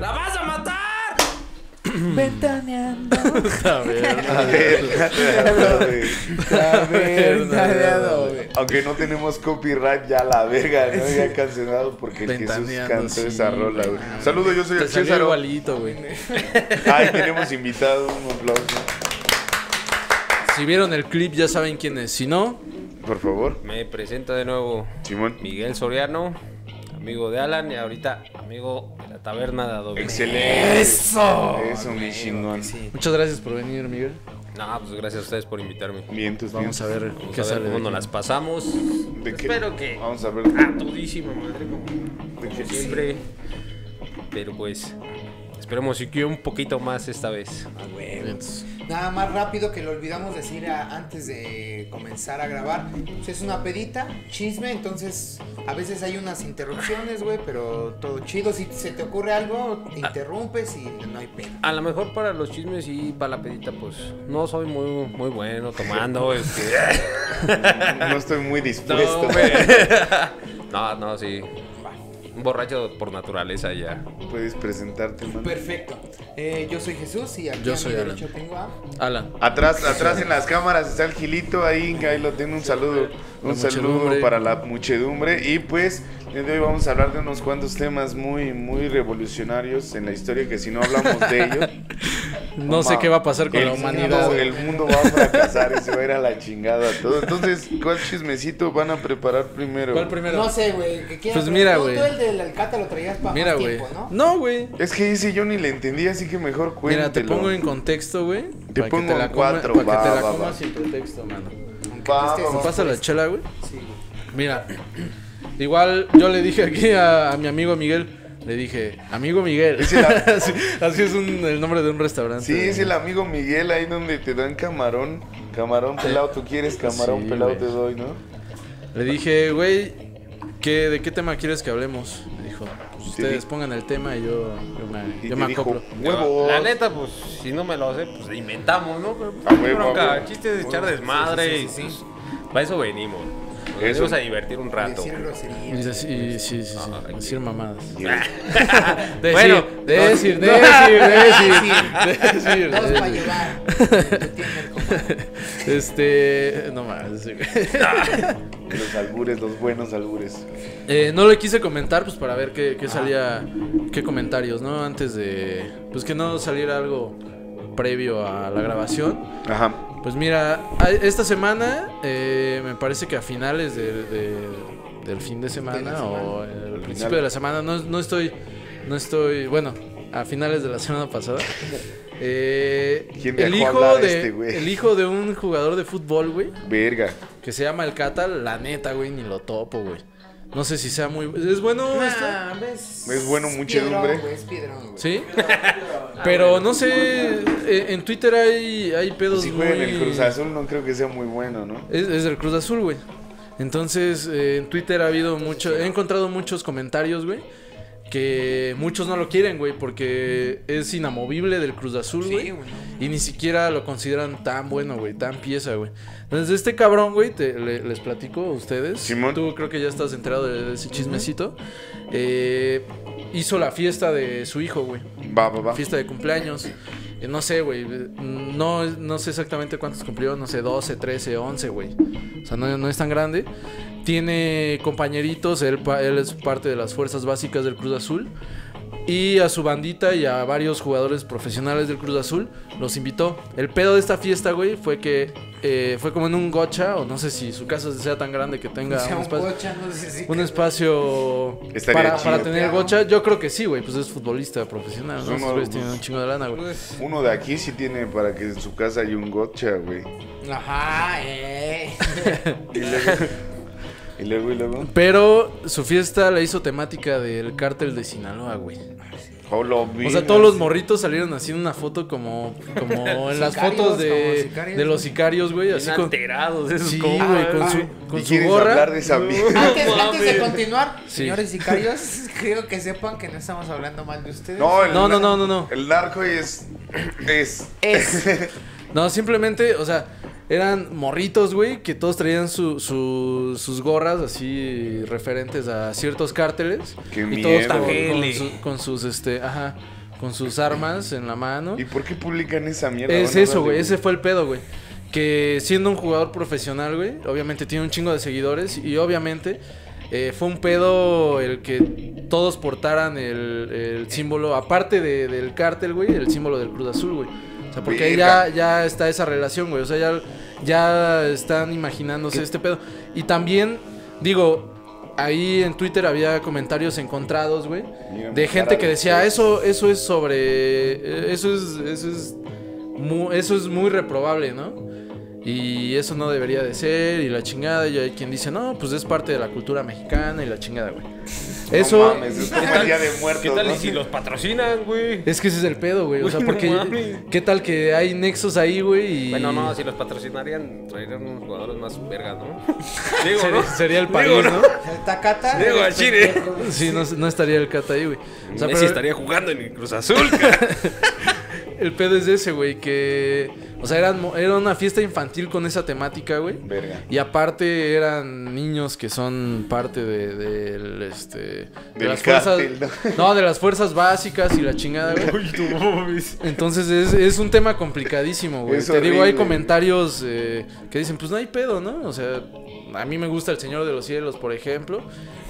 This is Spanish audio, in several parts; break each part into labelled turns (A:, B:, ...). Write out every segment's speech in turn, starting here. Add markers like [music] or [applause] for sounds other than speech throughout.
A: ¡La vas a matar!
B: Ventaneando.
C: Taberna de
D: [laughs]
B: Taberna de adobe.
C: Aunque no tenemos copyright ya la verga, ¿no? Ya cancelado porque el Jesús
B: Ventaneando,
C: cantó
B: sí,
C: esa rola, güey.
B: güey.
C: Saludos, yo soy
B: Te
C: el
B: salió
C: César.
B: igualito, güey. [laughs]
C: Ay, tenemos invitado, un aplauso.
B: Si vieron el clip ya saben quién es. Si no,
C: Por favor,
A: Me presenta de nuevo
C: Simón.
A: Miguel Soriano, amigo de Alan y ahorita amigo de la taberna de Adobe.
C: Excelente. Eso. Eso, mi chingón.
B: muchas gracias por venir, Miguel.
A: No, pues gracias a ustedes por invitarme.
C: Vientos,
B: Vamos
C: vientos.
B: a ver
A: Vamos
B: qué
A: a
B: sale.
A: ver
B: de
A: cómo
B: aquí.
A: nos las pasamos.
C: ¿De qué?
A: Espero que Ah.
C: Vamos a ver.
A: a todísima madre, como, como
C: qué?
A: siempre. Pero pues, esperemos y que un poquito más esta vez.
B: Vientos.
D: Nada más rápido que lo olvidamos decir a- antes de comenzar a grabar. Pues es una pedita, chisme, entonces a veces hay unas interrupciones, güey, pero todo chido. Si se te ocurre algo, te interrumpes y no hay pedo.
A: A lo mejor para los chismes y para la pedita, pues no soy muy, muy bueno
C: [laughs]
A: tomando. este,
C: No estoy muy
A: No,
C: dispuesto.
A: güey. [laughs] no, no, sí. Un borracho por naturaleza ya.
C: Puedes presentarte, mano.
D: Perfecto. Eh, yo soy Jesús y aquí
B: Yo
D: a
B: soy
D: mi
B: Alan.
D: derecho tengo a...
B: Alan.
C: Atrás, atrás en las cámaras está el Gilito, ahí, ahí lo tengo, un saludo.
B: La
C: Un saludo
B: muchedumbre.
C: para la muchedumbre. Y pues, el día de hoy vamos a hablar de unos cuantos temas muy, muy revolucionarios en la historia, que si no hablamos de ellos...
B: No sé qué va a pasar con
C: el
B: la
C: mundo-
B: humanidad.
C: el mundo va a fracasar y se va a ir a la chingada todo. Entonces, ¿cuál chismecito van a preparar primero?
B: ¿Cuál primero?
D: No sé, güey, que quieras...
B: Pues mira,
D: tú-
B: güey.
D: Tú el del Alcata lo traías para
B: Mira,
D: más
B: güey. Mm.
D: tiempo, ¿no?
B: No, güey.
C: Es que ese yo ni le entendí, así que mejor cuéntelo.
B: Mira, te pongo en contexto, güey.
C: Te
B: para que
C: pongo
B: te la
C: en
B: coma-
C: cuatro,
B: Para
C: va,
B: que te la
C: va,
B: comas
C: va.
B: sin pretexto, mano.
C: Va,
D: Aunque no
C: va,
B: ¿Me
D: estés-
C: va.
B: pasa la chela, güey?
D: Sí, güey.
B: Mira, igual yo le dije aquí a, a mi amigo Miguel, le dije, amigo Miguel.
C: Ese era-
B: [laughs] así, así es un- el nombre de un restaurante.
C: Sí,
B: güey.
C: es el amigo Miguel ahí donde te dan camarón. Camarón pelado, tú quieres camarón
B: Sí,
C: pelado,
B: güey.
C: te doy, ¿no?
B: Le dije, güey, ¿qué, ¿de qué tema quieres que hablemos? Me dijo, pues
C: Te
B: ustedes
C: di-
B: pongan el tema y yo, yo me,
C: Y
B: yo
C: te
B: me
C: dijo,
B: acoplo.
C: huevos.
A: La neta, pues si no me lo sé, pues le inventamos, ¿no? Pero
C: A huevo, a
A: bronca,
C: huevo.
A: el chiste es echar desmadre y pues, para eso venimos. Nos
C: Eso.
A: venimos a divertir un rato.
D: Decir
B: Y
D: groserías.
B: dice, sí, sí, sí, sí,
A: Ah, ok.
B: decir
C: [laughs]
B: mamadas. Decir,
A: Bueno,
B: decir,
A: no-
B: decir, decir, decir,
D: Dos
B: decir.
D: para
B: [laughs]
D: llevar. Tú tienes, compadre.
B: Este, no más. sí, güey.
C: Los albures, los buenos albures.
B: Eh, no le quise comentar, pues para ver qué, qué salía, qué comentarios, ¿no? Antes de, pues que no saliera algo previo a la grabación.
C: Ajá.
B: Pues mira, a- esta semana, eh, me parece que a finales del- del- del fin de semana o el principio de la semana, no, no estoy, no estoy, bueno, a finales de la semana
C: [laughs]
B: pasada. eh,
C: ¿Quién
B: el,
C: dejó
B: hijo
C: hablar a
B: de,
C: este güey?
B: el hijo de un jugador de fútbol, güey,
C: Verga.
B: que se llama el Cata, la neta, güey, ni lo topo, güey. No sé si sea muy... ¿Es bueno esto?
D: Nah, ves-
C: Es bueno muchedumbre.
D: piedrón, güey, es piedrón, güey.
C: [laughs]
B: ¿Sí?
C: Ah,
B: Pero no sé, eh, en Twitter hay, hay pedos
C: Pues Si juega en
B: muy...
C: el Cruz Azul, no creo que sea muy bueno, ¿no?
B: Es, es del Cruz Azul, güey. Entonces, eh, en Twitter ha habido mucho... He encontrado muchos comentarios, güey. Que muchos no lo quieren, güey, porque es inamovible del Cruz Azul,
D: Sí,
B: güey.
D: güey, no.
B: Y ni siquiera lo consideran tan bueno, güey, tan pieza, güey. Entonces, este cabrón, güey, te- le- les platico a ustedes.
C: Simón.
B: Tú creo que ya estás enterado de, de ese chismecito. Eh, hizo la fiesta de su hijo, güey.
C: Va, va, va.
B: Fiesta de cumpleaños. Eh, No sé, güey. No, no sé exactamente cuántos cumplió. No sé, 12, 13, 11, güey. O sea, no, no es tan grande. Tiene compañeritos. Él, pa- él es parte de las fuerzas básicas del Cruz Azul. Y a su bandita y a varios jugadores profesionales del Cruz Azul los invitó. El pedo de esta fiesta, güey, fue que eh, fue como en un gocha. O no sé si su casa sea tan grande que tenga
D: [laughs] O sea,
B: un
D: un
B: espacio
D: gocha, no sé si-
B: un espacio
C: Estaría
B: para,
C: chido.
B: para tener gocha. Yo creo que sí, güey. Pues es futbolista profesional. ¿no?
C: Pues uno,
B: Esos güeyes
C: pues,
B: tienen un chingo de lana, güey.
D: Pues,
C: Uno de aquí sí tiene para que en su casa haya un gotcha, güey.
B: [laughs]
D: Ajá, eh.
C: Y luego, Y luego, y luego.
B: Pero su fiesta la hizo temática del cártel de Sinaloa, güey.
C: Oh, lo
B: O
C: vi,
B: sea, todos los
C: así.
B: morritos salieron así en una foto como,
C: [laughs]
B: como en las
D: Sicarios,
B: fotos de,
D: como sicarios,
B: de los
D: güey.
B: sicarios, güey. Así
A: Bien
B: con,
A: alterados esos
B: sí,
A: compas.
B: güey, con
C: Ah,
B: su, con
C: ¿y
B: su
C: quieres
B: gorra.
C: hablar de esa vieja?
D: Antes, antes de
A: mames.
D: continuar,
B: Sí.
D: señores sicarios, [laughs] creo que sepan que no estamos hablando mal de
B: [laughs]
D: ustedes.
C: No, el
B: No, no,
C: nar-
B: no, no, no. Eh.
C: El narco es. Es.
D: Es.
B: No, simplemente, o sea, eran morritos, güey, que todos traían su- su- sus gorras así referentes a ciertos cárteles.
C: Qué
B: y
C: miedo.
B: todos con, con
A: Tajele.
B: su- con sus, este, ajá, con sus armas en la mano.
C: ¿Y por qué publican esa mierda?
B: Es
C: Bueno,
B: eso,
C: dale,
B: güey. Ese fue el pedo, güey. Que siendo un jugador profesional, güey, obviamente tiene un chingo de seguidores y obviamente eh, fue un pedo el que todos portaran el, el símbolo, aparte de- del cártel, güey, el símbolo del Cruz Azul, güey. O sea, porque ahí ya, ya está esa relación, güey. O sea, ya, ya están imaginándose este pedo. Y también, digo, ahí en Twitter había comentarios encontrados, güey.
C: Mira,
B: De
C: mi
B: gente
C: cara
B: que
C: de
B: decía,
C: pez.
B: eso, eso es sobre. eh, Eso es. Eso es muy, eso es muy reprobable, ¿no? Y eso no debería de ser, y la chingada. Y hay quien dice, no, pues es parte de la cultura mexicana y la chingada, güey.
C: No
B: Eso.
C: mames, es como Ah, el día de muertos.
A: ¿Qué tal
C: ¿no?
A: y si los patrocinan, güey?
B: Es que ese es el pedo, güey. O sea,
A: Güey, no
B: porque.
A: mames.
B: ¿Qué tal que hay nexos ahí, güey? Y...
A: Bueno, no, si los patrocinarían, traerían unos jugadores más vergas,
B: [laughs]
A: ¿no? Digo,
B: Sería,
A: ¿no?
B: sería el
A: Digo,
B: país,
A: ¿no?
B: ¿no?
D: El Tacata.
A: Digo, al chile.
B: Sí, no, no estaría el Cata ahí, güey. O sea,
A: Messi
B: pero-
A: estaría jugando en el Cruz Azul, [laughs] cara.
B: El pedo es ese, güey, que... O sea, eran mo- era una fiesta infantil con esa temática, güey.
C: Verga.
B: Y aparte eran niños que son parte de, del, este, de
C: Del
B: las
C: cártel,
B: fuerzas... [laughs] ¿no? de las fuerzas básicas y la chingada, güey.
A: Uy, no mames.
B: Entonces es, es un tema complicadísimo, güey.
C: Es
B: Te digo, hay
C: horrible.
B: comentarios eh, que dicen, pues no hay pedo, ¿no? O sea, a mí me gusta El Señor de los Cielos, por ejemplo.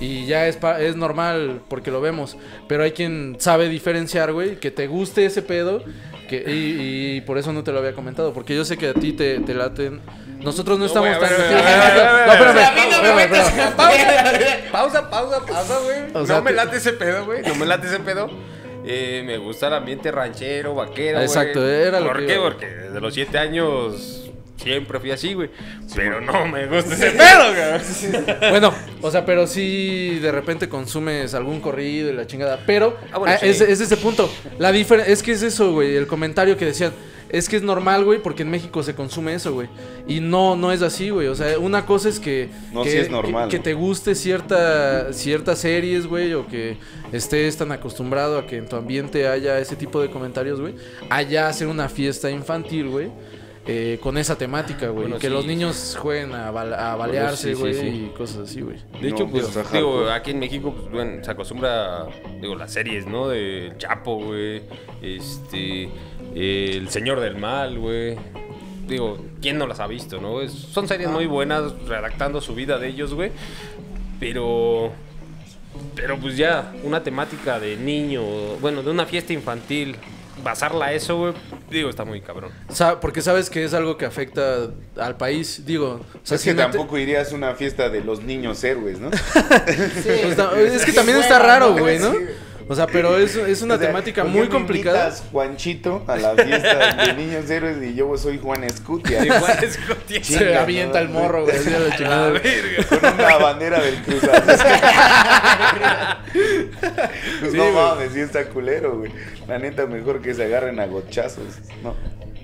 B: Y ya es, pa- es normal porque lo vemos. Pero hay quien sabe diferenciar, güey, que te guste ese pedo. Que, y, y por eso no te lo había comentado. Porque yo sé que a ti te, te laten. Nosotros no estamos
A: güey, a ver,
B: tan...
A: a ver, a ver, a ver, a
B: No,
A: ver, a ver,
B: espérame,
A: a mí no me
B: espérame,
A: metas
B: espérame.
A: Pausa, pausa, pausa, güey.
B: O sea,
A: no me
B: te-
A: late ese pedo, güey. No me late ese pedo. Eh, me gusta el ambiente ranchero, vaquero, güey.
B: Exacto, era lo
A: ¿Por
B: que
A: qué?
B: iba.
A: Porque desde los siete años siempre fui así, güey. Pero no me gusta ese pedo, [laughs] güey.
B: Bueno, o sea, pero sí de repente consumes algún corrido y la chingada. Pero
A: Ah, bueno,
B: ah,
A: sí.
B: es, es ese punto. La diferen- es que es eso, güey. El comentario que decían. Es que es normal, güey, porque en México se consume eso, güey. Y no, no es así, güey. O sea, una cosa es que...
C: No,
B: que,
C: sí es normal.
B: Que, que te guste cierta, ciertas series, güey, o que estés tan acostumbrado a que en tu ambiente haya ese tipo de comentarios, güey. Allá hacer una fiesta infantil, güey. eh, con esa temática, güey.
A: Bueno,
B: que
A: sí,
B: los
A: sí.
B: niños jueguen a, bal- a
A: sí,
B: balearse,
A: sí,
B: güey,
A: sí.
B: y cosas así, güey.
C: No,
A: De hecho, pues,
C: pues, ajá,
A: digo,
C: pues.
A: aquí en México, pues, bueno, se acostumbra, digo, las series, ¿no? De El Chapo, güey, este, eh, El Señor del Mal, güey. Digo, ¿quién no las ha visto, no? Es- son series muy buenas, redactando su vida de ellos, güey. Pero, pero pues ya, una temática de niño, bueno, de una fiesta infantil, basarla a eso, güey, digo, está muy cabrón.
C: [laughs]
B: Sa- porque sabes que es algo que afecta al país, digo. O sea,
C: es
B: si
C: que
B: no te-
C: tampoco irías a una fiesta de los niños héroes, ¿no?
B: pues ta- es que también está raro, güey, ¿no? O sea, pero es, es una
C: O sea,
B: temática
C: ¿por qué
B: muy
C: me
B: complicada.
C: invitas, Juanchito a la fiesta de niños héroes y yo soy Juan
B: [laughs]
C: Escutia.
A: Igual es que-
C: Sí. chinga, ¿no?
B: güey. así a la chingada.
C: [laughs] Con una bandera del Cruz Azul. Pues no mames, sí está culero, güey. La neta, mejor que se agarren a gochazos. No,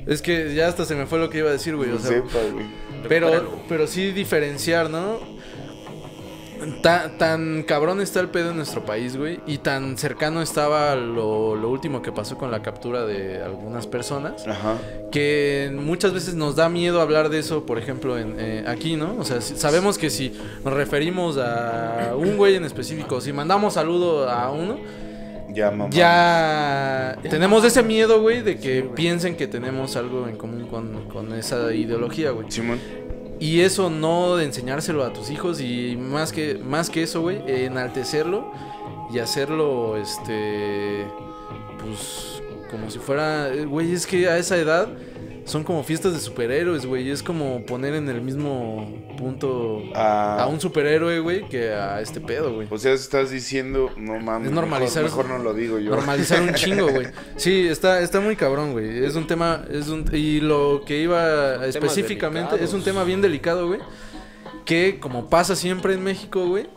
B: Es que ya hasta se me fue lo que iba a decir, güey. Pues, O
C: no
B: sea,
C: sepa, güey.
B: Pero,
A: Recupéralo.
B: pero sí diferenciar, ¿no? Ta- tan cabrón está el pedo en nuestro país, güey. Y tan cercano estaba lo, lo último que pasó con la captura de algunas personas.
C: Ajá.
B: Que muchas veces nos da miedo hablar de eso, por ejemplo, en, eh, aquí, ¿no? O sea, si- sabemos que si nos referimos a un güey en específico, si mandamos saludo a uno,
C: Ya, mamá.
B: ya tenemos ese miedo, güey, de que piensen que tenemos algo en común con, con esa ideología, güey.
C: Simón.
B: Y eso no de enseñárselo a tus hijos y más que, más que eso, güey, enaltecerlo y hacerlo, este, pues, como si fuera, eh, güey, es que a esa edad son como fiestas de superhéroes, güey, es como poner en el mismo punto
C: Ah.
B: a un superhéroe, güey, que a este pedo, güey.
C: O sea, estás diciendo, no mames.
B: Es normalizar-
C: Mejor, mejor no lo digo yo. [laughs]
B: Normalizar un chingo, [laughs] güey. Sí, está, está muy cabrón, güey. Es un tema, es un, y lo que iba específicamente, es un
A: delicados.
B: tema bien delicado, güey. que, como pasa siempre en México, güey,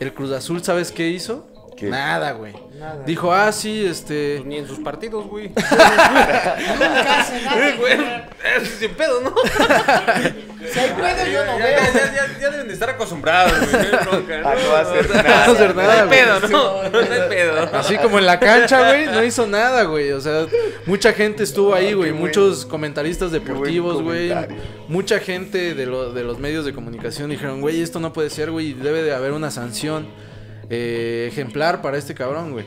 B: el Cruz Azul, ¿sabes qué hizo?
C: ¿Qué?
B: Nada, güey.
D: Nada.
B: Dijo, ah, sí, este.
A: Pues ni en sus partidos, güey.
D: Nunca hace
A: [laughs]
D: nada.
A: Sin pedo, ¿no?
D: Si hay pedo, yo no
A: Ya,
D: veo.
A: ya, ya, ya- ya deben de estar acostumbrados, güey. No hay bronca,
C: A Ah, no hacer
A: O sea,
B: nada.
A: No hacer
B: No
A: nada.
B: hay
A: [laughs] No hay pedo, [laughs]
D: pedo,
A: ¿no? No hay pedo.
B: Así como en la cancha, güey, no hizo nada, güey. O sea, mucha gente estuvo ahí, güey.
C: Ah, buen-
B: Muchos comentaristas deportivos, güey.
C: comentario.
B: Mucha gente de, lo- de los medios de comunicación dijeron, güey, esto no puede ser, güey. Debe de haber una sanción eh, ejemplar para este cabrón, güey.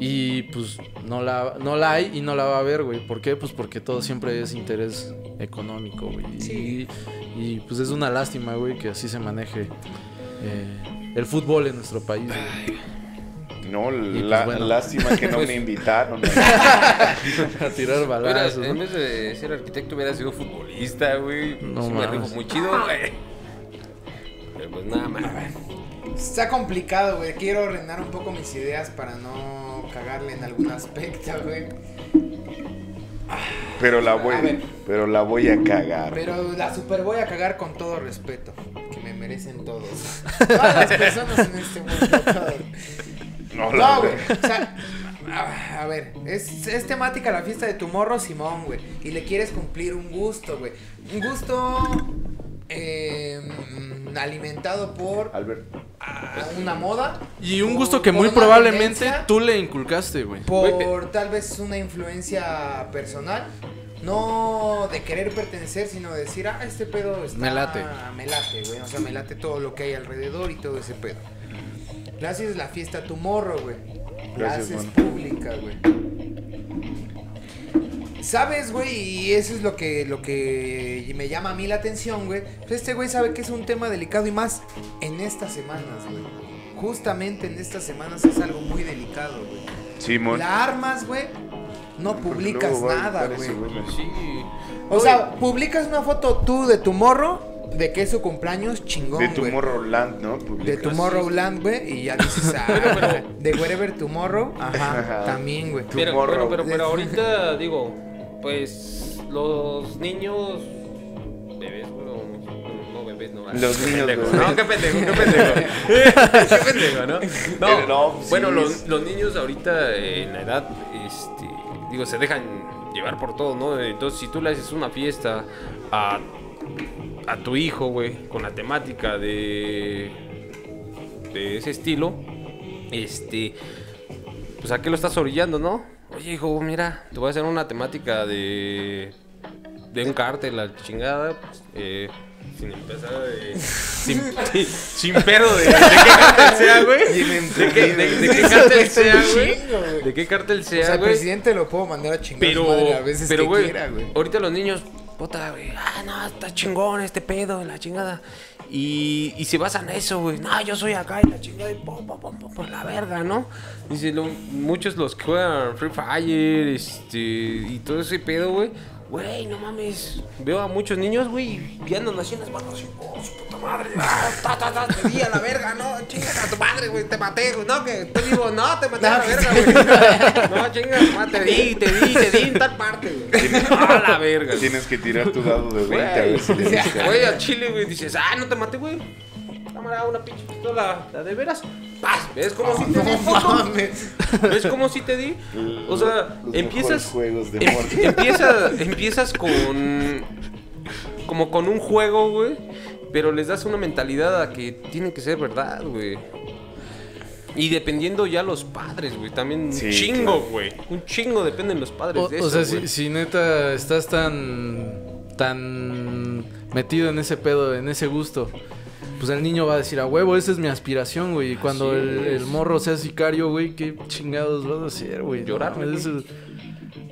B: Y pues no la, no la hay y no la va a haber, güey. ¿Por qué? Pues porque todo siempre es interés económico, güey. Y-
D: Sí.
B: Y, pues es una lástima, güey, que así se maneje eh, el fútbol en nuestro país. güey. [laughs]
C: No,
B: pues,
C: la-
B: bueno.
C: lástima que no me invitaron.
B: A tirar
A: Hubiera-
B: balazos.
A: en
B: ¿no?
A: vez de ser arquitecto, hubiera sido futbolista, güey.
B: No
A: sí, me
B: mames.
A: rifo muy chido, güey. Pero pues nada más.
D: Está complicado, güey. Quiero ordenar un poco mis ideas para no cagarle en algún aspecto, güey.
C: Pero la
D: A ver.
C: voy, pero la voy a cagar.
D: Pero la super voy a cagar con todo respeto. Que me merecen todos. Todas las personas en este mundo. todos.
C: No, la
D: No,
C: voy-
D: güey. O sea, a- a ver, es, es temática la fiesta de tu morro, Simón, güey. Y le quieres cumplir un gusto, güey. Un gusto eh, alimentado por
C: Albert.
D: ah, una moda.
B: Y un
D: por-
B: gusto que
D: por
B: muy
D: una
B: probablemente
D: tendencia.
B: tú le inculcaste, güey.
D: por tal vez una influencia personal. No de querer pertenecer, sino de decir, ah, este pedo está...
B: Me late.
D: Me late, güey. O sea, me late todo lo que hay alrededor y todo ese pedo. La haces la fiesta a tu morro, güey. La
C: Gracias,
D: haces
C: mano.
D: pública, güey. ¿Sabes, güey? Y eso es lo que, lo que me llama a mí la atención, güey. Pues Este güey sabe que es un tema delicado y más en estas semanas, güey. Justamente en estas semanas es algo muy delicado, güey.
C: Simón.
D: La armas, güey. No
A: Pues
D: publicas
C: Luego va a
D: nada,
C: editar
D: güey.
C: ese güey.
A: Sí.
D: O sea, publicas una foto tú de tu morro, de que es su cumpleaños chingón,
C: De
D: güey.
C: Tomorrowland, ¿no?
D: De
A: Ah,
C: Publicas.
D: Tomorrowland, güey, y
A: [laughs]
D: ya dices, ah, de Wherever Tomorrow, ajá,
C: Ajá.
D: también, güey.
C: Tu
A: Pero,
C: morro.
A: bueno, pero, pero
D: [laughs]
A: ahorita, digo, pues los niños. Bebés, güey. o- bueno, No, bebés, no.
C: Los
A: qué
C: niños
A: pendejo,
C: bebés.
A: No, qué
C: [laughs]
A: pendejo, qué pendejo. [laughs] qué pendejo, ¿no? No,
C: Pero no, pues, sí.
A: bueno, los, los niños ahorita eh, en la edad, este, digo, se dejan llevar por todo, ¿no? Entonces, si tú le haces una fiesta a, a tu hijo, güey, con la temática de, de ese estilo, este, pues a qué lo estás orillando, ¿no? Oye, hijo, mira, te voy a hacer una temática de. de un cártel, la chingada. pues, eh, sin empezar. eh, sin, [laughs] sin, sin pedo de, de qué cártel [laughs] sea, güey.
C: Bien
A: De qué, de- de
D: [laughs]
A: qué
C: entendido.
A: cártel sea,
D: Chingo, güey.
A: güey. De qué cártel
D: O sea,
A: sea,
D: al
A: güey.
D: presidente lo puedo mandar a chingar
A: Pero.
D: su madre a veces
A: Pero,
D: que
A: güey.
D: quiera, güey.
A: Ahorita los niños. Puta, güey. Ah, no, está chingón este pedo, la chingada. Y, y se basan en eso, güey. No, yo soy acá y la chingada y pum, pum, pum, pum, pum, la verga, ¿no? Dice, lo- muchos los que juegan Free Fire, este, y todo ese pedo, güey. Güey, no mames. Veo a muchos niños, güey, y andan así en las manos. y, Oh, su puta madre. Ah, ta, ta, ta, te di a la verga, no. Chingas a tu madre, güey. Te maté, güey. No, que te digo, no, te maté
D: [laughs]
A: a la verga, güey. No, chingas, ma, te di, te di, te di en
D: [laughs]
A: tal parte, güey. A la verga. güey.
C: Tienes que tirar tu dado de 20 a ver si
A: [laughs]
C: le diste.
A: Güey, al chile, güey, dices, ah, no te maté, güey. Cámara, una pinche pistola, la de veras. ¡Paz! ¿Ves cómo si [laughs] te di, puto? ¿Ves cómo si te di? O sea,
C: Los mejores
A: empiezas.
C: juegos de
A: em-
C: Mortal.
A: empieza- empiezas con. Como con un juego, güey. Pero les das una mentalidad a que tiene que ser verdad, güey. Y dependiendo ya los padres, güey. También un
C: Sí,
A: chingo, güey. Un chingo dependen los padres
B: O,
A: de
B: o
A: eso.
B: sea,
A: güey.
B: si, si neta estás tan tan metido en ese pedo, en ese gusto, pues el niño va a decir, a huevo, esa es mi aspiración, güey. Y cuando
A: Así
B: el,
A: es.
B: el morro sea sicario, güey, qué chingados vas a hacer, güey.
A: Llorar,
B: No,
A: güey.
B: eso, eso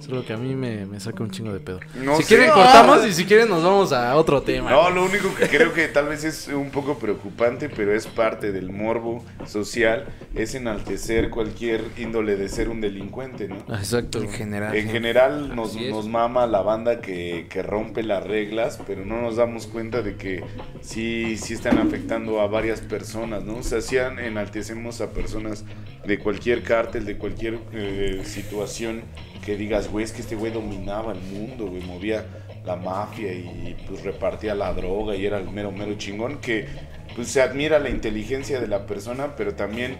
B: es lo que a mí me, me saca un chingo de pedo.
C: No
B: si
C: sé.
B: quieren cortamos y si quieren nos vamos a otro tema.
C: No, lo único que creo que tal vez es un poco preocupante, pero es parte del morbo social, es enaltecer cualquier índole de ser un delincuente, ¿no?
B: Ah, Exacto. güey.
D: general.
C: En general nos,
A: Así es.
C: nos mama la banda que, que rompe las reglas, pero no nos damos cuenta de que sí, sí están afectando a varias personas, ¿no? O sea, sí an- enaltecemos a personas de cualquier cártel, de cualquier eh, situación que digas, güey, es que este güey dominaba el mundo, güey, movía la mafia y pues repartía la droga y era el mero mero chingón que pues se admira la inteligencia de la persona, pero también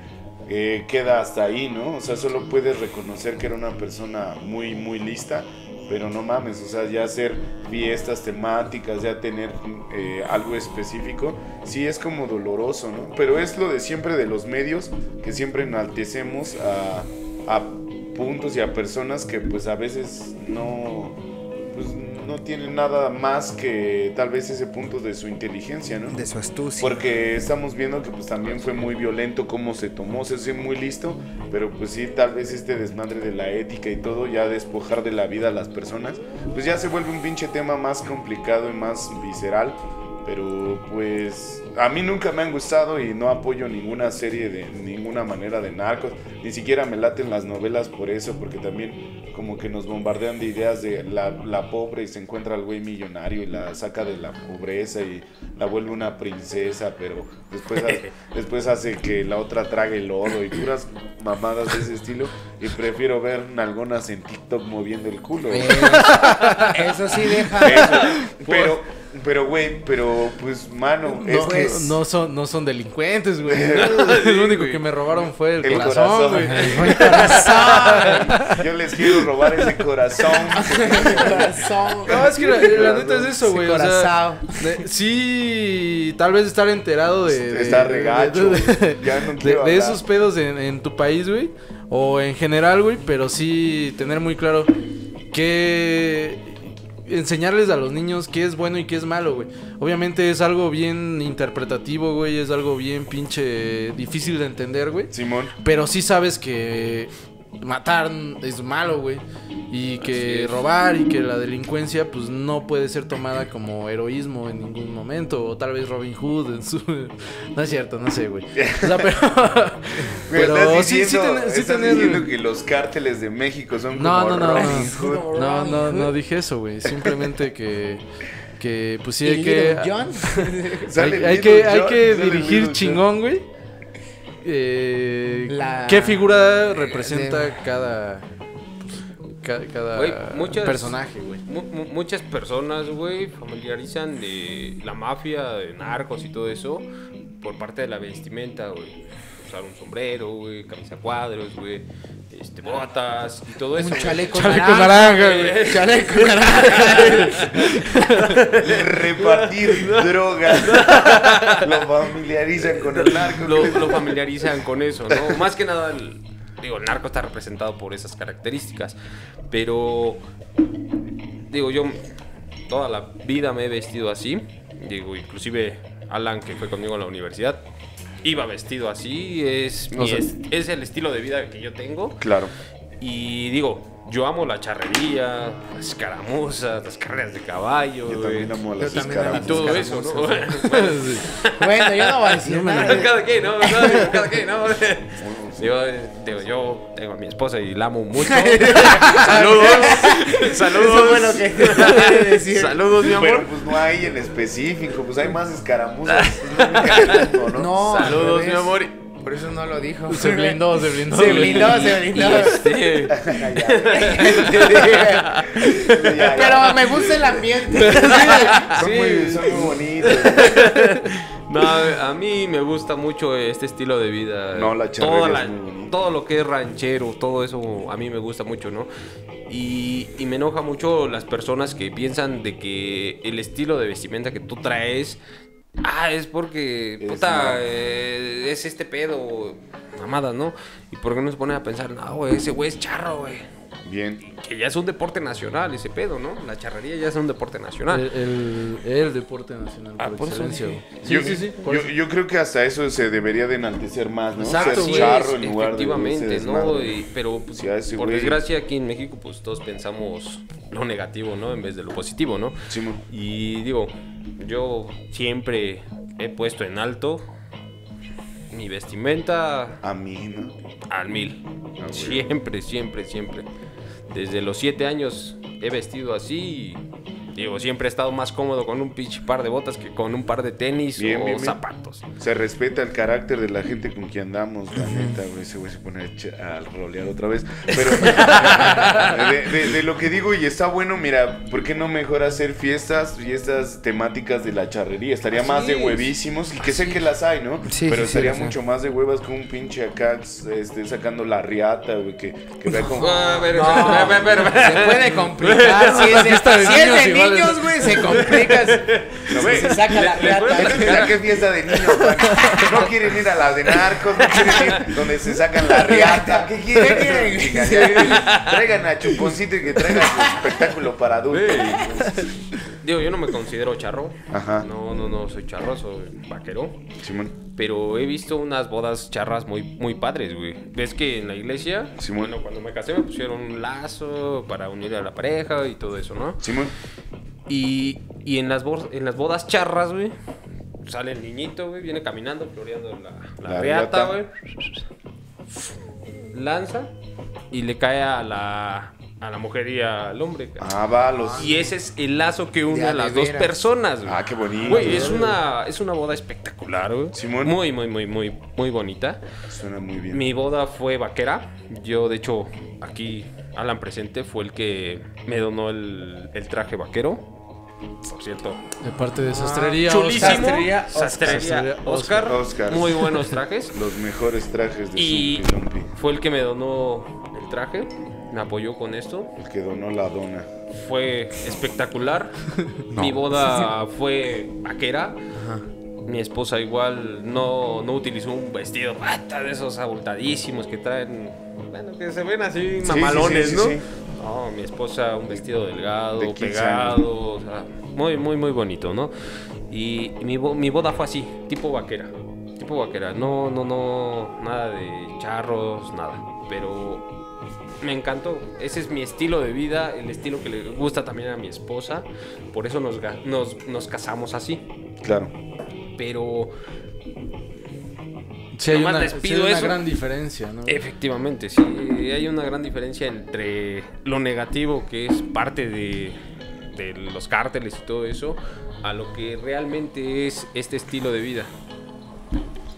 C: eh, queda hasta ahí, ¿no? O sea, solo puedes reconocer que era una persona muy, muy lista, pero no mames, o sea, ya hacer fiestas temáticas, ya tener eh, algo específico, sí es como doloroso, ¿no? Pero es lo de siempre de los medios, que siempre enaltecemos a, a puntos y a personas que pues a veces no... Pues, no tienen nada más que tal vez ese punto de su inteligencia, ¿no?
D: De su astucia.
C: Porque estamos viendo que pues también fue muy violento cómo se tomó, se hizo muy listo, pero pues sí, tal vez este desmadre de la ética y todo, ya despojar de la vida a las personas, pues ya se vuelve un pinche tema más complicado y más visceral. Pero pues a mí nunca me han gustado y no apoyo ninguna serie de ninguna manera de narcos. Ni siquiera me laten las novelas por eso, porque también como que nos bombardean de ideas de la, la pobre y se encuentra al güey millonario y la saca de la pobreza y la vuelve una princesa, pero después, ha- después hace que la otra trague lodo y puras mamadas de ese estilo. Y prefiero ver nalgonas en TikTok moviendo el culo. güey.
D: Eso sí
B: [laughs]
D: deja.
C: Eso. Pero, pero, güey, pero, pues, mano,
B: No,
C: es que
D: es-
B: no son, no son delincuentes,
C: [laughs]
B: güey. el único que me robaron fue el,
C: El
B: corazón,
C: corazón.
B: güey.
C: [laughs] yo les quiero robar ese corazón.
B: [laughs]
D: Corazón.
B: No, es que la, la neta es eso,
D: Ese
B: güey. o sea,
D: corazón.
B: de- sí, tal vez estar enterado de. de-
C: Está
B: de-
C: regacho, güey.
B: de-
C: Ya no
B: de-
C: quiero
B: de
C: hablar.
B: esos pedos en, en tu país, güey. O en general, güey. Pero sí tener muy claro que. Enseñarles a los niños qué es bueno y qué es malo, güey. Obviamente es algo bien interpretativo, güey. Es algo bien pinche difícil de entender, güey.
C: Simón.
B: Pero sí sabes que matar es malo, güey. Y que robar y que la delincuencia pues no puede ser tomada como heroísmo en ningún momento. O tal vez Robin Hood en su... [laughs] No es cierto, no sé, güey. O
C: [laughs]
B: sea, pero... [laughs]
C: Güey,
B: pero
C: estás
B: sí, sí,
C: diciendo,
B: tener- sí
C: estás
B: tener-
C: diciendo que los cárteles de México son
B: [laughs] No,
C: como
B: no, no.
C: Robin Hood.
B: No, no, no dije eso, güey. Simplemente que... Que pues sí
D: ¿Y
B: hay que...
D: Little John?
C: [laughs]
B: Hay,
C: Sale
B: hay
C: Little
B: que, hay
C: John,
B: que
C: sale Little
B: dirigir
C: John.
B: chingón, güey. Eh,
D: La-
B: ¿Qué figura
D: eh,
B: representa
D: de-
B: cada, ca- cada
A: Güey, muchas-
B: personaje, güey?
A: Mu- mu- muchas personas, güey, familiarizan de la mafia, de narcos y todo eso por parte de la vestimenta, güey. Usar un sombrero, güey, camisa a cuadros, güey, este, botas y todo eso.
D: Un
A: güey.
D: chaleco,
B: Chaleco
D: naranja.
B: naranja, güey.
D: [laughs]
B: [laughs]
D: Chaleco naranja.
C: [laughs] Le-
B: [laughs]
C: Repartir drogas. Lo familiarizan con el narco.
A: Lo, lo familiarizan con eso, ¿no? Más que nada, el- digo, el narco está representado por esas características. Pero, digo, yo toda la vida me he vestido así. Digo, inclusive Alan, que fue conmigo a la universidad, iba vestido así. Es, mi
B: O sea-
A: est- es el estilo de vida que yo tengo.
C: Claro.
A: Y digo, yo amo la charrería, las caramuzas, las carreras de caballo.
C: Yo
A: güey,
C: también amo a
D: Yo
C: las
D: también amo
A: Y
C: escaramuzas.
A: todo eso, ¿no?
C: [laughs]
A: [laughs] Bueno,
D: [laughs] Bueno, yo no voy a decir
B: No me
D: nada.
A: cada quien, ¿no? ¿Verdad? Cada quien, ¿no?
C: [laughs]
A: Digo, digo, yo tengo a mi esposa y la amo
D: [laughs]
A: mucho. Saludos. Saludos.
D: Eso fue lo
B: [laughs]
D: [laughs] que quería decir.
A: Saludos, mi amor.
C: Pero pues no hay en específico, pues hay más escaramuzas.
B: [laughs]
C: es lo único, ¿no? [laughs]
D: No, al
A: Saludos,
D: revés.
A: mi amor.
D: Por eso no lo dijo.
B: Se blindó, se blindó.
D: Se
B: güey.
D: blindó, se
B: [laughs]
D: blindó.
A: Este,
C: Ya, ya.
D: Pero me gusta
B: [laughs]
D: el ambiente.
C: Son,
A: Sí.
C: muy, son muy bonitos.
A: no, a mí me gusta mucho este estilo de vida.
C: No, la charrería
A: Toda
C: es muy bonita.
A: Todo lo que es ranchero, todo eso a mí me gusta mucho, ¿no? Y, y me enoja mucho las personas que piensan de que el estilo de vestimenta que tú traes, ah, es porque,
C: Es
A: puta,
C: una-
A: eh, es este pedo, mamadas, ¿no? Y por qué no se ponen a pensar, no, güey, ese güey es charro, güey.
C: Bien.
A: Que ya es un deporte nacional ese pedo, ¿no? La charrería ya es un deporte
D: Ah.
A: nacional.
B: El, el- el deporte nacional
A: Ah,
B: por,
A: por eso
B: excelencia,
A: dije.
B: güey.
C: yo,
B: Sí, sí, sí. por
C: yo,
B: eso.
C: yo creo que hasta eso se debería de enaltecer más, ¿no?
A: Exacto,
C: Ser
A: güey,
C: charro
A: es-
C: en lugar de ese
A: efectivamente, ¿no?
C: desmadre.
A: Y- pero pues,
C: Sí, a ese
A: por
C: güey.
A: desgracia aquí en México pues todos pensamos lo negativo, ¿no? En vez de lo positivo, ¿no?
C: Simón.
A: Y digo, yo siempre he puesto en alto mi vestimenta
C: A mí, ¿no?
A: al mil.
C: Ah, güey.
A: Siempre, siempre, siempre. Desde los siete años he vestido así Digo, siempre he estado más cómodo con un pinche par de botas que con un par de tenis
C: Bien,
A: o
C: bien, bien.
A: zapatos.
C: Se respeta el carácter de la gente con quien andamos, la neta, güey. Ese güey se pone a ch- a rolear otra vez. Pero de, de- de lo que digo, y está bueno, mira, ¿por qué no mejor hacer fiestas, fiestas temáticas de la charrería? Estaría
D: Así
C: más de
D: es.
C: huevísimos, y que sé que las hay, ¿no?
E: Sí,
C: Pero
E: sí, sí,
C: estaría
E: las hay.
C: mucho más de huevas con un pinche acá este, sacando la riata, güey, que, que vea como.
A: Ah, pero-
D: No,
A: pero- pero- pero-
D: Se puede complicar. Si es de,
B: fiesta de
D: si es de
B: niños igual es-
D: niños, güey, se complica.
C: No, güey,
D: Se saca la
A: le puedes
D: plata.
C: ¿A qué fiesta de niños van? No quieren ir a la de narcos, no quieren ir donde se sacan la
A: [laughs]
C: riata. ¿Qué quieren?
D: ¿Qué quieren?
C: Diga, ya, ya, Traigan a Chuponcito y que traigan su espectáculo para adultos.
A: Digo, yo no me considero charro.
C: Ajá.
A: No, no, no, soy charro, soy vaquero.
C: Simón,
A: Pero he visto unas bodas charras muy, muy padres, güey. Ves que en la iglesia,
C: Simón.
A: bueno, cuando me casé me pusieron un lazo para unir a la pareja y todo eso, ¿no?
C: Simón.
A: Y, y en, las bor- en las bodas charras, güey, sale el niñito, güey, viene caminando, floreando la, la,
C: La
A: reata,
C: riata.
A: güey. Lanza y le cae a la, a la mujer y al hombre. güey.
C: Ah, va, los.
A: Y ese es el lazo que une
D: Ya,
A: a las
D: de
A: dos
D: veras.
A: personas, güey.
C: Ah, qué bonito.
A: Güey, es una, es una boda espectacular, güey.
C: Simón.
A: Muy, muy, muy, muy, muy bonita.
C: Suena muy bien.
A: Mi boda fue vaquera. Yo, de hecho, aquí Alan presente fue el que me donó el, el traje vaquero. Por cierto.
B: De parte
D: Ah,
B: de sastrería.
A: Chulísimo.
B: Oscar.
D: Sastrería, Oscar.
A: Sastrería,
B: Oscar.
A: Oscar.
C: Oscar.
A: Muy buenos trajes.
C: [laughs] Los mejores trajes de
A: Y-
C: Zumpilumpi,
A: Fue el que me donó el traje. Me apoyó con esto.
C: El que donó la dona. [laughs]
A: Fue espectacular. Mi boda fue vaquera. Mi esposa igual no, no utilizó un vestido pata de esos abultadísimos que traen. Bueno, que se ven así
C: sí,
A: mamalones,
C: sí, sí,
A: ¿no?
C: sí.
A: No, mi esposa un vestido delgado,
C: de 15
A: pegado, o sea, muy, muy, muy bonito, ¿no? Y mi, bo- mi boda fue así, tipo vaquera. Tipo vaquera. No, no, no, nada de charros, nada. Pero me encantó. Ese es mi estilo de vida, el estilo que le gusta también a mi esposa. Por eso nos, ga- nos, nos casamos así.
C: Claro.
A: Pero
B: Sí, hay
A: Nomás
B: una,
A: les
B: sí hay
A: pido
B: una
A: eso.
B: gran diferencia, ¿no?
A: efectivamente, sí, hay una gran diferencia entre lo negativo que es parte de, de los cárteles y todo eso, a lo que realmente es este estilo de vida.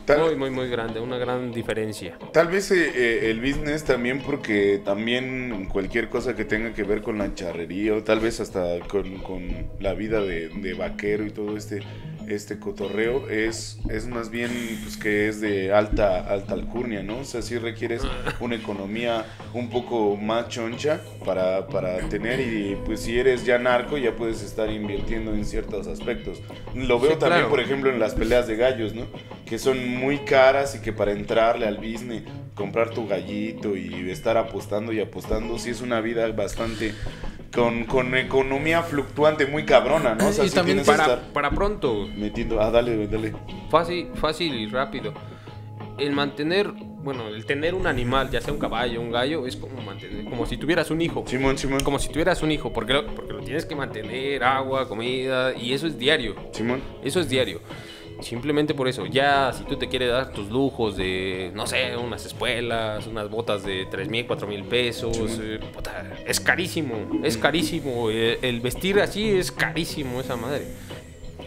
C: Tal-
A: Muy, muy, muy grande, una gran diferencia.
C: Tal vez eh, eh, el business también, porque también cualquier cosa que tenga que ver con la charrería o tal vez hasta con, con la vida de, de vaquero y todo este, este cotorreo, es, es más bien pues, que es de alta, alta alcurnia, ¿no? O sea, sí
A: [laughs]
C: requieres una economía un poco más choncha para, para tener y pues si eres ya narco ya puedes estar invirtiendo en ciertos aspectos. Lo veo
A: Sí,
C: también,
A: claro.
C: por ejemplo, en las peleas de gallos, ¿no? Que son muy caras y que para entrarle al business, comprar tu gallito y estar apostando y apostando, sí es una vida bastante con, con economía fluctuante muy cabrona, ¿no? Ah, O sea,
B: Y
C: sí
B: también
C: tienes que
A: Para,
C: estar
A: para pronto,
C: metiendo. Ah, dale, güey, dale.
A: Fácil, fácil y rápido. El mantener, bueno, el tener un animal, ya sea un caballo, un gallo, es como mantener, como si tuvieras un hijo.
C: Simón, Simón.
A: Como si tuvieras un hijo, porque lo, porque lo tienes que mantener, agua, comida, y eso es diario.
C: Simón.
A: Eso es diario. Simplemente por eso, ya si tú te quieres dar tus lujos de, no sé, unas espuelas, unas botas de 3 mil, 4 mil pesos, eh, puta, es carísimo, es carísimo. eh, El, vestir así es carísimo esa madre.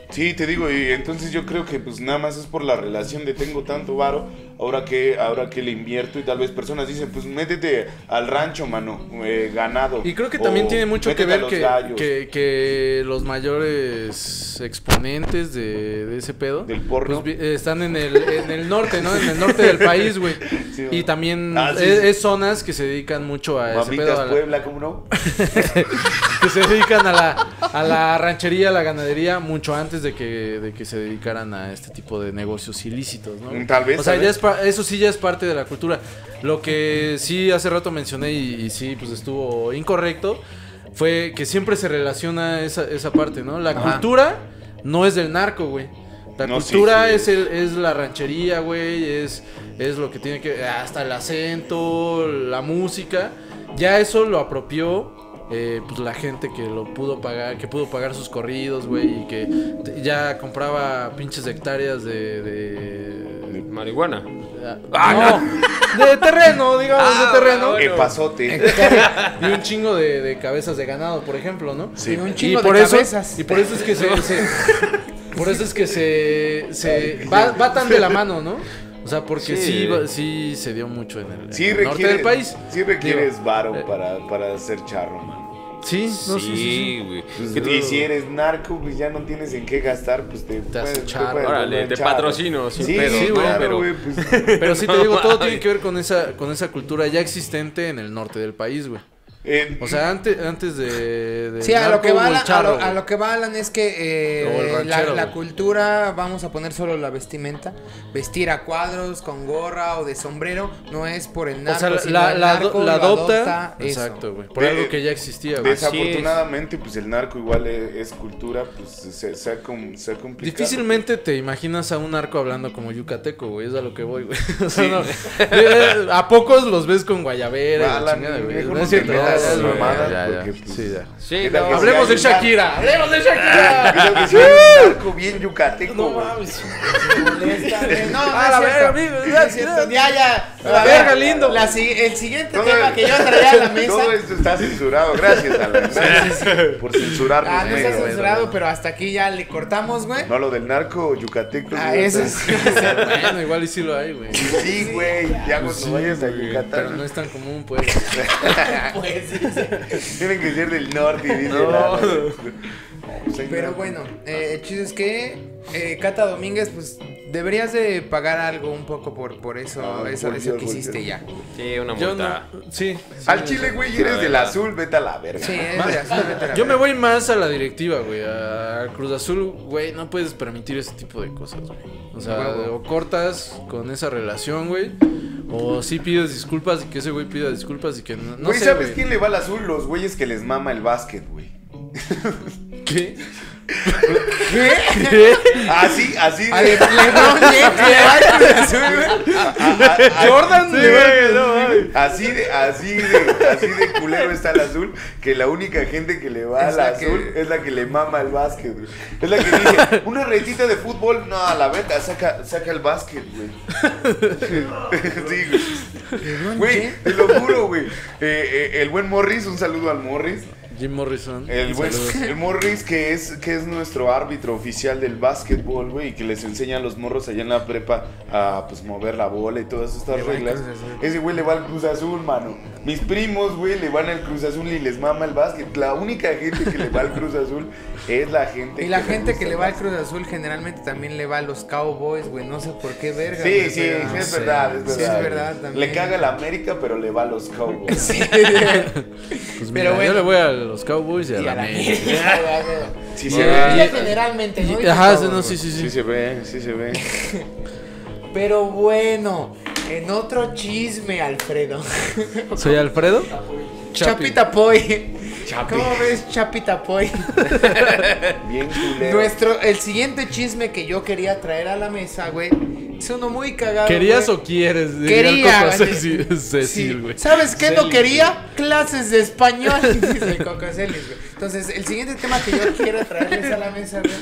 C: Sí, te digo, y entonces yo creo que pues nada más es por la relación de tengo tanto varo, ahora que, ahora que le invierto y tal vez personas dicen, pues métete al rancho, mano, eh, ganado.
B: Y creo que
C: o
B: también tiene mucho
C: métete
B: que
C: a
B: ver
C: los
B: que,
C: gallos,
B: que, que los mayores exponentes de, de ese pedo
C: Del porno.
B: pues, vi- están en el, en el norte, ¿no? En el norte del país, güey.
C: [laughs] Sí,
B: y
C: güey.
B: también
C: Ah, sí,
B: es,
C: sí.
B: es zonas que se dedican mucho a ese
C: Mamitas
B: pedo, a la-
C: Puebla, ¿cómo no?
B: que se dedican a la, a la ranchería, a la ganadería, mucho antes de que, de que se dedicaran a este tipo de negocios ilícitos, ¿no?
C: Mm, tal vez,
B: O sea,
C: tal
B: ya
C: vez.
B: es pa- eso sí ya es parte de la cultura. Lo que sí hace rato mencioné y, y sí, pues estuvo incorrecto, fue que siempre se relaciona esa, esa parte, ¿no? La cultura no es del narco, güey. La
C: No, sí,
B: cultura
C: sí.
B: es, el, es la ranchería, güey, es, es lo que tiene que... Hasta el acento, la música. Ya eso lo apropió eh, pues, la gente que lo pudo pagar, que pudo pagar sus corridos, güey, y que t- ya compraba pinches hectáreas de... de-
A: Marihuana. Ah,
B: no, de terreno, digamos,
A: Ah,
B: de terreno.
A: bueno.
C: Epazote.
B: Y un chingo de, de cabezas de ganado, por ejemplo, ¿no?
C: Sí.
D: Y un chingo
B: y por
D: de
B: eso,
D: cabezas.
B: Y por eso es que [laughs] se. se- por eso es que se. se va, va tan de la mano, ¿no? O sea, porque sí,
A: Sí.
B: va- sí se dio mucho en el, en
C: Sí
B: el
C: requieres,
B: norte del país.
C: Sí requieres
B: Digo, eh.
C: varo para, para ser charro, mano.
B: Sí, no, sí, sí, sí.
A: sí, güey.
C: Pues,
A: ¿Qué te-
C: y si eres narco, pues ya no tienes en qué gastar, pues te,
B: haces charro.
A: Órale,
C: volver
A: te patrocino, sin
C: sí,
A: pedo,
C: sí,
A: ¿no?
C: claro,
A: Pero-
C: güey, pues,
B: Pero sí te
A: No
B: digo, todo
A: mames.
B: tiene que ver con esa, con esa cultura ya existente en el norte del país, güey.
C: eh,
B: [laughs] O sea, antes, antes de, de
D: Sí, a lo, que va Alan, a,
B: charro,
D: lo, a lo que va Alan es que eh,
B: O el
D: la,
B: ranchero,
D: la
B: güey.
D: cultura, vamos a poner solo la vestimenta, vestir a cuadros, con gorra o de sombrero, no es por el
B: güey.
D: narco,
B: o sea,
D: sino
B: la,
D: el
B: la
D: narco
B: ado- la
D: lo
B: adopta.
D: eso.
B: exacto, güey. Por
C: De-
B: algo que ya existía, güey.
C: Desafortunadamente, pues el narco igual es, es cultura, pues se, se ha, com- se ha complicado. [laughs]
B: Difícilmente te imaginas a un arco hablando como yucateco, güey. Es a lo que voy, güey. [laughs] O sea, no, eh, a pocos los ves con guayabera. y la
C: Alan,
B: chingada, güey.
C: mejor
B: No
C: no
B: es
C: te
B: cierto,
C: metas
B: no,
C: en
B: no, no,
C: mamadas,
B: ya, ya.
C: porque, pues,
B: Sí, ya.
A: Sí,
C: ¿qué tal
A: no,
C: que
B: Hablemos de
C: sea un narco?
B: Shakira. Hablemos de
C: ¿Qué
B: Shakira.
C: tal que sea un narco bien yucateco,
B: No
C: güey?
B: mames. [laughs]
D: No, no
B: A
D: es
B: Ah, la verga,
D: cierto.
B: amigo,
D: No es cierto. Ya, ya.
B: La verga, lindo.
D: La si- el siguiente
B: Este
C: Todo
D: tema
C: el-
D: que yo
C: [laughs]
D: traía a la mesa. ah,
C: Todo esto está censurado, gracias Alan, gracias por censurarnos.
D: Ah, no
C: güey.
D: está censurado, pero hasta aquí ya le cortamos, güey.
C: No, lo del narco yucateco.
D: Ah,
C: güey,
D: eso
C: o
D: es.
C: sea,
B: Bueno, igual y sí lo hay, güey.
C: [laughs] Sí, güey, ya cuando
B: Sí,
C: vayas a
B: güey,
C: Yucatán.
B: Pero no es tan común, pues.
D: Pues, sí, sí.
C: Tienen que ser del norte, dice
A: No.
C: la-
B: [laughs]
C: Soy
D: Pero
C: narco.
D: bueno, eh, el chiste es que eh, Cata Domínguez, pues deberías de pagar algo un poco por, por eso,
C: Ah,
D: eso,
C: por
D: eso
C: Dios,
D: que
C: por
D: hiciste
C: Dios.
D: ya.
A: Sí, una
B: Yo
A: multa.
B: no. Sí. sí.
C: Al chile, güey, eres del azul, vete a la verga.
D: Sí, es de azul, vete a la
B: Yo me
D: verga.
B: voy más a la directiva, güey. A Cruz Azul, güey, no puedes permitir ese tipo de cosas, güey. O sea,
D: Huevo.
B: o cortas con esa relación, güey. O sí pides disculpas y que ese güey pida disculpas y que no, no
C: güey,
B: sé,
C: ¿sabes
B: güey.
C: quién le va al azul? Los güeyes que les mama el básquet, güey.
B: ¿Qué? [laughs]
C: Así, Ah, así.
D: [laughs] A Le- LeBron James le va al Cruz Azul, güey.
B: Jordan,
C: sí,
B: güey,
C: güey,
B: no
C: Así de, así de, así de culero está el azul, que la única gente que le va
D: Es
C: al
D: la
C: azul es la que le mama el básquet, güey. Es la que dice, una retita de fútbol, no, a la venta, saca, saca el básquet, güey. [laughs] Sí, güey. Güey,
D: James.
C: te lo juro, güey. Eh, eh, el buen Morris, un saludo al Morris.
B: Jim Morrison.
C: El, buen- [laughs]
B: saludos.
C: el Morris, que es, que es nuestro árbitro oficial del básquetbol, güey, y que les enseña a los morros allá en la prepa a pues mover la bola y todas estas
D: Le va al
C: reglas.
D: Cruz Azul.
C: Ese güey le va al Cruz Azul, mano. Mis primos, güey, le van al Cruz Azul y les mama el básquet. La única gente que le va al Cruz Azul es la gente
D: Y la
C: le
D: gente
C: gusta
D: que
C: el
D: le va al
C: básquet.
D: Cruz Azul generalmente también le va a los Cowboys, güey. No sé por qué verga.
C: Sí,
D: güey,
C: sí,
D: pero-
C: sí, es
B: sé.
C: verdad, es
D: Sí, es
C: verdad. güey.
D: verdad también.
C: Le caga la América, pero le va a los Cowboys.
D: [laughs]
B: Pues
D: Pero
B: mira,
D: bueno.
B: Yo le voy a los Cowboys y a
D: Y
B: la
D: a la
B: América.
D: mierda.
C: Sí
B: Y-
C: se ve.
D: Ya generalmente, ¿no?
B: y- Ajá,
D: Dice
B: no,
D: Cowboys,
B: sí, sí, sí.
C: Sí se ve, sí se ve.
D: güey. Pero bueno, en otro chisme, Alfredo. [laughs]
B: Soy Alfredo. Chapi.
D: Chapita Poi. ¿Cómo ves Chapita
B: [laughs]
D: Poi?
C: Bien culero.
D: Nuestro, el siguiente chisme que yo quería traer a la mesa, güey, es uno muy cagado.
B: ¿Querías
D: güey.
B: o quieres? Diría el
D: quería?
B: Coco
D: güey.
B: Ceci- [laughs]
D: Sí.
B: Cecil, güey.
D: ¿Sabes qué no
B: Celis,
D: quería? Clases de
B: [laughs]
D: español, dice el Coco Celis, güey. Entonces, el siguiente tema que yo quiero traerles a la mesa, güey,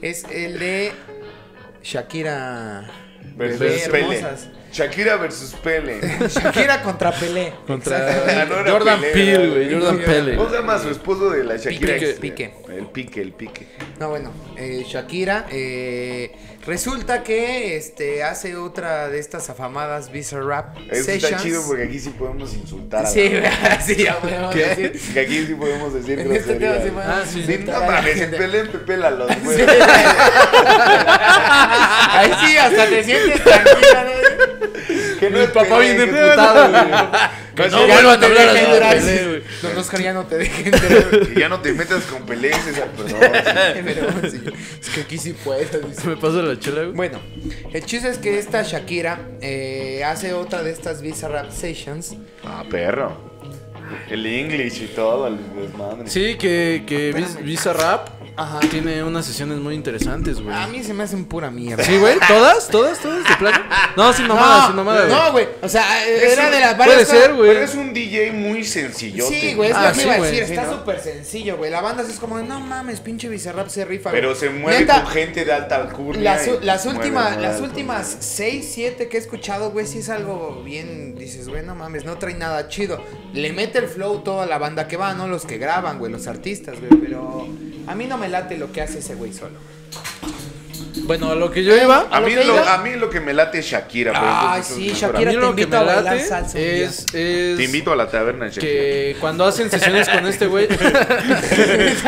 D: es el de Shakira. [laughs]
C: Versus
D: Bebé
C: Pele.
D: hermosas.
C: Shakira versus Pele.
D: Shakira contra Pelé.
B: Contra
C: Exacto. Ganó
B: Jordan
C: [laughs] la pelea,
B: Peele, güey.
C: güey.
B: Jordan Pele.
C: ¿Cómo se llama su esposo de la Shakira?
D: Pique.
C: Este,
D: Pique.
C: El pique, el pique.
D: No, bueno, eh, Shakira, eh, resulta que este, hace otra de estas afamadas Visa Rap
C: Eso está
D: Sessions.
C: chido porque aquí sí podemos insultar. A
D: [laughs]
B: [laughs]
D: Sí,
C: la...
D: sí, ya podemos
C: ¿Qué?
D: decir. [laughs]
C: Que aquí sí podemos decir
D: En este tema sí
C: groserías.
D: podemos
B: Ah, sí.
C: Sí,
D: insultar
C: no
D: a la
C: mames,
D: gente.
C: peleen, pepélalos, güey.
D: Sí. Ahí sí, hasta te
B: [laughs]
D: sientes tranquila, ¿no?
C: Que no
B: Mi
C: es
B: papá
C: Pelé,
B: viene
C: que es
B: emputado,
C: Pelé.
B: Que
C: es
B: no
C: que ya
B: vuelvan a
D: te
B: hablar así
D: dejen
B: de
D: entrar.
B: Pelé, güey.
D: Don Oscar ya no te deja entrar.
C: [laughs] Que ya no te metas con Pelé, esa
D: [laughs]
C: persona.
B: [laughs]
D: Pero sí, es que aquí sí puedo, dice. [laughs]
B: Se me pasa la chela, güey.
D: Bueno, el chiste es que esta Shakira eh, hace otra de estas Visa Rap Sessions.
C: Ah, perro. El English y todo, el desmadre.
B: Sí, que, que Vis- Visa Rap
D: Ajá. Ah,
B: Tiene unas sesiones muy interesantes, güey.
D: A mí se me hacen pura mierda.
B: Sí, güey. ¿Todas? ¿Todas? ¿Todas? ¿De plano? No, sin mamada, sin mamada, güey.
D: no, güey. O sea, era
C: un-
D: de las
B: puede
D: varias.
B: ser, güey.
C: Pero es un DJ muy sencillo.
D: Sí, güey, es
B: Ah,
D: lo que
B: sí,
D: iba a
B: güey,
D: decir.
B: sí,
D: Está
B: ¿no?
D: súper sencillo, güey. La banda sí es como, de, no mames, pinche Bizarrap se rifa. güey".
C: Pero se mueve
D: Neta,
C: con gente de alta alcurnia.
D: Las,
C: y
D: las,
C: se mueve
D: últimas,
C: mal.
D: las últimas 6, 7 que he escuchado, güey, sí es algo bien. Dices, güey, no mames, no trae nada chido. Le mete el flow toda la banda que va, no los que graban, güey, los artistas, güey. Pero a mí no me late lo que hace ese güey solo.
B: Bueno, a lo que yo iba.
C: A
D: ¿Lo
C: mí,
D: que
C: lo,
D: diga?
C: a mí lo que me late es Shakira. pero
D: Ay,
C: eso es
D: sí,
C: mejor
D: Shakira.
B: A mí
D: te
B: lo que
D: invito
B: me
D: a bailar
B: late
D: salsa un día.
B: es,
C: a mí.
B: es
C: Te invito a la taberna, Shakira.
B: que cuando hacen sesiones con este güey. [laughs]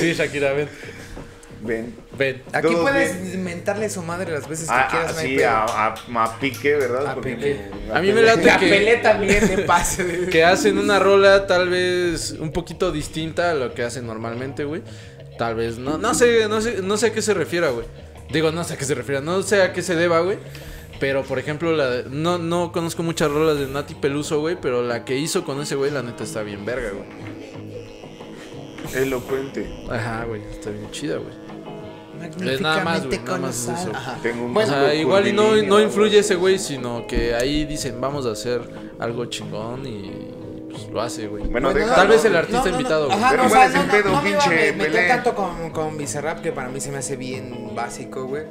B: sí, Shakira, ven.
C: Ven.
B: Ven.
D: Aquí
C: Todos
D: puedes mentarle a su madre las veces que
C: Ah,
D: quieras, no hay
C: sí,
D: pedo.
C: a, a- a Piqué, ¿verdad?
D: A
C: Porque-
D: Piqué.
B: A mí me late
D: La
B: que-
D: pelé también de pase.
B: [laughs]
D: güey.
B: Que hacen una rola tal vez un poquito distinta a lo que hacen normalmente, güey. Tal vez, no, no sé, no sé, no sé a qué se refiera, güey. Digo, no sé a qué se refiera, no sé a qué se deba, güey. Pero, por ejemplo, la de- no, no conozco muchas rolas de Nati Peluso, güey, pero la que hizo con ese güey, la neta, está bien verga, güey.
C: Elocuente.
B: Ajá, güey, está bien chida, güey.
D: Magníficamente
B: nada más, güey, nada más es
D: colosal.
B: eso.
D: Ajá.
C: Tengo un
B: O
D: Bueno,
B: sea, Pues, igual y no,
C: curvilíneo,
B: no influye
C: güey.
B: ese güey, sino que ahí dicen, vamos a hacer algo chingón y pues, lo hace, güey.
C: Bueno,
D: Bueno,
C: deja-
B: Tal vez el
D: no,
B: artista
D: no, no.
B: invitado, güey.
D: Ajá,
C: Pero
D: no, o sea,
C: igual es
D: no,
C: un
D: no,
C: pedo,
D: no me iba a
C: pinche
D: me- meter
C: Pelé.
D: tanto con, con Bizarrap, que para mí se me hace bien básico, güey.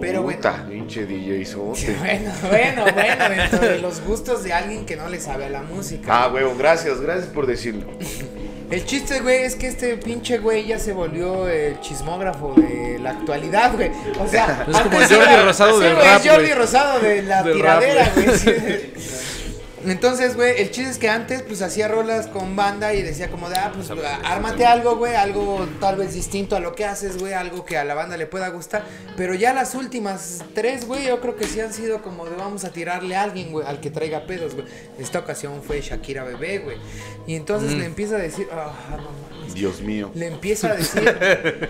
D: Pero bueno.
C: Puta, pinche DJ sote.
D: [laughs] Bueno, bueno, bueno, dentro de los gustos de alguien que no le sabe a la música.
C: Ah, huevo, gracias, gracias por decirlo.
D: El chiste, güey, es que este pinche güey ya se volvió el chismógrafo de la actualidad, güey. O sea,
B: Es como
D: antes
B: Jordi
D: era-
B: Rosado
D: sí,
B: del
D: güey, es
B: rap,
D: Jordi
B: güey.
D: Rosado de la
B: Del rap,
D: tiradera, güey. sí. Entonces, güey, el chiste es que antes, pues, hacía rolas con banda y decía como de, ah, pues, a- ármate algo, güey, algo tal vez distinto a lo que haces, güey, algo que a la banda le pueda gustar. Pero ya las últimas tres, güey, yo creo que sí han sido como de vamos a tirarle a alguien, güey, al que traiga pedos, güey. Esta ocasión fue Shakira Bebé, güey. Y entonces le empieza a decir, ah, no mames.
C: Dios mío.
D: Le empieza a decir.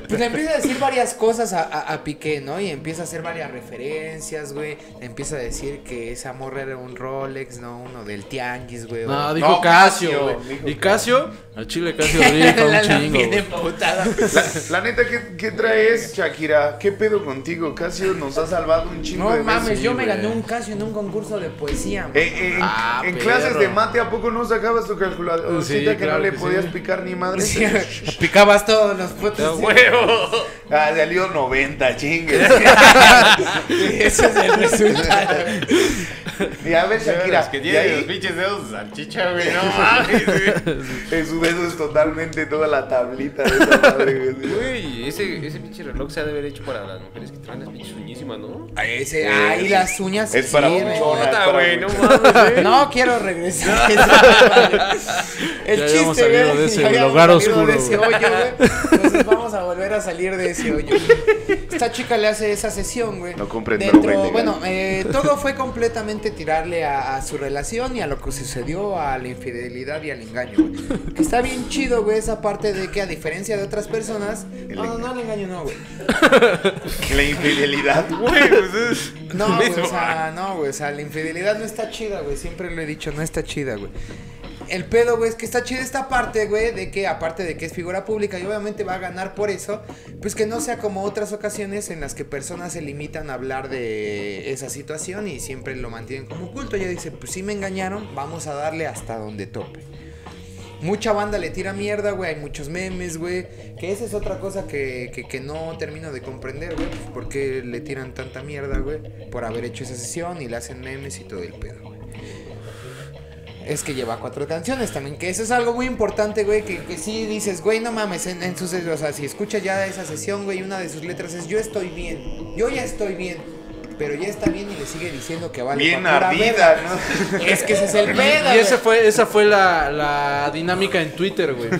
D: Pues le empieza a decir varias cosas a, a- a Piqué, ¿no? Y empieza a hacer varias referencias, güey. Le empieza a decir que esa morra era un Rolex, ¿no? Uno del Tianguis, güey.
B: No,
D: O-
B: dijo
C: No, Casio,
B: Casio, güey.
C: dijo
B: Y Casio, al chile
D: [laughs]
B: Casio rifa un
D: La- la
B: chingo.
D: bien
B: güey. [laughs]
D: emputada.
C: La, la neta, ¿qué, qué traes, Shakira? ¿Qué pedo contigo? Casi nos ha salvado un chingo de veces.
D: No mames, yo me
B: güey.
D: gané un Casio en un concurso de poesía, [laughs] güey.
C: Eh, eh, en
B: Ah,
C: en
B: perro.
C: clases de mate, ¿a poco no sacabas tu calculadora?
B: Sí,
C: Cita que
B: claro
C: no le
B: que
C: podías
B: sí.
C: picar ni madre.
D: Sí, Picabas todos los putos.
A: ¡Huevo!
C: [laughs] Ah, salió 90,
B: [laughs]
C: chingue.
D: [laughs]
C: [laughs]
D: Ese es el resultado.
C: Y a ver, Shakira.
A: Los que
C: y
A: tienen
C: ahí,
A: los pinches dedos de salchicha, güey.
B: [laughs]
A: No mames, güey.
C: en su beso es totalmente toda la tablita de esa madre, güey.
A: Güey, ese, ese pinche reloj se ha de haber hecho para las mujeres que traen las pinches uñísimas, ¿no?
B: eh,
D: Ese, ahí las uñas.
C: Es para
D: sí,
C: un
D: güey.
C: chona.
A: Puta,
C: para,
A: güey, no
C: güey. [laughs]
A: mames, ¿eh? güey.
D: [laughs] No
B: [laughs]
D: quiero regresar. [laughs] El
B: Ya habíamos
D: chiste,
B: salido
D: güey,
B: de ese
D: ya habíamos
B: lugar
D: salido
B: oscuro,
D: de ese
B: güey.
D: hoyo, güey. Entonces vamos a volver a salir de ese hoyo. güey. Esta chica le hace esa sesión, güey.
C: No compren droga
D: Dentro,
C: ilegal.
D: bueno, eh, todo fue completamente tirarle a, a su relación y a lo que sucedió, a la infidelidad y al engaño, güey. Que está bien chido, güey, esa parte de que a diferencia de otras personas...
C: El
D: No, no, no, el engaño no, güey.
C: La infidelidad.
A: Güey, pues es.
D: [laughs] No, güey, o
A: mismo.
D: sea, no, güey, o sea, la infidelidad no está chida, güey, siempre lo he dicho, no está chida, güey. El pedo, güey, es que está chida esta parte, güey, de que aparte de que es figura pública y obviamente va a ganar por eso, pues que no sea como otras ocasiones en las que personas se limitan a hablar de esa situación y siempre lo mantienen como oculto. Ella dice, pues sí me engañaron, vamos a darle hasta donde tope. Mucha banda le tira mierda, güey. Hay muchos memes, güey. Que esa es otra cosa que, que- que no termino de comprender, güey. pues, ¿Por qué le tiran tanta mierda, güey? Por haber hecho esa sesión y le hacen memes y todo el pedo, güey. Es que lleva cuatro canciones también, que eso es algo muy importante, güey, que, que sí dices, güey, no mames, en, en sus, o sea, si escuchas ya esa sesión, güey, una de sus letras es, yo estoy bien, yo ya estoy bien, pero ya está bien y le sigue diciendo que vale.
C: Bien
D: pa' pura
C: ardida,
D: verga.
C: ¿no?
D: Es que ese
B: [laughs]
D: es el pedo.
B: Y
D: güey.
B: ese fue, esa fue la, la dinámica en Twitter,
D: [laughs]
B: güey.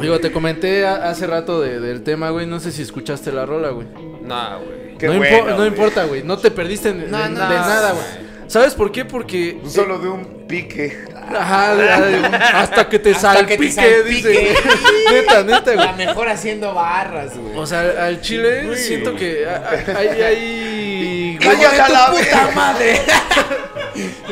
B: Digo, te comenté a- hace rato de- del tema, güey. No sé si escuchaste la rola, güey.
A: Nah, güey.
C: Qué
B: no,
C: bueno,
B: impo- no
C: güey.
B: importa, güey. No te perdiste de,
D: No,
B: de- de
D: no, no.
B: nada, güey. ¿Sabes por qué? Porque.
C: Solo de [laughs] un pique.
B: Ajá, hasta que te
D: Hasta que te
B: salpique, dice. [laughs] neta, neta, güey.
D: La mejor haciendo barras, güey.
B: O sea, al- al chile siento que a- a- hay, hay
C: ¡Cállate a la
D: [laughs] puta madre!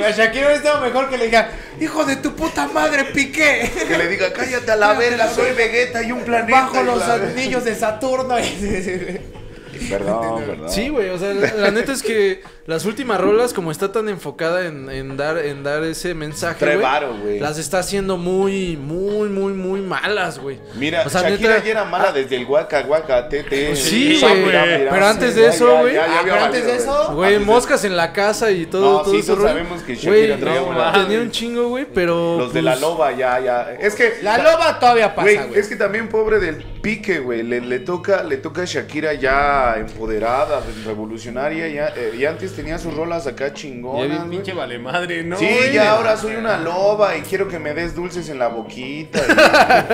D: A Shakira hubiera estado mejor que le diga, hijo de tu puta madre, piqué.
C: Que le diga, cállate a la verga, soy Vegeta y un planeta.
D: Bajo
C: y
D: los
C: la-
D: anillos de Saturno. [laughs] y-
C: Perdón, perdón.
B: Sí, güey, o sea, la, la neta es que las últimas rolas, como está tan enfocada en, en dar, en dar ese mensaje,
C: Trae
B: güey,
C: varo, güey.
B: las está haciendo muy, muy, muy, muy malas, güey.
C: Mira,
B: O sea,
C: Shakira
B: neta- ah,
C: ya era mala desde el Waka Waka Tete.
B: sí,
A: güey,
B: pero antes de eso, güey.
D: Ah, pero antes de eso-
B: Güey, moscas en la casa y todo,
C: No,
B: todo
C: sí,
B: ese
C: eso
B: rollo.
C: sabemos que
B: Güey,
C: Shakira traía
B: no,
C: una-
B: tenía un chingo, güey, pero...
C: Los de la
B: pues,
C: loba, ya, ya. Es que.
D: La loba todavía
C: Güey,
D: pasa, güey.
C: es que también pobre del pique, güey. Le, le toca, le toca a Shakira ya empoderada, revolucionaria. Ya, eh, y antes tenía sus rolas acá
A: Ya bien
C: chingonas. güey.
A: pinche vale madre, ¿no?
C: sí,
A: güey?
C: ya ahora soy una loba y quiero que me des dulces en la
B: [laughs]
C: boquita.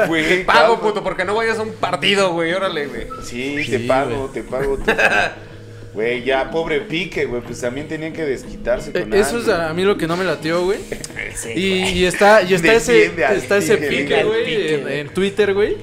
C: y- Güey,
A: Te pago,
C: calma.
A: puto, porque no vayas a un partido, güey. Órale, güey.
C: Sí,
B: Sí,
C: te pago, te pago, te
B: [laughs]
C: pago. Güey, ya, pobre pique, güey. Pues también tenían que desquitarse
B: eh,
C: con
B: Eso es
C: algo.
B: a mí lo que no me
C: [laughs]
B: latió, güey.
D: Sí,
B: Y, y está, y está ese,
C: Defiende al
B: está ese
C: pique,
B: pique,
C: [laughs] defiende al
B: güey,
D: pique.
B: en, en Twitter, güey.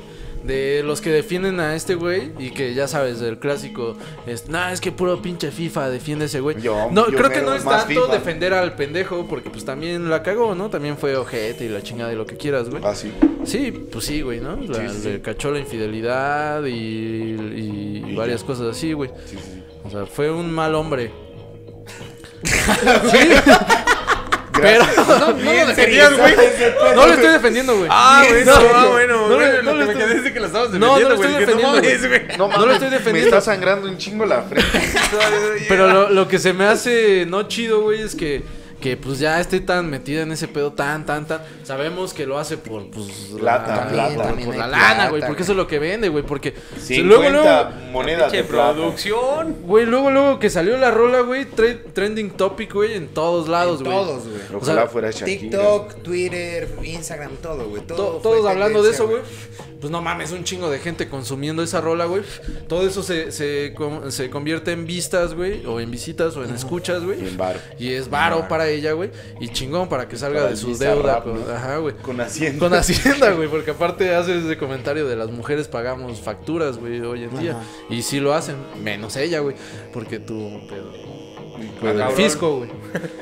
B: De los que defienden a este güey y que ya sabes, el clásico es, nah, es que puro pinche FIFA defiende a ese güey.
C: Yo-
B: No,
C: yo
B: creo que
C: mero
B: no es
C: más
B: tanto
C: FIFA.
B: defender al pendejo porque pues también la cagó, ¿no? También fue ojete y la chingada y lo que quieras, güey.
C: Ah, sí.
B: Sí, pues sí, güey, ¿no? La-
C: Sí, sí,
B: le
C: sí.
B: cachó la infidelidad y, y
C: Y
B: varias
C: ya.
B: cosas así, güey.
C: Sí, sí, sí.
B: O sea, fue un
C: [laughs]
B: mal hombre. Sí. Pero [laughs] no, no lo defendías, güey. No lo estoy defendiendo, güey.
A: güey,
B: no,
A: ah,
B: no, no,
A: güey,
B: no,
A: lo que
B: no,
A: me quedé es de que la estabas
B: No, no lo
A: defendiendo,
B: estoy
A: güey. dije, No,
B: defendiendo,
A: mames, güey.
C: No,
B: No lo
C: mames,
B: estoy
C: Me
B: defendiendo.
C: está sangrando un chingo la
B: [laughs]
C: frente.
B: Pero lo, lo que se me hace no chido, güey, es que, que pues ya esté tan metida en ese pedo, tan, tan, tan. Sabemos que lo hace por, pues,
C: Plata,
B: la-
C: plata.
B: por- por,
D: También hay
B: la lana,
D: plata,
B: güey, porque
D: güey.
B: eso es lo que vende, güey, porque o sea,
C: 50
B: luego, luego,
C: monedas
A: Che,
C: de plata.
A: producción.
B: güey, luego, luego que salió la rola, güey, tre- trending topic, güey, en todos lados, güey.
D: Todos, güey.
C: Ojalá
B: O sea,
C: fuera Shakira.
D: TikTok, Twitter, Instagram, todo, güey.
B: To-
D: Todo
B: todos
D: fue
B: hablando de
D: tendencia,
B: eso, güey. Pues no mames, un chingo de gente consumiendo esa rola, güey. Todo eso se, se, com- se convierte en vistas, güey. O en visitas o en escuchas, güey.
C: Y en varo.
B: Y es varo para ella, güey. Y chingón para que salga
C: Para
B: de
C: el
B: su
C: Visa
B: deuda.
C: Rap,
B: pues,
C: ¿no?
B: Ajá, güey.
C: Con hacienda.
B: [laughs] Con Hacienda, güey. Porque aparte hace ese comentario de las mujeres pagamos facturas, güey, hoy en día.
D: Ajá.
B: Y sí lo hacen. Menos ella, güey. Porque tú, pedo.
C: Pues,
B: el
A: cabrón.
B: fisco, güey.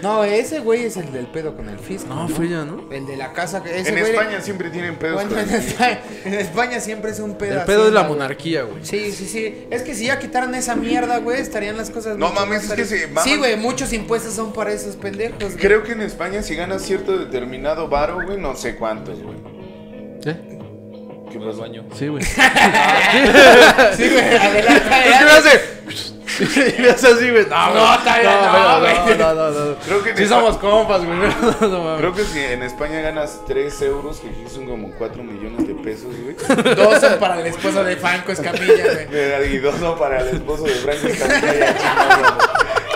D: No, ese güey es el del pedo con el fisco.
B: No, fue ella, ¿no?
D: El de la casa que ese
C: en
D: güey- [laughs]
C: España siempre tienen pedos
D: Bueno,
C: con
D: en, España, en España siempre es un pedo.
B: El pedo es la
D: Hacienda, güey.
B: monarquía, güey.
D: Sí, sí, sí. Es que si ya quitaran esa mierda, güey, estarían las cosas.
C: No
D: mucho
C: mames, es
D: más
C: que
D: claras.
C: se maman.
D: Sí, güey, muchos impuestos son para esos pendejos. güey.
C: Creo que en España si ganas cierto determinado varo, güey, no sé cuántos, güey.
B: ¿Eh?
C: ¿Qué
A: Los
C: pasó?
A: baño.
B: Sí, güey.
D: Sí, güey, adelante.
B: Es que me hace. [laughs] Y me hace así, güey. No,
D: No, está bien, no,
B: pero
D: güey.
B: No, no, no, no.
C: Creo que en
B: Sí
C: Espa-
B: somos compas, güey. [laughs] No, no, mames.
C: Creo que si en España ganas 3 euros, que aquí son como 4 millones de pesos, güey.
D: Dos son para el esposo de Franco Escamilla, güey.
C: Y dos no para el esposo de Franco Escamilla,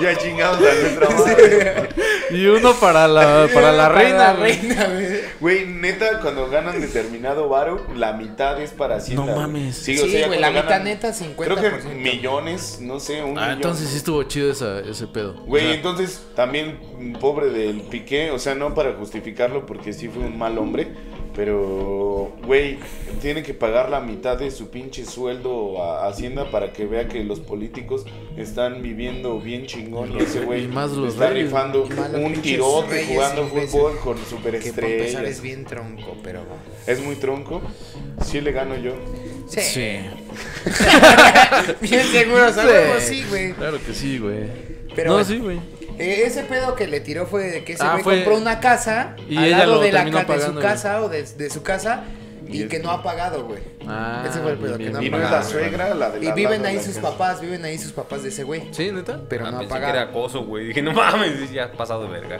C: ya chingados. güey. Ya chingados a nuestra madre.
B: Y uno para la, para la reina,
D: la
B: güey.
D: reina, güey.
C: Güey, neta, cuando ganan determinado varo, la mitad es para Hacienda.
B: No
C: güey.
B: mames.
C: o
D: Sí,
C: sea, ya cuando
D: güey, la mitad
C: ganan-
D: neta,
C: Creo que
D: 50%.
C: millones, no sé, un
B: Ah,
C: millón.
B: entonces sí estuvo chido esa, ese pedo.
C: Güey,
B: O sea,
C: entonces también mm, pobre del Piqué, o sea, no para justificarlo porque sí fue un mal hombre, pero, güey, tiene que pagar la mitad de su pinche sueldo a Hacienda para que vea que los políticos están viviendo bien chingón y ese güey
B: Y más los
C: está
B: reyes.
C: rifando
D: Y más los
C: un
D: pinches
C: tirote
D: reyes
C: jugando
D: ingleses.
C: fútbol con
D: Que para empezar
C: superestrellas.
D: es bien tronco, pero.
C: Es muy tronco, sí le gano yo.
D: Sí. [laughs]
B: Sí.
D: Bien seguro, sabemos, sí, güey.
B: Claro que sí, güey.
D: Pero
B: no,
D: bueno.
B: sí, güey.
D: Eh, ese pedo que le tiró fue de que ese
B: Ah,
D: güey
B: fue-
D: compró una casa
B: y
D: al
B: ella
D: lado
B: lo
D: de, la
B: terminó
D: ca- de su
B: pagando,
D: casa o de, de su casa y,
C: Y
D: que
C: es-
D: no ha pagado, güey.
B: Ah,
D: ese fue el pedo,
B: bien,
D: que no
C: Y
D: ha
B: bien,
C: no es
D: pagado.
C: la suegra, la de
D: Y
C: la
D: viven
C: lado de
D: ahí
C: la
D: sus
C: casa.
D: papás, viven ahí sus papás de ese güey.
B: ¿Sí, neta?
D: Pero
A: Ah,
D: no ha
A: pensé que era
D: pagado.
A: acoso, güey. Dije, no mames, ya pasado de verga.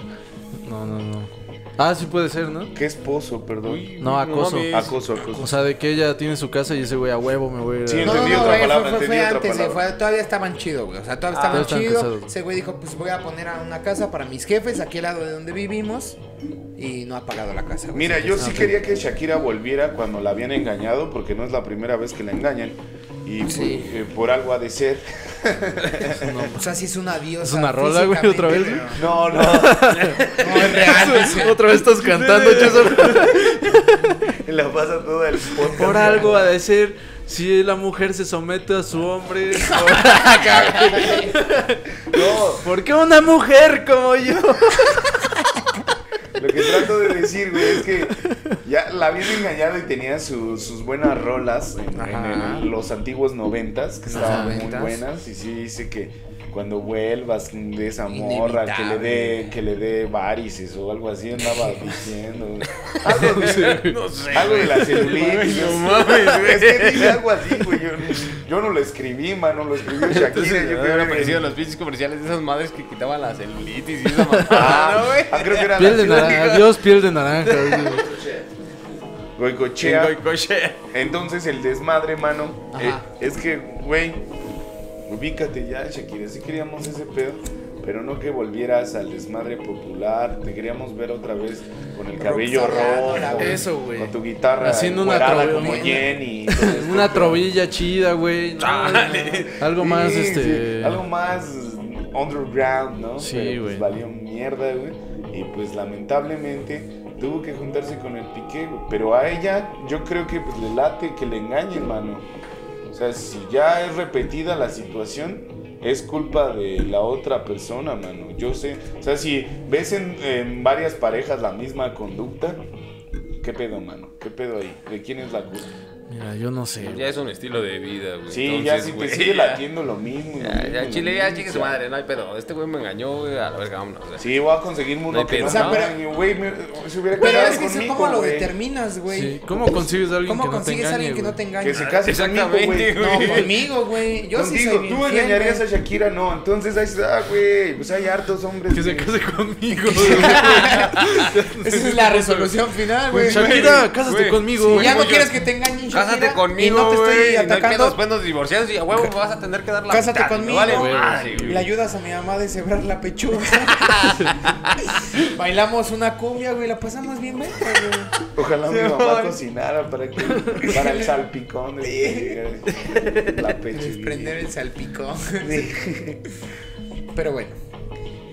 B: No, no, no. Ah, sí puede ser, ¿no?
C: ¿Qué esposo, perdón?
B: No, acoso.
A: mames.
C: Acoso, acoso.
B: O sea, de que ella tiene su casa y ese güey a huevo me voy a ir.
C: Sí,
B: a-
D: No, no,
C: Entendí
D: no,
C: otra
D: güey,
C: palabra,
D: fue, fue,
C: entendí
D: fue
C: otra
D: antes, eh,
C: palabra.
D: fue- todavía estaban chidos, güey. O sea, todavía
B: todavía
D: estaban
B: estaban
D: chidos.
B: Ah, casados.
D: Ese güey dijo, pues voy a poner a una casa para mis jefes aquí al lado de donde vivimos. Y no ha pagado la casa, güey.
C: Mira, yo sí
B: ok.
C: quería que Shakira volviera cuando la habían engañado, porque no es la primera vez que la engañan. Y por-
D: Sí.
C: eh, por, algo ha de ser.
D: O sea, sí es una diosa.
B: Es una rola, güey,
D: físicamente,
B: otra vez,
D: pero-
B: güey.
C: No, no.
D: No, es
B: [laughs]
D: real, güey.
B: Otra vez estás cantando, Chazor.
C: [laughs] la pasa todo el podcast.
B: Por algo ha de ser si la mujer se somete a su hombre. por-
C: No,
B: ¿Por qué una mujer como yo?
C: Lo que trato de decir, güey, es que ya la habían engañado y tenía su- sus buenas rolas en,
B: Ajá.
C: en el- los antiguos noventas, que estaban muy
D: noventas.
C: buenas. Y sí dice que cuando vuelvas de esa morra, que le dé
D: Inevitable.
C: que le dé varices o algo así, andaba diciendo. güey. Algo,
A: No sé.
C: algo de la
A: Ay,
C: celulitis.
A: no mames, güey.
C: Es que dije algo así, güey. Yo, yo no lo escribí, mano, lo escribió Shakira.
A: Entonces,
C: Yo
A: me
C: creo
A: hubiera
C: que-
A: aparecido los pinches comerciales de esas madres que quitaban la celulitis y esa
C: [laughs] Ah,
A: mamada, ¿no, güey.
C: ah, creo que era
B: Piel de
C: la
B: naranja, Dios, piel de naranja. güey.
C: Goicochea.
A: Chingo y coche.
C: Entonces el desmadre, mano, eh,
D: Ajá.
C: es que, güey, ubícate ya, Shakira, sí queríamos ese pedo, pero no que volvieras al desmadre popular, te queríamos ver otra vez con el cabello
D: Roxana,
C: rojo,
D: la
B: Eso, güey.
C: con tu guitarra
B: Haciendo una
C: encuerada
B: trove-
C: como
B: una-
C: Jenny. y
B: [laughs]
C: todo esto.
B: Una trovilla chida, güey. No,
A: Chale.
B: no, no. Algo más,
C: Sí,
B: este.
C: sí, algo más underground, ¿no?
B: Sí,
C: Pero,
B: güey.
C: pues, valió mierda, güey. Y pues lamentablemente tuvo que juntarse con el Piqué, güey. Pero a ella yo creo que pues, le late que le engañen, mano. O sea, si ya es repetida la situación, es culpa de la otra persona, mano. Yo sé. O sea, si ves en, en varias parejas la misma conducta, ¿qué pedo, mano? ¿Qué pedo ahí? ¿De quién es la culpa?
B: Mira, yo no sé.
A: Ya es un estilo de vida, güey.
C: Sí, ya
A: Entonces,
C: si te
A: güey,
C: sigue
A: ya. [laughs]
C: latiendo lo mismo. y lo
A: Ya,
C: mismo,
A: ya,
C: lo
A: chile, ya
C: mismo,
A: chingue
C: o
A: su
C: sea.
A: madre, no hay pedo. Este güey me engañó, güey, a la verga, vámonos. güey.
C: Sí, voy a conseguirme uno
A: No hay
C: que
A: pedo,
C: no sea
A: ¿no?
C: pero, güey, me, se hubiera
D: Pero
C: quedado
D: es que eso,
C: conmigo,
D: ¿cómo lo
C: güey.
D: determinas, güey?
B: Sí, ¿Cómo consigues a alguien
D: ¿Cómo
B: que no te
D: consigues
B: engañe?
D: a alguien que
B: güey?
D: no te engañe?
C: Que se case
A: Exactamente,
C: conmigo,
A: güey.
C: güey.
D: No, conmigo, güey. Yo sí
C: Contigo,
D: soy bien
C: tú
D: fiel,
C: engañarías a
D: güey.
C: Shakira, no. Entonces ahí está, güey. Pues hay hartos hombres.
B: Que se
C: güey.
B: case
D: [laughs]
B: conmigo. güey.
D: Esa es la resolución final, güey.
B: Shakira, cásate
A: güey.
B: conmigo.
D: Si ya no
A: Güey,
D: quieres que te engañen, Shakira,
A: Cásate conmigo,
D: y no te
A: güey,
D: estoy
A: no hay pues. pedo,
D: atacando,
A: después nos divorciamos y a huevo me vas a tener que dar la
D: Cásate
A: mitad, me
D: conmigo.
A: Vale,
B: Güey,
A: madre,
B: sí,
A: güey.
D: le ayudas a mi mamá a deshebrar la pechuga. Bailamos una cumbia, güey, la pasamos bien, verga, güey.
C: Ojalá mi
A: Sí,
C: mamá
A: güey.
C: cocinara para que para el salpicón. de- la
D: Prender
C: pechuga.
D: el salpicón. Pero bueno.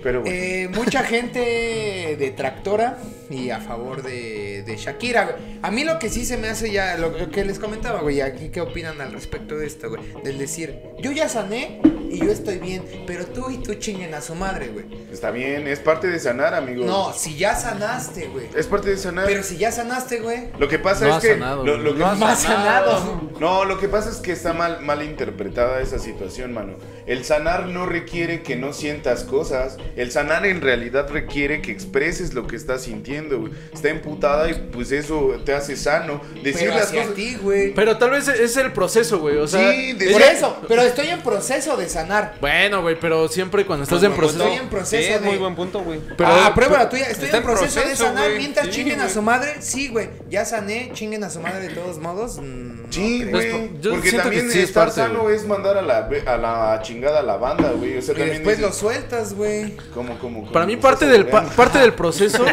C: Pero bueno.
D: Eh, mucha gente detractora y a favor de, de Shakira. güey. A mí lo que sí se me hace ya, lo que les comentaba, güey, aquí qué opinan al respecto de esto, güey. Del decir, yo ya sané y yo estoy bien, pero tú y tú chinguen a su madre, güey.
C: Está bien, es parte de sanar, amigo.
D: No, si ya sanaste, güey.
C: Es parte de sanar.
D: Pero si ya sanaste, güey.
C: Lo que pasa
B: No ha
C: es que.
B: sanado,
C: lo,
B: güey.
C: lo que
B: No ha
D: Más sanado.
C: No, lo que pasa es que está mal, mal interpretada esa situación, mano. El sanar no requiere que no sientas cosas. El sanar en realidad requiere que expreses lo que estás sintiendo, güey. Está emputada y pues eso te hace sano. Decir
D: Pero
C: las
D: hacia
C: cosas.
D: ti, güey.
B: Pero tal vez e-, es el proceso, güey. O sea,
C: Sí, de-
D: Por
C: ella-
D: eso, pero estoy en proceso de sanar.
B: bueno, güey, pero siempre cuando estás en
A: Buen
B: proceso.
A: punto.
D: Estoy en proceso
A: Sí, es
D: de-
A: muy buen punto, güey.
B: Pero-
D: ah, prueba la
B: pero-
D: tuya. Estoy
A: está
D: en
A: en
D: proceso, de
A: proceso,
D: sanar.
A: güey.
D: Mientras
A: Sí,
D: chinguen a
A: güey.
D: su madre, sí, güey. Ya sané, chinguen a su madre de todos modos. mm, no
C: Sí,
D: creo.
B: Pues,
C: güey.
B: yo
C: porque
B: siento que
C: también
B: sí es
C: estar
B: parte,
C: sano
B: güey.
C: es mandar a la, ve- a la chingada a la banda, güey. O sea,
D: Y
C: también.
D: después lo
C: dices,
D: sueltas, güey.
C: ¿cómo, cómo, cómo?
B: Para mí parte del pa- parte del [laughs] proceso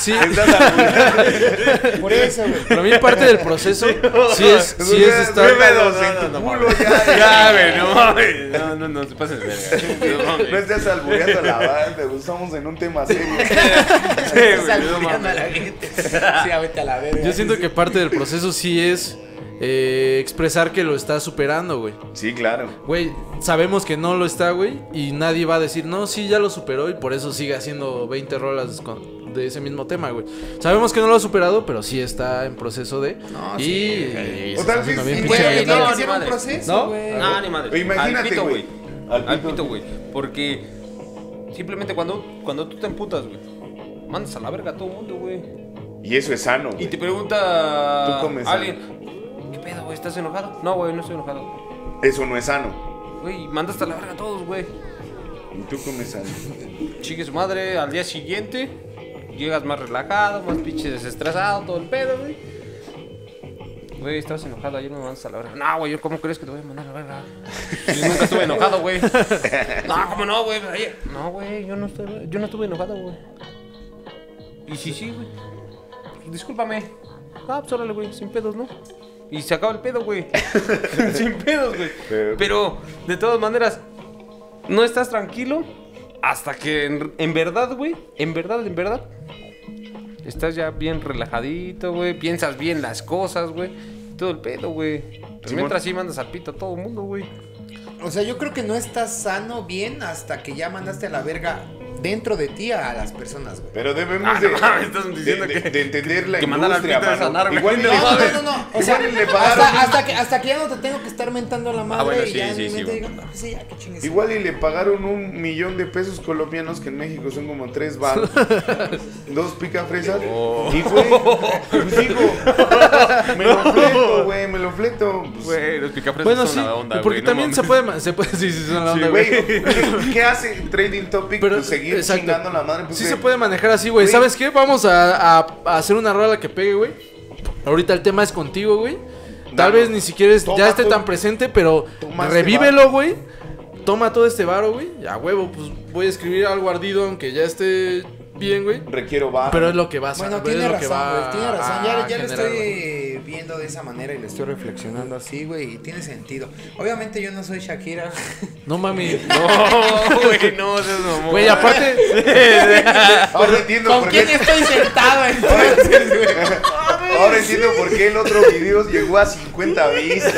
B: sí
D: Por eso, güey.
B: para mí parte del proceso sí es sí es estar
C: Búbedos en tu culo, ya.
A: Ya, güey, no mames. No, no, no, te pases de verga. No
C: No
A: mames.
C: estés albureando a la banda, güey. estamos en un tema serio.
A: güey,
D: Estás
A: no
D: albureando a la gente. Sí, ya vete a la verga.
B: Yo siento que parte del proceso sí es eh, expresar que lo está superando, güey.
C: Sí, claro.
B: Güey, sabemos que no lo está, güey, y nadie va a decir, no, sí, ya lo superó y por eso sigue haciendo 20 rolas con- de ese mismo tema, güey. Sabemos que no lo ha superado, pero sí está en proceso de...
D: No,
B: y,
D: sí, güey.
B: y
C: O
B: se
C: tal
B: está haciendo
C: vez-
B: bien
D: Güey,
B: pinche
A: Güey,
D: tiene
B: verga,
A: no,
D: que
A: ni
D: ser un
A: madre.
D: proceso,
B: ¿No?
D: güey.
A: No, ni madre.
C: Imagínate,
A: Al pito,
C: güey.
A: güey.
C: Al
A: Al
C: pito.
A: pito, güey. Porque simplemente cuando, cuando tú te emputas, güey, mandas a la verga a todo mundo, güey.
C: Y eso es sano.
A: Y
C: güey.
A: te pregunta
C: Tú comes
A: alguien, ¿qué pedo, güey? ¿Estás enojado? No, güey, no estoy enojado.
C: Eso no es sano.
A: Güey, mandaste a la verga a todos, güey.
C: Y tú comes sano.
A: Chique su madre, al día siguiente llegas más relajado, más pinche desestresado, todo el pedo, güey. Güey, estabas enojado, ayer me mandas a la verga. No, güey, ¿cómo crees que te voy a mandar a la verga? Yo nunca [laughs] estuve enojado, güey. No, ¿cómo no, güey? Ayer- No, güey, yo no estuve, yo no estuve enojado, güey. Y sí, sí, güey. Discúlpame. Ah, pues órale, güey, sin pedos, ¿no? Y se acaba el pedo, güey. [laughs] sin pedos, güey.
C: Pero-
A: Pero, de todas maneras, no estás tranquilo hasta que en, en verdad, güey, en verdad, en verdad, estás ya bien relajadito, güey. Piensas bien las cosas, güey. Todo el pedo, güey. Pero
C: Simón.
A: mientras sí mandas al pito a todo el [laughs] mundo, güey.
D: O sea, yo creo que no estás sano bien hasta que ya mandaste a la verga dentro de ti a las personas, güey.
C: Pero debemos
A: Ah,
C: de,
A: no mames, estás diciendo
C: de- de-
A: que-
C: de entender la
A: que mandar al
C: industria,
A: pito a
C: mano.
A: sanar, güey.
C: Igual y
A: No,
C: le
D: No,
C: pagaron-
D: no, no, no. O sea,
C: igual y le pagaron-
D: hasta, hasta que, hasta que ya no te tengo que estar mentando la madre
A: bueno,
D: y
A: sí,
D: ya en
A: sí,
D: mi
A: sí,
D: mente
A: bueno.
D: digo, "Ah, sí, ya, qué chingues.
C: Igual y le pagaron un millón de pesos colombianos que en México son como tres
A: [laughs]
C: baros. dos pica fresas.
A: Oh.
C: Y fue, pues, hijo,
A: [laughs]
C: me lo fleto, güey, me lo fleto. Pues,
A: Güey, los picafres
B: Bueno,
A: son
B: sí,
A: la onda,
B: porque
A: güey, no
B: también
A: mames.
B: se puede, ma- se puede, sí, sí, son la onda,
C: güey,
B: güey.
C: ¿qué- ¿qué hace Trading Topic?
B: Pero,
C: Pues seguir
B: exacto.
C: chingando la madre. pues,
B: Sí
C: güey.
B: se puede manejar así, güey.
C: Güey.
B: ¿Sabes qué? Vamos a, a- a hacer una rola que pegue, güey. Ahorita el tema es contigo, güey. Tal
C: Dale.
B: vez ni siquiera es- ya
C: Toma
B: esté
C: todo-
B: tan presente, pero
C: toma este
B: revívelo, güey. Toma todo este varo, güey. A huevo, pues voy a escribir algo ardido, aunque ya esté bien, güey.
C: Requiero bar.
B: Pero es lo que va a
D: Bueno,
B: pero es
D: tiene
B: lo
D: razón,
B: que va
D: güey, tiene razón.
B: a
D: Ya, ya lo
B: generar,
D: estoy [laughs]
B: güey.
D: viendo de esa manera y lo estoy reflexionando así, güey, y tiene sentido. Obviamente yo no soy Shakira.
B: No mami.
A: No, Oh, güey, no, eso es mamón.
B: Güey,
D: [laughs]
B: aparte,
C: Ahora entiendo
D: ¿Con
C: por
D: quién
C: qué. [laughs]
B: [laughs]
D: estoy sentado entonces, güey?
C: Ahora entiendo por qué el otro video llegó a 50 vistas.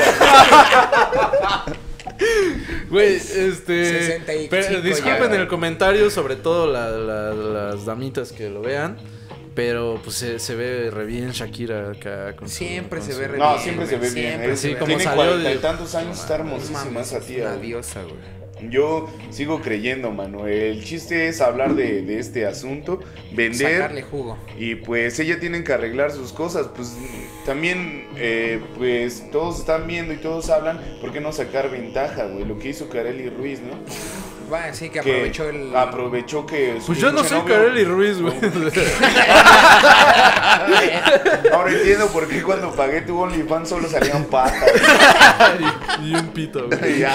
B: güey, este.
D: 65
B: Pero,
D: ya,
B: disculpen
C: güey.
B: el comentario, sobre todo la- la- las damitas que lo vean. Pero pues se, se ve re bien Shakira acá. con su-
D: Siempre
B: con
D: se
B: su-
D: ve re
C: No,
D: bien,
C: siempre se
D: güey,
C: ve bien.
D: siempre
C: ¿eh?
D: se
B: Sí,
D: ve
B: como
D: bien.
C: Tiene
B: salió
C: cuarenta y
B: de-
C: tantos años, está hermosísima
D: Mames,
C: esa tía.
D: Una
C: güey.
D: diosa, güey.
C: Yo sigo creyendo, mano. El chiste es hablar de, de este asunto,
D: Sacarle
C: vender.
D: jugo.
C: Y pues ella tienen que arreglar sus cosas. Pues también, eh, pues todos están viendo y todos hablan. ¿Por qué no sacar ventaja, güey? Lo que hizo Carelli Ruiz, ¿no?
D: Bueno, sí, que aprovechó el.
C: Aprovechó que. su
B: Pues yo no
C: pinche
B: soy
C: novio-
B: Kareli Ruiz,
C: [laughs]
B: güey. [laughs]
C: Ahora entiendo por qué cuando pagué tu OnlyFans solo salían patas.
B: y un pito, güey.
C: Ya.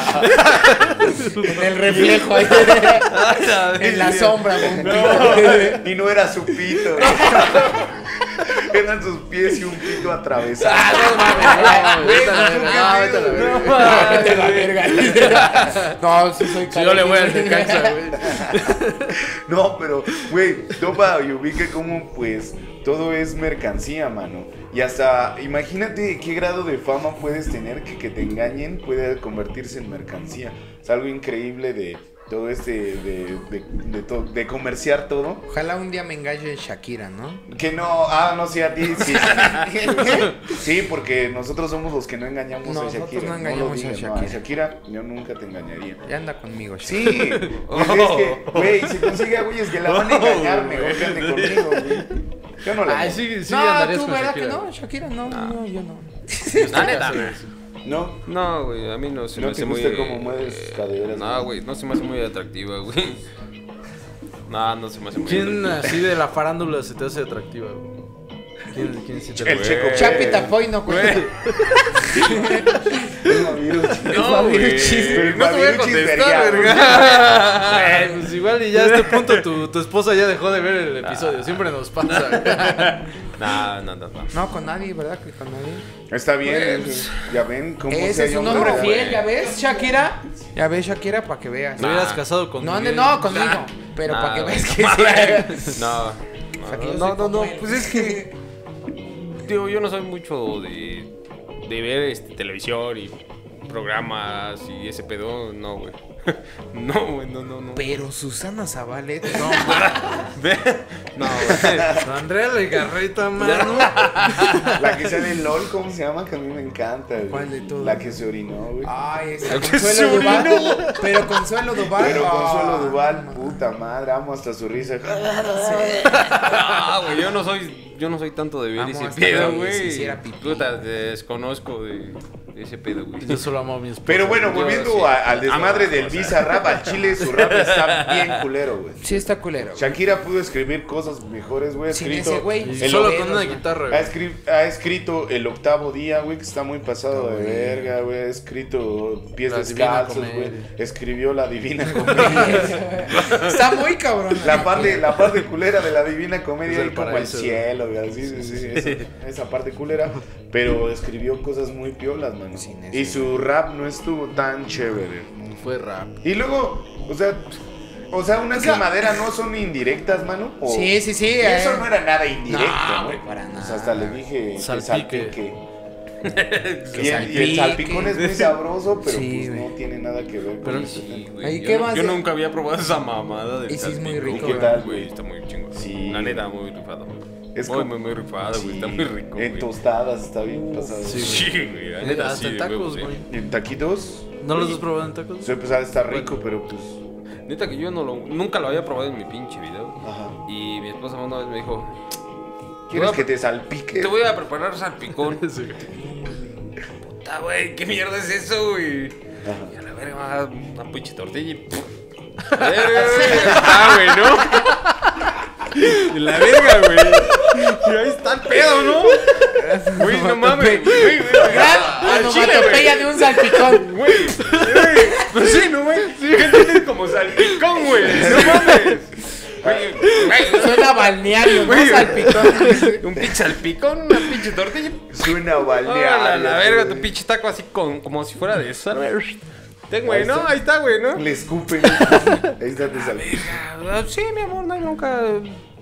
D: En el reflejo, [laughs] ahí, en la
B: [laughs]
D: sombra, güey.
C: No, y no era su pito. Eran sus pies y un pito atravesado.
B: Ah, vete a la verga.
D: Vete a la [laughs]
B: [laughs]
D: verga. No, sí soy
B: Si yo le voy al
D: Kareli.
B: Necaxa, güey.
C: No, pero, güey, topa y ubica cómo, pues, todo es mercancía, mano. Y hasta, imagínate qué grado de fama puedes tener que que te engañen puede convertirse en mercancía. Es algo increíble de todo este, de, de, de to- de comerciar todo.
D: Ojalá un día me engañe Shakira, ¿no?
C: Que no, ah, no, sí, a ti,
D: [laughs]
C: sí. Sí, porque nosotros somos los que no engañamos a
D: Nosotros
C: Shakira.
D: no
C: lo
D: engañamos a
C: digas, no,
D: Shakira.
C: Shakira, yo nunca te engañaría.
D: Ya anda conmigo, Shakira.
C: Sí,
A: Oh.
C: pues es que, güey, si consigue a güeyes que la van a engañar, mejor que ande conmigo, güey. Yo no la
B: Ay,
C: hago.
B: sí,
D: [laughs]
B: sí,
D: no,
B: andarías
D: tú,
B: con
D: ¿verdad
B: Shakira.
D: que no? Shakira, no, no, yo no.
A: La [laughs] neta.
C: No,
A: No, güey, a mí no se
C: ¿No
A: me
C: te
A: hace muy... eh,
C: gusta cómo mueve sus caderas,
A: No,
C: güey?
A: güey, no se me hace muy atractiva, güey. [laughs] No, no se me hace muy
B: ¿Quién
A: atractiva.
B: así de la farándula se te hace atractiva, güey? ¿Quién, quién se te
C: el
B: hace?
C: checo.
D: Chapi Tafoy no cuenta. [laughs]
A: No, güey.
C: Pero
A: No te voy a
C: Babiruchis
A: contestar,
C: vería,
A: verga.
B: Pues igual y ya a este punto tu, tu esposa ya dejó de ver el episodio. Siempre nos pasa. güey.
A: No, no, no, no.
D: No, con nadie, ¿verdad? Que con nadie.
C: Está bien, ya ven cómo se
D: pues, Ese es
C: halla
D: un hombre
C: hombre
D: fiel, ¿ya ves, Shakira? Ya ves, Shakira, para que veas.
B: Te hubieras casado con
D: No,
B: Miguel.
D: ande- no, conmigo. Pero
A: No,
D: para que
A: güey,
D: veas
A: no
D: que sí.
A: mames. No.
D: O sea, que yo
A: No,
D: soy
A: no, no,
D: como
A: no,
D: él.
A: pues es que Digo, yo no soy mucho de, de ver este, televisión y programas y ese pedo, no, güey. [laughs] No, güey, no, no, no.
D: Pero Susana Zabalet. No,
A: No, güey.
B: Andrea Legarreta, mano.
C: La que sale en LOL, ¿cómo se llama? Que a mí me encanta, güey.
D: ¿Cuál de Ah, todas?
C: La que se orinó, güey.
D: Ay, esa
A: Lo que
D: Consuelo
A: se
D: Duval. Pero Consuelo Duval.
C: Pero
D: ah,
C: Consuelo Duval, puta madre, amo hasta su risa.
A: Ah, güey, yo no soy, yo no soy tanto de ver
D: Amo este
A: ese
D: hasta
A: pedo,
D: que se
A: güey.
D: hiciera pipí.
A: Puta, desconozco de, de ese pedo, güey.
B: Yo solo amo a mi esposa.
C: Pero bueno,
A: Yo
C: volviendo
A: sí.
C: a- al desmadre
A: Amo,
C: del
A: o sea.
C: Visa Rap, al Chile su rap está bien culero, güey.
D: Sí, está culero. [laughs] güey.
C: Shakira pudo escribir cosas mejores, güey. Ha
D: Sin
C: escrito-
D: ese güey.
B: Y
C: el-
B: solo
D: Dedos,
B: con una
D: güey.
B: guitarra.
C: Ha,
B: güey.
C: escri- ha escrito El Octavo Día, güey, que está muy pasado de
D: Está muy bien.
C: verga, güey. Ha escrito Pies
B: La
C: Descalzos,
B: Divina
C: güey.
B: Comedia.
C: Escribió La Divina Comedia.
D: Está muy cabrón.
C: la, parte, la parte culera de La Divina Comedia,
B: Es el
C: ahí como
B: paraíso,
C: el
B: güey.
C: cielo, güey. así, sí, sí, esa, esa parte culera. Pero escribió cosas muy piolas, mano.
D: Sin ese-
C: Y su rap no estuvo tan chévere.
B: Fue rap.
C: Y luego, o sea, o sea, una quemadera no son indirectas, mano. O-
D: Sí, sí, sí.
C: Y
D: eh.
C: eso no era nada indirecto,
D: No,
C: ¿no?
D: güey, para
C: O sea,
D: nada,
C: hasta le
D: güey.
C: dije que
D: [laughs]
B: Salpique.
C: salpique. Y el, y el
D: salpique.
C: salpicón es muy sabroso, pero
D: Sí,
C: pues
D: güey.
C: no tiene nada que ver con
B: Pero-
C: el
A: Sí,
C: salpicón.
A: güey,
D: Ay,
A: yo
D: ¿qué
A: no-
D: más
A: Yo
D: de-
A: nunca había probado esa mamada del
D: Y sí es muy
A: salpicón.
D: rico,
C: ¿Qué tal,
A: güey?
C: güey?
A: Está muy chingo.
C: Sí.
A: La neta, muy rifado.
C: Es
A: Es muy,
C: como-
A: muy, muy rifado, güey. Está
C: Sí,
A: muy rico,
C: En
A: güey.
C: tostadas está bien pasado.
B: sí, eh,
A: Sí, güey. La neta,
B: Hasta
A: sí,
B: en
A: de
B: tacos,
A: huevos, sí.
B: güey.
C: En taquitos,
B: ¿No los has probado en tacos?
C: se empezaba a estar rico, pero pues.
A: Neta que yo no lo, nunca lo había probado en mi pinche vida. güey.
C: Ajá.
A: Y mi esposa una vez me dijo,
C: ¿Quieres
A: Voy a-
C: que te salpique?
A: te voy a preparar [laughs] salpicón.
B: Sí.
A: Puta, güey, ¿qué mierda es eso, güey?
C: Ajá.
A: Y a la verga, va una pinche tortilla y... [laughs] Verga, güey. Ah, [laughs] güey, ¿no? Y la verga, güey. Y ahí está el pedo, ¿no? Güey, no mames, güey, güey. güey.
D: Gran
A: Al chile,
D: onomatopeya Ah, de un salpicón.
A: Güey, güey. Pues sí, ¿no, güey? ¿Qué tienes como salpicón, güey? No mames. Güey, güey,
D: Suena balneario, no
A: Güey.
D: salpicón.
A: [laughs] Un pinche salpicón, una pinche tortilla.
C: Suena
A: Ah, la,
C: balneario.
A: la verga, tu
C: güey.
A: pinche taco así con, como si fuera de esa. Ten, güey, ¿no? Ahí está, güey, ¿no?
C: Le escupen. Ahí está, te salpique.
A: Ah, Sí, mi amor, no hay nunca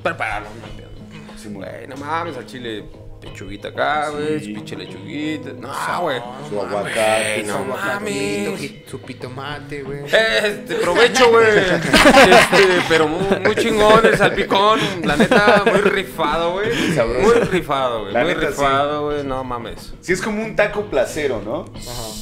A: prepararlo. no hay pedo.
C: Sí,
A: Güey, no mames, al chile pechuguita acá, güey, su pinche lechuguita. No, güey.
C: Su aguacate.
A: Güey, no
C: su aguacate.
A: mames.
D: Su pitomate, güey.
A: Este, provecho, güey. Este, pero muy, muy chingón el salpicón. La neta, muy rifado, güey.
C: Sabroso.
A: Muy rifado, güey.
C: La
A: Muy
C: neta,
A: rifado, güey. No mames.
C: Sí, es como un taco placero, ¿no?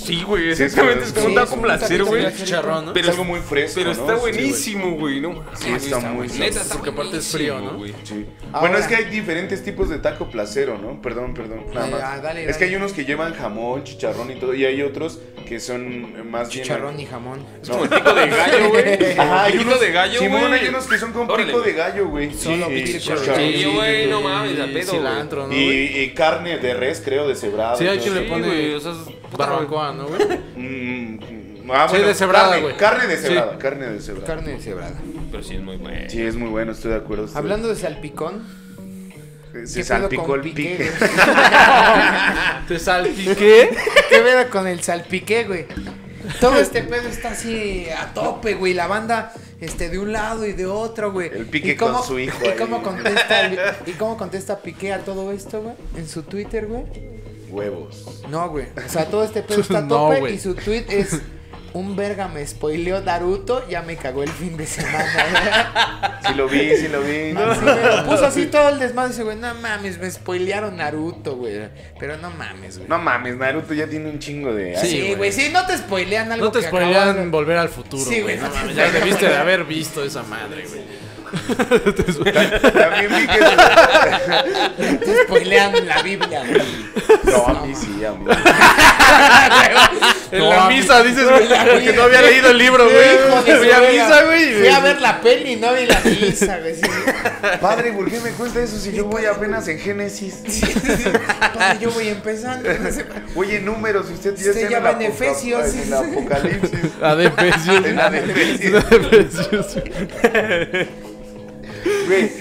A: Sí, güey,
C: Sí,
A: exactamente. Es como
D: sí,
A: un
D: es
A: taco
D: un
A: placero,
D: taquito
A: güey.
D: placero.
B: Chicharrón, ¿no?
A: Pero
C: es algo muy fresco.
A: Pero
C: ¿no? Sí,
A: está
C: güey.
A: buenísimo, güey. No mames,
C: Sí, está
A: güey,
C: muy
A: Neta,
C: sabroso.
A: está
B: Porque aparte es
A: buenísimo,
B: frío, ¿no?
A: güey.
C: Sí.
D: Ahora-
C: Bueno, es que hay diferentes tipos de taco placero, ¿no? Perdón, perdón. Nada
D: Eh,
C: más.
D: ah, dale,
C: Es que
D: dale.
C: hay unos que llevan jamón, chicharrón y todo. Y hay otros que son más bien-
D: Chicharrón y jamón.
A: Es como el pico de gallo, güey.
C: [laughs] Ajá, hay
A: pico
C: unos,
A: de gallo,
C: Simón,
A: güey.
C: hay unos que son con
A: Órale,
C: pico de
A: güey.
C: gallo, güey.
D: Solo
C: Sí,
D: pico de
C: chicharrón.
D: gallo.
A: Sí, güey, no mames, la
B: Y
A: pedo,
B: Cilantro, ¿no? güey?
C: Y, y carne de res, creo, deshebrada.
B: Sí, hay que
A: Sí,
B: le pone
A: güey, o sea, es puta
B: Barbacoa, [laughs] ¿no, güey?
C: Mm, mm, ah,
B: Sí,
C: bueno,
B: deshebrada,
C: carne-
B: güey.
C: Carne deshebrada,
B: Sí.
C: carne deshebrada.
D: Carne deshebrada.
A: Pero sí es muy bueno.
C: Sí, es muy bueno, estoy de acuerdo. estoy-
D: Hablando de salpicón,
C: se
D: ¿qué pedo
C: salpicó
D: con
C: el
D: Piqué,
C: pique.
D: güey?
C: [laughs]
B: Te salpiqué.
D: ¿Qué pedo con el salpiqué, güey? Todo este pedo está así a tope, güey. La banda este, de un lado y de otro, güey.
C: El Piqué
D: ¿Y cómo-
C: con su hijo
D: ¿Y
C: ahí.
D: cómo contesta, el- ¿Y cómo contesta Piqué a todo esto, güey? En su Twitter, güey.
C: [laughs] Huevos.
D: No, güey. O sea, todo este pedo está
B: [laughs]
D: a
B: No,
D: tope
B: güey.
D: y su tweet es... Un verga me spoileó Naruto, ya me cagó el fin
C: [laughs]
D: de semana.
C: Sí lo vi, sí lo vi.
D: güey. Así, güey, lo puso así todo el desmadre ese güey. No mames, me spoilearon Naruto, güey. Pero no mames, güey.
C: No mames, Naruto ya tiene un chingo de...
B: Sí,
D: Sí, güey.
B: güey.
D: Sí, no te spoilean algo
B: No te
D: que
B: spoilean
D: [laughs] acabas de-
B: volver al futuro,
D: Sí,
B: güey.
D: güey,
B: no
D: no
B: mames,
D: te-
B: ya debiste de haber visto esa madre, güey.
C: También vi que...
D: [laughs] Te spoilean la Biblia, güey.
C: No, a mí sí, a mí.
B: En
D: No,
B: la
D: a mí-
B: misa dices,
D: [laughs]
B: güey, porque no había
D: Sí.
B: leído el libro,
D: Sí, hijo de
B: güey.
D: su
B: Fui a
D: verga.
B: misa, güey. y-
D: Fui a ver la peli y no vi la misa, güey. Sí.
C: Padre, ¿por qué me cuenta eso si yo voy apenas en Génesis?
D: Sí, sí. Padre, yo voy empezando.
C: [laughs]
D: no sé.
C: Oye, números, si usted ya
D: Usted
C: está
D: ya
C: en,
D: va
C: el
D: en
C: apoca-
D: Efesios.
C: en el Apocalipsis.
B: La de Efesios.
C: En la de Efesios.
B: La de Efesios.
C: Güey,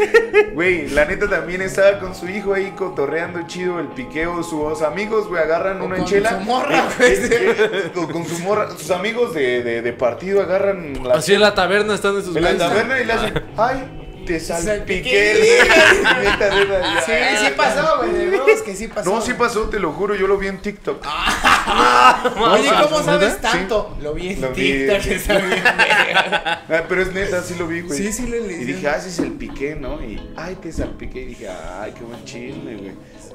C: güey, la neta también estaba con su hijo ahí cotorreando chido el piqueo. Sus amigos, güey, agarran
D: O
C: una
D: con
C: chela.
D: su morra, güey.
C: con, con su morra. Sus amigos de, de- de partido agarran la
B: Así en la taberna están esos
C: en la
B: güeyes.
C: taberna y le hacen.
D: Ah.
C: ¡Ay! Te salpiqué. [laughs] Neta, neta,
D: Sí,
C: ya.
D: sí pasó, güey. de huevos que sí Ah. pasó.
C: No, sí pasó, te lo juro, yo lo vi en TikTok.
D: Oye,
B: No,
D: ¿cómo
B: ¿sí?
D: sabes tanto? Lo vi en
C: Lo vi.
D: TikTok. está bien, güey.
C: Ah, pero es neta, sí lo vi, güey.
D: Sí, sí lo leí.
C: Y dije, ah, ese es el piqué, ¿no? Y, ay, te salpiqué. Y dije, ay, qué buen chisme, güey.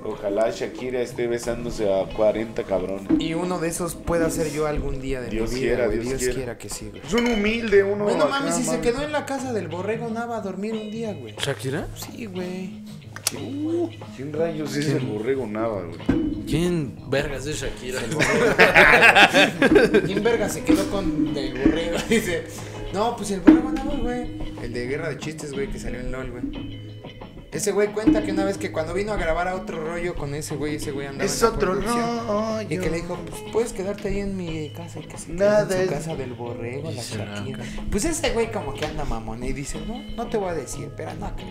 C: Ojalá Shakira esté besándose a 40 cabrones.
D: Y uno de esos pueda ser yo algún día de
C: Dios
D: mi vida.
C: quiera,
D: güey.
C: Dios
D: Dios
C: quiera.
D: quiera que sí, güey.
C: Es un humilde uno.
D: Bueno,
C: acá,
D: mames, si se
C: mami.
D: quedó en la casa del borrego Nava a dormir un día, güey.
B: ¿Shakira?
D: Sí, güey.
C: ¿Quién rayos es el borrego Nava, güey?
B: ¿Quién vergas es Shakira?
D: ¿Quién verga se quedó con el borrego? [laughs] Dice, no, pues el borrego Nava, güey. El de Guerra de Chistes, güey, que salió en LOL, güey. Ese güey cuenta que una vez que cuando vino a grabar a otro rollo con ese güey, ese güey andaba
C: Es
D: en la
C: otro
D: producción.
C: rollo.
D: Y que le dijo, pues puedes quedarte ahí en mi casa y que se quede
C: Nada
D: en
C: es-
D: su casa del borrego, la
B: Dice, "Ah,
D: Shakira. Pues ese güey como que anda mamón y dice, no, no te voy a decir, pero no creo.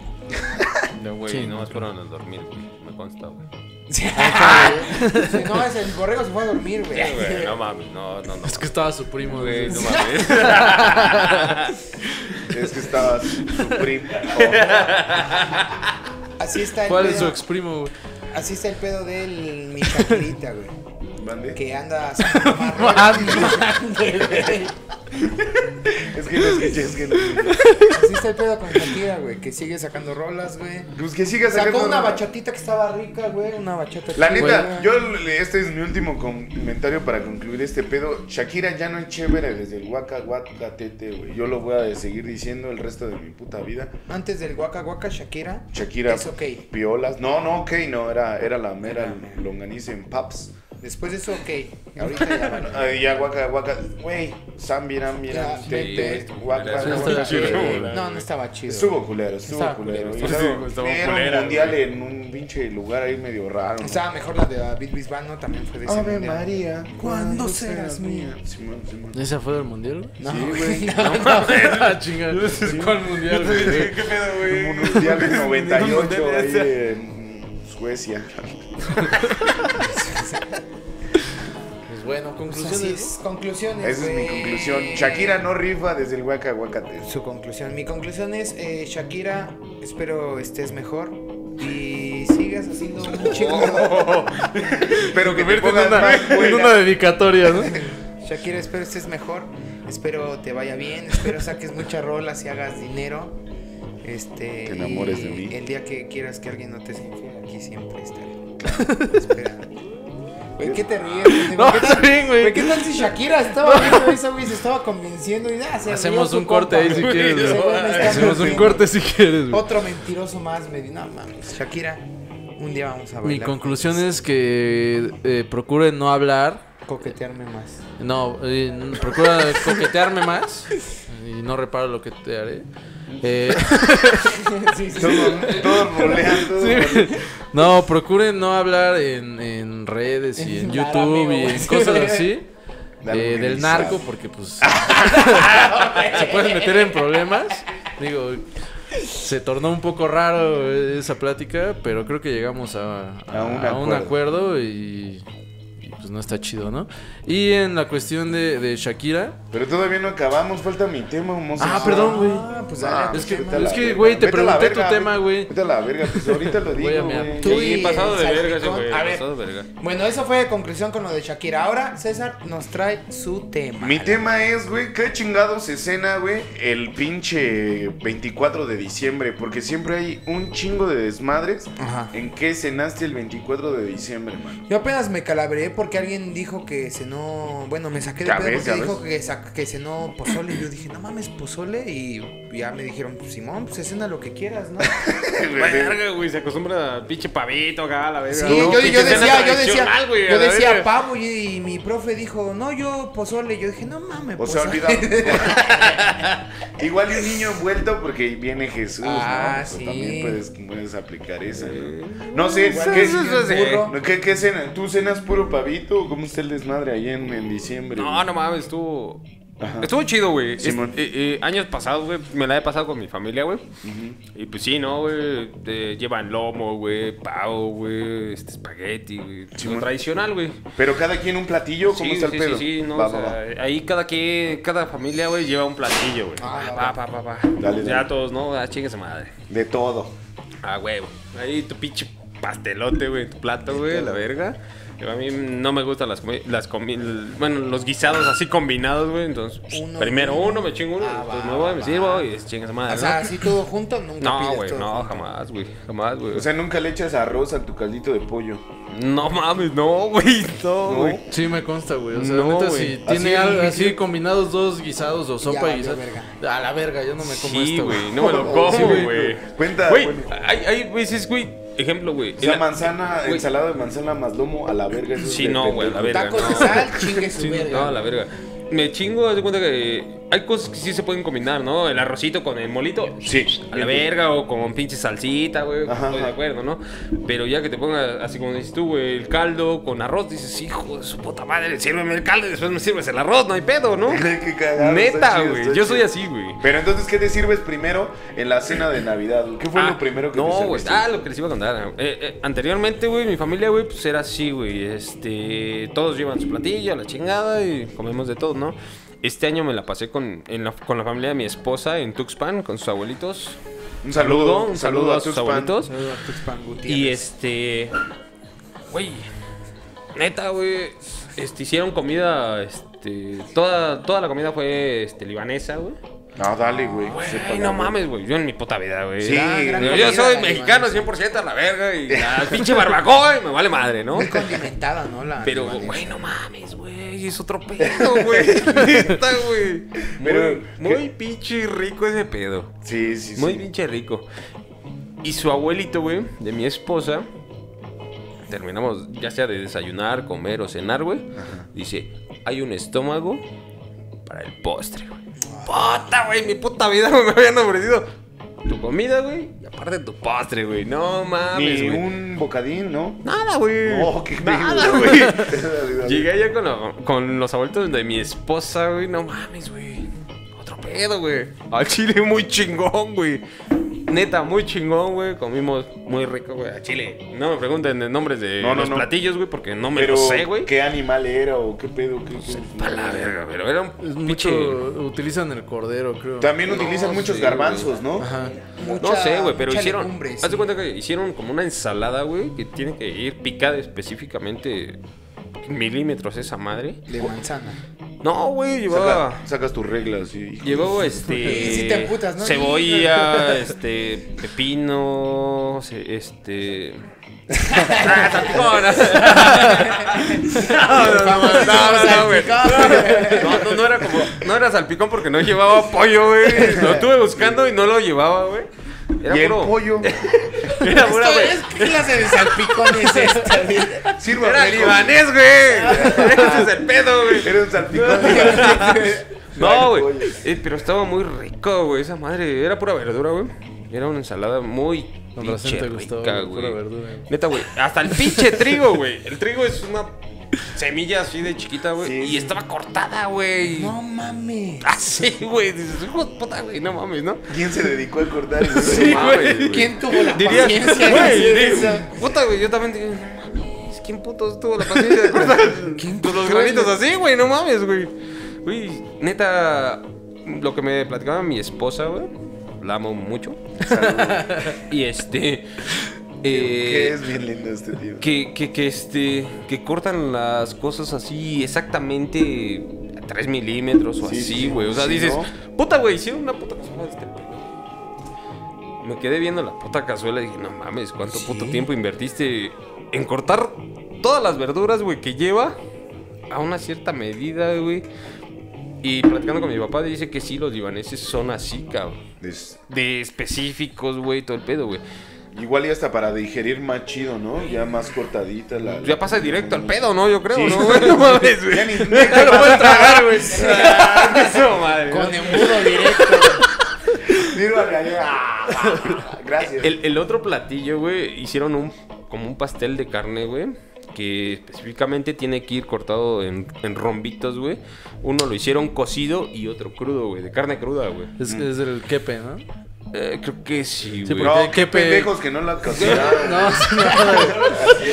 D: [laughs]
A: No, güey,
B: Sí.
A: no más fueron a dormir, güey. Me consta,
D: [laughs]
A: güey.
D: Sí. Sí, no, es el borrego se fue a dormir, güey.
A: Sí, güey, no mames, no,
D: [laughs]
A: no,
B: [laughs]
A: no.
B: Es que estaba su primo,
A: Güey,
B: güey.
A: no mames.
C: Es que estaba su su primo.
D: [laughs] Así está el
B: ¿Cuál es su
D: pedo.
B: ex primo, güey?
D: Así está el pedo del mi Shakirita, güey.
C: ¿Mande?
D: que
C: [laughs]
D: anda haciendo marrón.
C: Es que no escuché, es que no escuché.
D: Así está el pedo con Shakira, güey, que sigue sacando rolas, güey.
C: Pues que sigas
D: Sacó
C: sacando-
D: una bachatita que estaba rica, güey, una bachata.
C: La
D: aquí,
C: neta,
D: güey.
C: yo le- este es mi último comentario para concluir este pedo. Shakira ya no es chévere desde el Waka Waka Tete, güey. Yo lo voy a seguir diciendo el resto de mi puta vida.
D: Antes del Waka Waka, Shakira.
C: Shakira
D: Es ok.
C: Piolas. No, no, ok, no, era, era la mera
D: Era la mera.
C: longaniza en Paps.
D: Después de eso, ok. Ahorita
C: [laughs]
D: ya vale.
C: Ay, ya Waka Waka. Güey, Sambira, mira,
D: Ya,
C: Tete,
A: sí,
C: Waka
A: estuvo
C: Waka,
B: culero.
C: Tete.
D: No, no estaba chido.
C: Estuvo culero, estuvo
B: Estaba
C: culero.
A: culero,
C: Y
A: estuvo-
C: luego,
A: estuvo
C: era
A: culera,
C: un mundial
A: güey.
C: en un pinche lugar ahí medio raro. ¿no?
D: Estaba mejor la de David Bisbal, ¿no? También fue de ese
C: Ave
D: mundial.
C: María,
D: ¿cuándo serás mía?
C: Simón, Simón.
B: ¿Esa fue del mundial, güey?
D: No,
C: Sí,
D: güey.
C: güey.
B: [laughs]
D: No,
B: Ah, chinga. ¿Cuál mundial, güey?
A: ¿Qué pedo,
C: Un mundial
D: [laughs]
C: del 98
A: Mundial
C: ahí
A: de
C: en Suecia.
B: Pues bueno,
D: pues así
B: conclusiones.
D: es. Conclusiones.
C: Esa es mi
D: güey.
C: conclusión. Shakira no rifa desde el Huaca Huacate.
D: Su conclusión. Mi conclusión es, eh, Shakira, espero estés mejor y
C: [laughs]
D: sigas haciendo un chico.
C: Pero que me
B: Convierte Oh.
C: pongas
B: en una-
C: más
B: en
C: buena.
B: una dedicatoria, ¿no?
D: Shakira, espero estés mejor. Espero te vaya bien. Espero saques muchas rolas y hagas dinero. Este,
C: Te enamores de
D: y
C: mí.
D: El día que quieras que alguien no te sea infiel, aquí siempre estaré. Esperando. Güey, ¿qué
C: [laughs]
D: te ríes?
B: No,
D: ¿Qué
B: está
D: tal-
B: bien, güey.
D: ¿Qué tal si Shakira estaba viendo eso, güey? Se estaba convenciendo y ah, se rió
B: Hacemos
D: su
B: un corte ahí
D: compa,
B: si
D: güey.
B: quieres,
D: Ese
B: güey.
D: güey me está
B: Hacemos un
D: mintiendo.
B: corte si quieres, güey.
D: Otro mentiroso más, me di- No mames, Shakira, un día vamos a
B: Mi
D: bailar.
B: conclusión es que eh, procuren no hablar. [laughs]
D: coquetearme más.
B: No, eh, n- procura coquetearme más. Y no reparo lo que te haré.
C: [laughs]
B: Eh, [laughs]
D: sí, sí, sí.
C: Todo- Todo roleando.
B: sí. No, procuren no hablar en, en redes y en
D: Dar
B: YouTube y
D: amigo,
B: en
D: sí.
B: cosas así.
C: Dar
B: eh, del
C: organizado.
B: narco,
C: [laughs]
B: porque pues se pueden meter en problemas. Digo, se tornó un poco raro esa plática, pero creo que llegamos a, a-
C: A un
B: a un
C: acuerdo.
B: acuerdo y, y, pues no está chido, ¿no? Y en la cuestión de, de Shakira,
C: Pero todavía no acabamos, falta mi tema, homosexual.
B: Ah, perdón, güey.
D: Ah, pues dale,
C: Ah,
D: pues,
B: es que-
C: vete a la
B: es que,
C: verga.
B: güey,
C: Vete
B: te
C: a la
B: pregunté
C: verga,
B: tu tema, güey.
C: Vete a la verga, pues ahorita lo
B: Voy a
C: digo,
B: mear.
C: güey.
D: Tú y
A: Sí, pasado de
D: el
A: verga ese
D: salpicón.
A: güey.
D: A ver.
A: Pasado de verga.
D: Bueno, eso fue conclusión con lo de Shakira. Ahora César nos trae su tema.
C: Mi tema es, güey, qué chingados se cena, güey, el pinche 24 de diciembre, porque siempre hay un chingo de desmadres.
D: Ajá.
C: ¿En qué cenaste el 24 de diciembre,
A: [laughs]
C: mano?
D: Yo apenas me calabré porque alguien dijo que cenó. Bueno, me saqué de
C: Ya
D: pedo
C: ves,
D: porque
C: ya
D: dijo que, sa- que cenó pozole. Y yo dije, no mames, pozole. Y ya me dijeron, Simón, pues cena lo que quieras, ¿no?
A: Verga, güey, se acostumbra a pinche pavito acá, a la verga.
D: Sí,
A: No,
D: yo, yo
A: pinche cena
D: decía, yo decía,
A: tradicional, güey, a
D: yo
A: la
D: decía
A: verga.
D: pavo y, y mi profe dijo, no, yo pozole. Yo dije, no
A: pues,
D: mames,
A: [laughs]
C: O sea,
D: pozole".
C: olvidado. [laughs] Igual y un niño envuelto porque viene Jesús,
D: Ah,
C: ¿no? Pues
D: sí.
C: También puedes, puedes aplicar esa, ¿no? No sé,
D: Igual
C: ¿qué,
D: un niño burro.
C: ¿no? ¿Qué- qué cena? ¿Tú cenas puro pavito o cómo está el desmadre ahí en, en diciembre?
A: No,
C: güey?
A: no mames, estuvo.
C: Ajá.
A: Estuvo chido, güey. Es-
C: Simón.
A: eh, eh, años pasados, güey, me la he pasado con mi familia, güey. Y pues sí, ¿no, güey? Te Llevan lomo, güey, pavo, güey, este, espagueti, güey. Lo
C: Simón.
A: tradicional, güey.
C: Pero cada quien un platillo, ¿cómo
A: Sí,
C: está el
A: sí,
C: pedo?
A: sí, sí, no,
C: Va,
A: o sea,
C: va, va.
A: ahí cada que, cada familia, güey, lleva un platillo, güey.
D: Ah,
A: va, va, va, va.
C: Dale,
A: ya
C: dale.
A: todos, ¿no? Ah, chingue su madre.
C: De todo.
A: Ah, huevo. Ahí tu pinche pastelote, güey, tu plato, güey, la verga. Yo a mí no me gustan las comi- las comi- l- bueno, los guisados así combinados, güey, entonces pues,
D: Uno y
A: primero
D: uno.
A: uno, me chingo uno,
D: Ah,
A: después
D: va,
A: me voy, me
D: va.
A: sirvo y es chingas madre.
D: O sea,
A: ¿no?
D: así todo junto, nunca
A: no,
D: pides
A: güey,
D: todo
A: no,
D: junto.
A: jamás, güey, jamás, güey.
C: O sea, nunca le echas arroz a tu caldito de pollo.
A: no mames, no, güey, no,
C: No.
A: güey.
B: sí me consta, güey. O sea,
A: No,
B: la neta,
A: güey.
B: si tiene
C: Así,
B: algo así
C: sí.
B: combinados dos guisados o sopa
D: valió
B: y guisados.
D: verga.
B: A la verga, yo no me como
A: Sí,
B: esto,
A: güey, no me lo
C: Sí,
A: como,
C: güey.
A: güey.
C: Cuenta,
A: Güey,
C: bueno.
A: hay, hay veces, güey, ejemplo, güey.
C: O sea,
A: en la-
C: manzana,
A: güey.
C: ensalada de manzana más lomo a la verga. eso es de
A: Sí, no, güey, a
C: pendejo.
A: la verga.
D: Tacos
A: no.
D: de sal, chingue su
A: Sí,
D: verga.
A: no, a la verga. Me chingo, haz de cuenta que hay cosas que sí se pueden combinar, ¿no? El arrocito con el molito.
C: Sí.
A: A la verga o con pinche salsita, güey. pues,
C: Ajá,
A: Estoy de
C: ajá.
A: acuerdo, ¿no? Pero ya que te pongas, así como dices tú, güey, el caldo con arroz, dices, hijo de su puta madre, sírveme el caldo y después me sirves el arroz, no hay pedo,
D: [laughs]
A: ¿no?
C: Qué cagado, está
A: Neta,
C: chido,
A: güey.
C: está
A: Yo soy
C: chido.
A: así, güey.
C: Pero entonces, ¿qué te sirves primero en la cena de Navidad? güey? ¿Qué fue
A: Ah,
C: lo primero que
A: no,
C: te
A: güey.
C: serviste?
A: Ah, lo que les iba a contar. Eh, eh, anteriormente, güey, mi familia, güey, pues era así, güey. Este, todos llevan su platillo, a la chingada y comemos de todo, ¿no? Este año me la pasé con, en la, con la familia de mi esposa en Tuxpan, con sus abuelitos.
C: Un saludo,
A: un saludo a sus
C: Tuxpan.
A: abuelitos.
D: Saludos a Tuxpan Gutiérrez.
A: Y este. Güey. Neta, güey. Este, hicieron comida, este. Toda, toda la comida fue este, libanesa, güey.
C: No, dale, güey. que sepa
A: Ay,
C: la
A: no mames, Ah, güey. Yo en mi puta vida, güey.
C: Sí,
A: Ah,
C: gran
A: yo,
D: comida
A: soy
D: libanesa.
A: mexicano 100% a la verga y la [laughs] pinche barbacoa y me vale madre, ¿no?
D: Muy condimentada, ¿no? La
A: Pero,
D: libanesa.
A: güey, no mames, güey. Es otro pedo, güey. [laughs] Neta, güey.
C: Pero,
A: Muy, muy pinche rico ese pedo.
C: Sí, sí, sí.
A: Muy pinche rico. Y su abuelito, güey, de mi esposa, terminamos ya sea de desayunar, comer o cenar, güey. Dice, hay un estómago para el postre, güey.
C: Ah.
A: Puta, güey, mi puta vida [laughs] güey, me habían ofrecido tu comida, güey. Y aparte tu postre, güey. No mames,
C: Ni
A: güey.
C: un bocadín, ¿no?
A: Nada, güey.
C: Oh, [laughs] qué
A: Nada,
C: pedo,
A: güey.
C: güey.
A: Llegué allá con, la- con los abuelitos de mi esposa, güey. No mames, güey. Otro pedo, güey. Al chile muy chingón, güey. Neta, muy chingón, güey. Comimos muy rico, güey. A chile. No me pregunten de nombres de
C: No, no,
A: los
C: no.
A: platillos, güey, porque no me
C: Pero,
A: lo sé, güey. Pues,
C: ¿qué animal era o qué pedo? ¿Qué, qué-
A: Pa' la verga, pero era
B: Es
A: un
B: mucho.
A: pinche...
B: Utilizan el cordero, creo.
C: También
A: No
C: utilizan muchos
A: sé,
C: garbanzos, ¿no?
B: Ajá.
A: No
D: Mucha-
A: sé, güey, pero
D: mucha
A: hicieron.
D: legumbre,
A: Haz
D: sí.
A: de cuenta que hicieron como una ensalada, güey, que tiene que ir picada específicamente milímetros esa madre.
D: De manzana.
A: No, güey, llevaba.
C: Saca- sacas tus reglas y...
A: Llevó este.
D: Y sí te emputas, ¿no?
A: Cebolla, este. Pepino. ce- Este. Ah, salpiconas. no, no, no, no, no, no, güey. No, no, no era como. No era salpicón porque no llevaba pollo, güey. Lo estuve buscando y no lo llevaba, güey. Era
C: Y el
A: puro- [laughs]
C: pollo.
A: Era pura,
D: Esto
A: güey.
D: es- ¿Qué clase de salpicón
A: [laughs]
D: es este?
C: Sirva
A: Era libanés, güey. Ese es el pedo, güey.
C: Era un salpicón libanés.
A: [laughs] No, güey.
C: Pollo.
A: Eh, pero estaba muy rico, güey. Esa madre era pura verdura, güey. Era una ensalada muy
B: Con razón
A: pinche
B: te gustó,
A: rica,
B: güey,
A: güey.
B: pura verdura, güey.
A: Neta, güey. Hasta el pinche trigo, güey. El trigo es una semilla así de chiquita, güey.
C: Sí,
A: y
C: sí.
A: estaba cortada, güey.
D: No mames.
A: Así, güey. Dices, hijo de puta, güey. No mames, ¿no?
C: ¿Quién se dedicó a cortar? eso?
A: [laughs] Sí,
C: No
A: güey.
C: mames,
D: ¿Quién tuvo la
A: Dirías,
D: paciencia de
A: güey,
D: hacer
A: digo,
D: eso?
A: puta, güey, yo también digo, no mames, ¿quién putos tuvo la paciencia de cortar
D: [laughs] ¿Quién
A: con los
D: putos?
A: granitos así, güey? No mames, güey. Güey, neta, lo que me platicaba mi esposa, güey, la amo mucho. y este...
C: Que
A: Eh,
C: es bien lindo este tío.
A: que, que, que, este, que cortan las cosas así exactamente a 3 milímetros o
C: Sí, sí,
A: así, güey. O sea,
C: sí,
A: dices,
C: ¿no?
A: puta, güey, hicieron una puta cazuela de este pedo. Me quedé viendo la puta cazuela y dije, no mames, ¿cuánto puto tiempo invertiste en cortar todas las verduras, güey, que lleva a una cierta medida, güey? Y platicando con mi papá, dice que sí, los libaneses son así, cabrón.
C: Es-
A: De específicos, güey, todo el pedo, güey.
C: Igual y hasta para digerir más chido, ¿no? Ya más cortadita la...
A: Ya pasa directo al pedo, ¿no? Yo creo,
C: Sí.
A: ¿no? güey?
C: [laughs]
A: No mames, güey.
C: Ya ni-
A: Ya lo puedes tragar, güey. Eso, madre. ¿no?
D: Con embudo directo.
C: Sírvale ahí. Ah, ah, [laughs] Gracias.
A: El, el otro platillo, güey, hicieron un como un pastel de carne, güey. Que específicamente tiene que ir cortado en, en rombitos, güey. Uno lo hicieron cocido y otro crudo, güey. De carne cruda, güey.
B: Es, es el quepe, ¿no?
A: Eh, creo que sí,
B: Sí, porque-
A: güey.
C: No,
B: qué
C: qué
B: pe-
C: pendejos que Ah, no
A: [laughs]
C: la cocinaron.
B: [laughs] No, sí,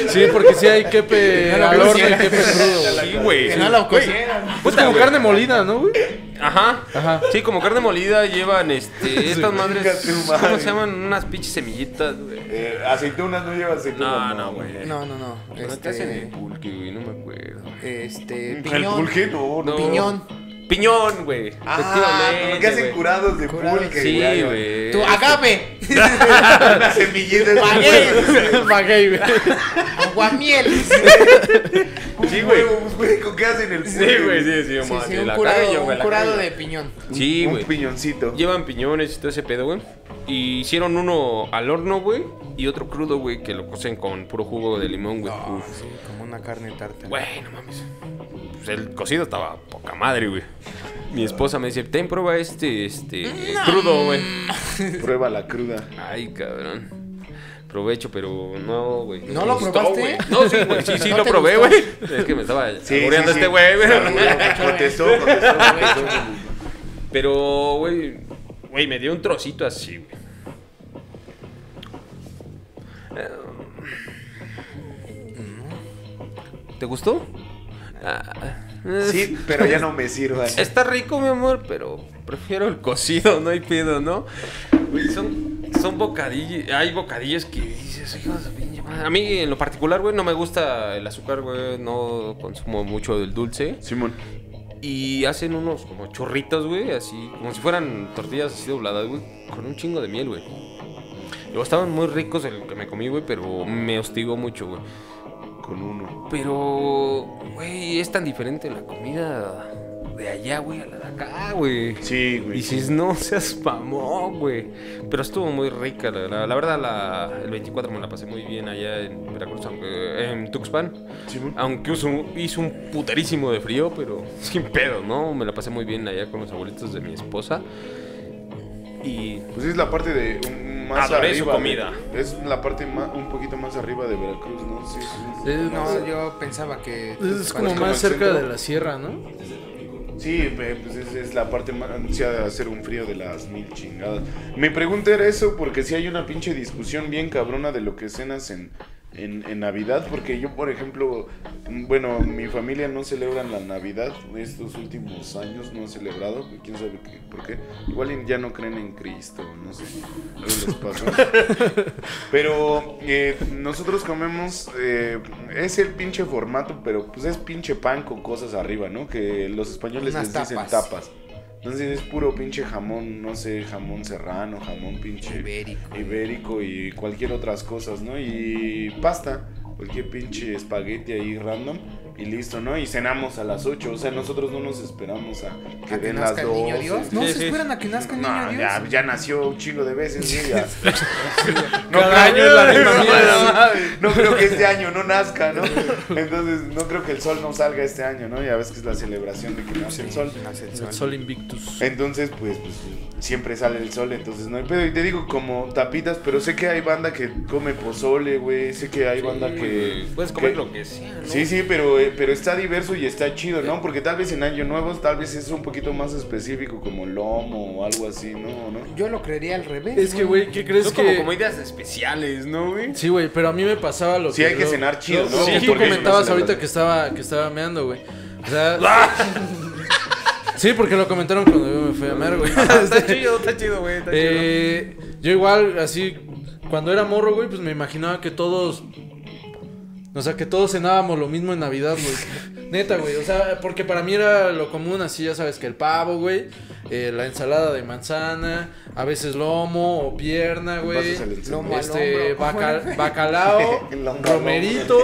B: no. Sí, porque sí hay quepe
D: No lo
B: al horno y
D: quisiera.
B: quepe crudo. güey.
A: Sí, güey.
D: Que no lo
A: Güey,
D: cocieran.
B: Es como carne molida, ¿no,
C: [laughs]
B: güey?
A: Ajá.
B: Ajá.
A: Sí, como carne molida llevan [laughs] este, estas madres.
C: Fíjate,
A: ¿Cómo
C: madre.
A: se llaman? Unas pinches semillitas, güey.
C: Eh, aceitunas no lleva aceitunas.
A: No, no, güey.
D: No, no, no.
A: Pero ¿qué hacen el
D: Este,
A: pulque, güey? No me acuerdo.
D: este
C: El
D: piñón.
C: pulque no, no.
A: No.
D: Piñón.
A: Piñón, güey.
C: Ah, ¿qué hacen
A: güey.
C: curados de
D: Curados.
C: pulque?
A: Sí,
C: güey.
A: güey.
D: Tu Ah,
A: [laughs]
D: agave.
C: Una semillita de pulque.
B: Maguey, güey.
D: Aguamiel.
A: Sí,
C: Sí,
A: güey.
C: güey. güey, ¿Con qué hacen el pulque?
A: Sí, güey, sí, sí,
D: Sí,
A: madre,
D: sí, un
A: la
D: curado,
A: cagué yo,
D: un
A: güey, la
D: curado
A: cagué
D: de
A: yo.
D: piñón.
A: Sí,
C: Un
A: güey.
C: piñoncito.
A: Llevan piñones y todo ese pedo, güey. Y hicieron uno al horno, güey. Y otro crudo, güey, que lo cocen con puro jugo de limón, güey.
D: No,
A: Uf.
D: sí, como una carne tarta.
A: Güey, no mames. Pues el cocido estaba poca madre, güey. Mi esposa me dice, ten prueba este, este, crudo, güey.
C: [laughs] Prueba la cruda.
A: Ay, cabrón. Provecho, pero no, güey.
D: ¿No lo probaste?
A: güey. No, sí, güey. Sí, sí,
D: ¿No
A: lo
D: te
A: probé,
D: gustó?
A: güey. Es que me estaba saboreando este güey, güey.
C: Contestó, contestó, contestó, contestó.
A: Pero, güey, güey, me dio un trocito así, güey.
D: Eh,
A: ¿Te gustó? Ah, eh,
C: Sí, pero ya no me sirva.
A: Está rico, mi amor, pero prefiero el cocido, no hay pedo, ¿no? Güey, son, son bocadillos. Hay bocadillos que dices, hijo de su pinche madre, A mí en lo particular, güey, no me gusta el azúcar, güey. No consumo mucho del dulce.
C: Simón.
A: Y hacen unos como chorritos, güey, así, como si fueran tortillas así dobladas, güey, con un chingo de miel, güey. Luego estaban muy ricos el que me comí, güey, pero me hostigó mucho, güey.
C: Con uno.
A: Pero, güey, es tan diferente la comida de allá, güey, a la de acá, güey.
C: Sí, güey.
A: Dices, no seas mamón, güey. Pero estuvo muy rica, la, la- la verdad, la- el 24 me la pasé muy bien allá en Veracruz, aunque- eh, en Tuxpan.
C: Simón.
A: Aunque hizo, hizo un puterísimo de frío, pero [laughs] sin pedo, ¿no? Me la pasé muy bien allá con los abuelitos de mi esposa. Y
C: Pues es la parte de un- más
A: Adoré su
C: arriba.
A: comida.
C: de- es la parte ma- un poquito más arriba de Veracruz, ¿no? Sí, sí, sí.
B: Eh,
D: No, yo pensaba que.
B: Es como
C: como
B: más
C: el
B: cerca
C: centro.
B: de la sierra, ¿no?
C: Sí, pe- pues es, es la parte más ansia de hacer un frío de las mil chingadas. Mi pregunta era eso, porque si hay una pinche discusión bien cabrona de lo que cenas en, en, en Navidad, porque yo, por ejemplo, mm, bueno, mi familia no celebra la Navidad, estos últimos años no ha celebrado, quién sabe qué, por qué. Igual y ya no creen en Cristo, no sé, algo les pasó. Pero eh, nosotros comemos, eh, es el pinche formato, pero pues es pinche pan con cosas arriba, ¿no? Que los españoles
D: Unas
C: les dicen
D: tapas.
C: tapas. Entonces es puro pinche jamón, no sé, jamón serrano, jamón pinche
D: Ibérico.
C: ibérico y cualquier otras cosas, ¿no? Y pasta, cualquier pinche espagueti ahí random y listo, ¿no? Y cenamos a las 8, o sea, nosotros no nos esperamos a que
D: ¿A que
C: den las
D: nazca el niño
C: 12.
D: Dios? ¿No
A: Sí, sí.
D: se esperan a que nazca el niño
C: No,
D: Dios?
C: ya, ya nació un chingo de veces, ¿sí?
D: [laughs]
C: Ya. No
A: Cada
C: creo-
A: año es la misma
C: no,
A: mierda.
C: no, no creo que este año no nazca, ¿no? Entonces, no creo que el sol no salga este año, ¿no? Ya ves que es la celebración de que nace el sol.
D: Nace el
B: El
D: sol.
B: Sol Invictus.
C: Entonces, pues, pues, siempre sale el sol, entonces no hay pedo. Y te digo, como tapitas, pero sé que hay banda que come pozole, güey. Sé que hay banda que.
A: Eh, puedes comer lo que sea, ¿no?
C: Sí, sí, pero, eh, pero está diverso y está chido, ¿no? Porque tal vez en Año Nuevo, tal vez es un poquito más específico, como lomo o algo así, ¿no? ¿No?
D: Yo lo creería al revés.
B: Es que, güey, ¿qué crees
A: Son como
B: que...?
A: comidas especiales, ¿no, güey?
B: Sí, güey, pero a mí me pasaba lo que...
C: Sí, hay que
B: lo-
C: cenar chido,
B: lo-
C: ¿no?
B: lo que
A: Sí,
B: tú
A: porque es una
B: comentabas ahorita
C: celebración.
B: que estaba, que estaba meando, güey. O sea... Sí, porque lo comentaron cuando yo me fui a mear, güey.
A: está chido, está chido, güey, está chido.
B: [laughs] Eh, yo igual, así, cuando era morro, güey, pues me imaginaba que todos... O sea, que todos cenábamos lo mismo en Navidad, güey. Neta, güey. O sea, porque para mí era lo común, así, ya sabes, que el pavo, güey. eh, la ensalada de manzana. A veces lomo o pierna, güey.
C: Pasas al encima.
D: Lomo al
B: Este,
D: hombro.
B: baca- [laughs] bacalao,
C: [laughs] El lomo al hombro.
B: romeritos.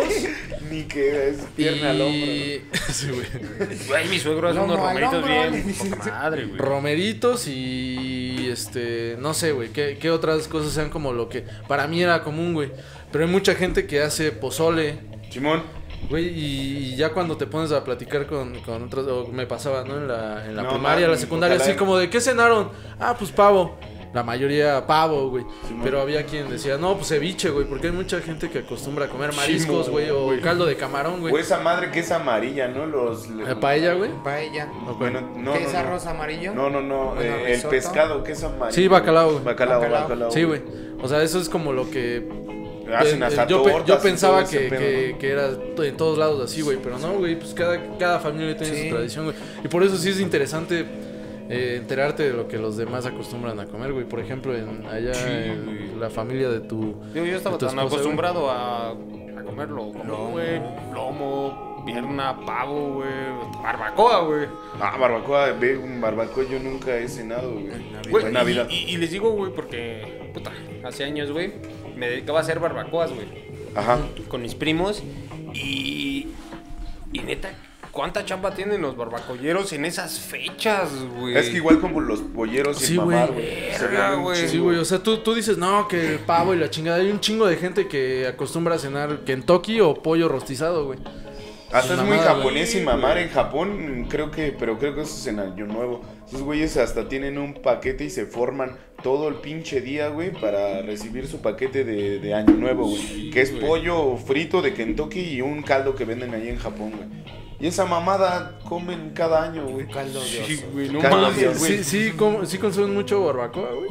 C: Ni que es [laughs] pierna al hombro. ¿no?
B: y- [laughs] Sí, güey.
A: Ay, mi suegro hace
D: Lomo
A: unos
D: al
A: romeritos
D: hombro, le
A: bien.
D: dices.
A: Poca madre, güey.
B: Romeritos y este, no sé, güey, ¿qué, qué otras cosas sean como lo que para mí era común, güey. Pero hay mucha gente que hace pozole,
C: Simón,
B: güey, y, y ya cuando te pones a platicar con, con otras, o me pasaba, ¿no? En la, en la
C: No,
B: primaria,
C: mami,
B: la secundaria,
C: ojalá.
B: así como de, ¿qué cenaron? Ah, pues pavo. La mayoría pavo, güey.
C: Simón.
B: Pero había quien decía, no, pues ceviche, güey, porque hay mucha gente que acostumbra a comer mariscos,
C: Simón,
B: güey, o
C: güey.
B: caldo de camarón,
C: o
B: güey.
C: esa madre que es amarilla, ¿no? Los.
B: Eh, Paella, güey.
D: Paella.
C: Bueno, no,
D: ¿Qué
C: no,
D: es
C: no.
D: arroz amarillo?
C: No, no, no.
D: Bueno,
C: eh, el
D: risotto.
C: pescado que es amarillo.
B: Sí, bacalao, güey.
C: Bacalao,
D: Bacalao.
C: bacalao.
B: Sí, güey. O sea, eso es como lo que
C: Hacen
B: Eh,
C: hasta
B: yo, pe-
C: tortas
B: yo
C: y
B: pensaba
C: todo ese
B: que,
C: pedo,
B: que-
C: ¿no?
B: que era to- en todos lados así, güey, pero no, güey, pues cada, cada familia tiene
D: Sí.
B: su tradición, güey. Y por eso sí es interesante eh, enterarte de lo que los demás acostumbran a comer, güey. Por ejemplo, en, allá
A: Sí,
B: en
A: güey.
B: la familia de tu...
A: Yo, yo estaba
B: de tu
A: tan
B: esposa, güey.
A: acostumbrado a, a comerlo. Como, güey, lomo, pierna, pavo, güey, barbacoa, güey.
C: Ah, barbacoa, ve, un barbacoa yo nunca he cenado, güey.
A: Güey,
C: En
A: y-
C: Navidad.
A: Y, y les digo, güey, porque, puta, hace años, güey, me dedicaba a hacer barbacoas, güey,
C: Ajá.
A: con mis primos. Y. Y neta, ¿cuánta chamba tienen los barbacolleros en esas fechas, güey?
C: Es que igual como los polleros
B: Sí,
C: sin mamar,
B: güey.
C: güey.
A: Verga,
C: Se ven un
A: güey.
C: chingo.
B: Sí, güey, o sea, tú, tú dices, no, que el pavo y la chingada. Hay un chingo de gente que acostumbra a cenar Kentucky o pollo rostizado, güey.
C: Hasta
B: Sin
C: es muy
B: mamada,
C: japonés
A: güey.
C: y mamar en Japón, creo que, pero creo que eso es en Año Nuevo. Esos güeyes hasta tienen un paquete y se forman todo el pinche día, güey, para recibir su paquete de, de Año Nuevo, güey. que es
A: güey.
C: pollo frito de Kentucky y un caldo que venden ahí en Japón, güey. Y esa mamada comen cada año, güey.
D: Caldo de oso.
A: Sí, güey, no
C: Calma,
A: mames,
B: Sí,
A: güey.
B: sí, com- sí consumen mucho barbacoa, güey.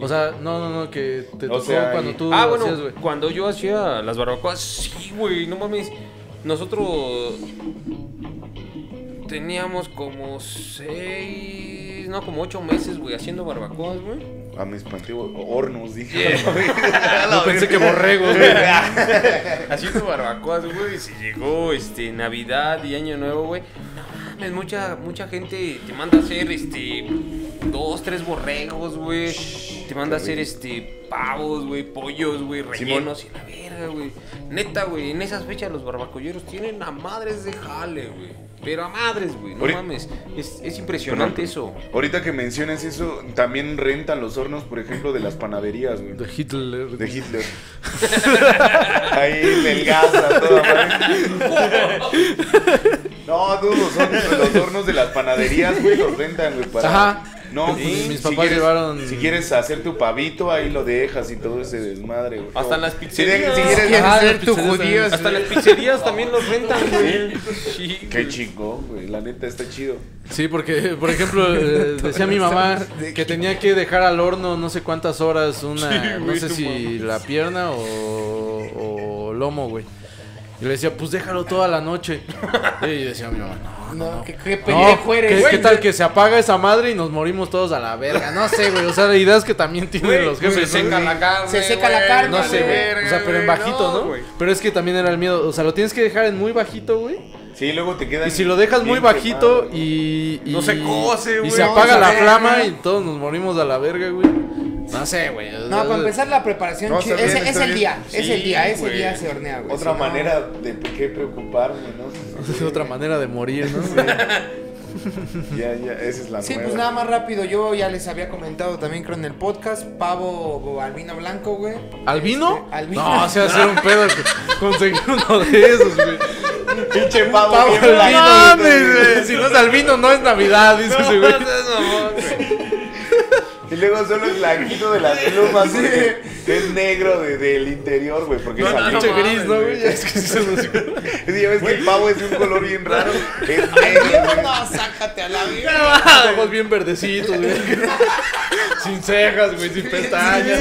B: O sea, no, no, no, que te
C: O
B: tocó
C: sea,
B: cuando
C: y-
B: tú
A: Ah,
B: lo
A: bueno,
B: hacías, güey.
A: cuando yo hacía las barbacoas, sí, güey, no mames. Nosotros teníamos como seis sí, no, como ocho meses, güey, haciendo barbacoas, güey.
C: A mis panteos, hornos, dije.
A: [laughs] Yo pensé que borrego, [laughs] güey. Haciendo barbacoas, güey. Si llegó este Navidad y Año Nuevo, güey. No mames, mucha, mucha gente te manda a hacer este. Dos, tres borregos, güey. Te manda a hacer este. Pavos, güey, pollos, güey, rellenos y la verga, güey. Neta, güey, en esas fechas los barbacolleros tienen a madres de jale, güey. Pero a madres, güey, no
C: Ori-
A: mames. Es, es impresionante eso.
C: [laughs] Ahorita que mencionas eso, también rentan los hornos, por ejemplo, de las panaderías, güey.
B: De Hitler.
C: De Hitler. [laughs] Ahí del gas a toda madre. No, dude, los hornos, los hornos de las panaderías, güey, los rentan, güey, para...
B: Ajá.
C: No,
B: Pues,
C: sí,
B: mis
C: si
B: papás
C: quieres-
B: llevaron-
C: Si quieres hacer tu pavito, ahí lo dejas y todo ese desmadre, güey.
A: Hasta las
C: Si de-
A: pizzerías.
C: Si
D: ¿Quieres
C: quieres...
B: Ajá,
D: ser
B: las
D: tu
B: pizzerías
D: judío?
A: Hasta las pizzerías también los rentan, [laughs] güey. Sí,
C: Qué
A: güey.
C: chingón, güey, la neta, está chido.
B: Sí, porque, por ejemplo, eh, decía mi mamá que tenía que dejar al horno no sé cuántas horas una, no sé si la pierna o, o lomo, güey. Y le decía, pues déjalo toda la noche. Y decía mi mamá, no.
D: No, qué, qué
B: No,
D: [laughs] pendejo eres,
B: ¿qué,
D: güey.
B: qué tal que se apaga esa madre y nos morimos todos a la verga? No sé, güey. O sea, la idea es que también tienen los jefes.
A: Se
B: ¿no?
A: seca la carne.
D: Se seca la
A: güey,
D: carne,
B: No sé, güey.
A: verga,
B: O sea, pero en
A: güey,
B: bajito, ¿no?
A: güey.
B: Pero es que también era el miedo. O sea, lo tienes que dejar en muy bajito, güey.
C: Sí, luego te quedan...
B: Y si lo dejas muy
C: bien
B: bajito
C: quemado, ¿no?
B: y, y-
A: No se cose, güey.
B: Y se
D: No,
B: apaga
D: se
B: la
D: ve,
B: flama
D: ¿no?
B: y todos nos morimos a la verga, güey. No sé, güey.
D: No, para empezar la preparación,
C: No,
D: chi-
C: está bien,
D: ese-
C: está
D: es el
C: bien.
D: día, es
A: Sí,
D: el día, ese
A: güey.
D: día se hornea, güey.
C: Otra
D: Si no-
C: manera de por qué preocuparme, ¿no?
B: Es otra manera de morir, ¿no?
C: Ya, ya, esa es la
D: Sí,
C: nueva.
D: pues nada más rápido, yo ya les había comentado también creo en el podcast, pavo o albino blanco, güey.
B: ¿Al vino?
D: Este, al vino.
B: No, o sea, hacer un pedo que- conseguir uno de esos, güey.
C: Pinche pavo,
B: Pavo
C: bien
B: al
C: blanco,
B: vino,
C: güey.
B: güey. Si no es al vino, no es Navidad, dice ese güey.
C: Y luego solo es blanquito de las plumas, güey. Es negro de- del interior, güey, porque es
A: no,
C: amarillo.
B: Pinche
A: no
B: gris,
A: mames,
B: ¿no,
A: güey.
B: güey? Ya Es que se los-
C: Sí, ya ves que el pavo es de un color bien raro.
A: [laughs]
C: Es negro, güey.
D: [laughs] No, sácate a la vida.
B: [laughs] Los ojos bien verdecitos, güey. Sin cejas, güey, sin pestañas.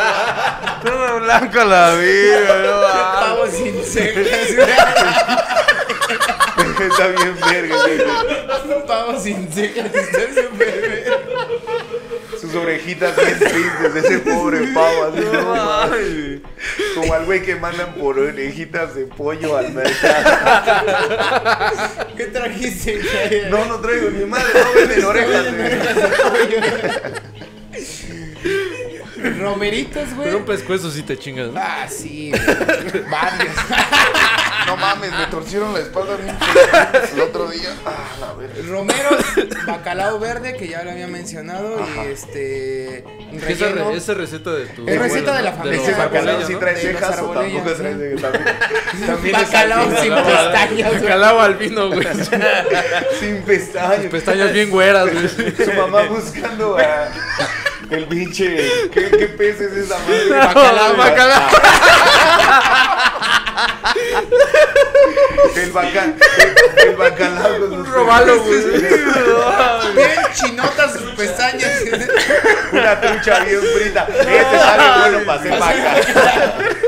B: [laughs] Todo blanco a la vida,
D: Pavo sin cejas.
C: Está bien verga, güey.
D: pavo sin cejas. está súper bien.
C: Sus orejitas bien tristes, ese pobre pavo. Así, no mames. Como al güey que mandan por orejitas de pollo al mercado.
D: ¿Qué trajiste? güey?
C: No, no traigo ni madre, no venden orejas, güey.
D: Romeritos, güey.
B: Pero un pescuezo sí te chingas, ¿no?
D: Ah, sí, güey.
C: [laughs]
D: varios.
C: No mames, me torcieron la espalda bien feo el otro día. Ah, la verga.
D: Romeros, bacalao verde, que ya lo había mencionado, y este.
B: Esa,
D: relleno.
B: re- esa receta de tu.
D: Es receta de
B: abuela,
D: la
B: ¿no?
D: familia.
C: Ese
B: los
C: bacalao
B: abuelos,
C: sí
B: ¿no?
C: trae
D: De
C: cejas
D: los
C: o tampoco
D: arboleños,
C: trae
D: sí.
C: cejas. También, también es
D: Bacalao
C: así,
D: sin
C: ¿no? [laughs]
D: pestañas, güey.
B: Bacalao al vino, güey.
C: Sin pestañas.
B: [laughs] Pestañas bien güeras, [laughs] güey.
C: Su mamá buscando a. El pinche. ¿Qué, qué pez es esa madre?
D: Bacalao,
B: bacalao.
C: El, baca, el bacalao con sus
B: Robalo, güey.
D: Bien chinotas sus pestañas.
C: [laughs]
D: [laughs]
C: Una trucha bien frita. Ese sabe bueno para hacer bacalao.
B: [laughs]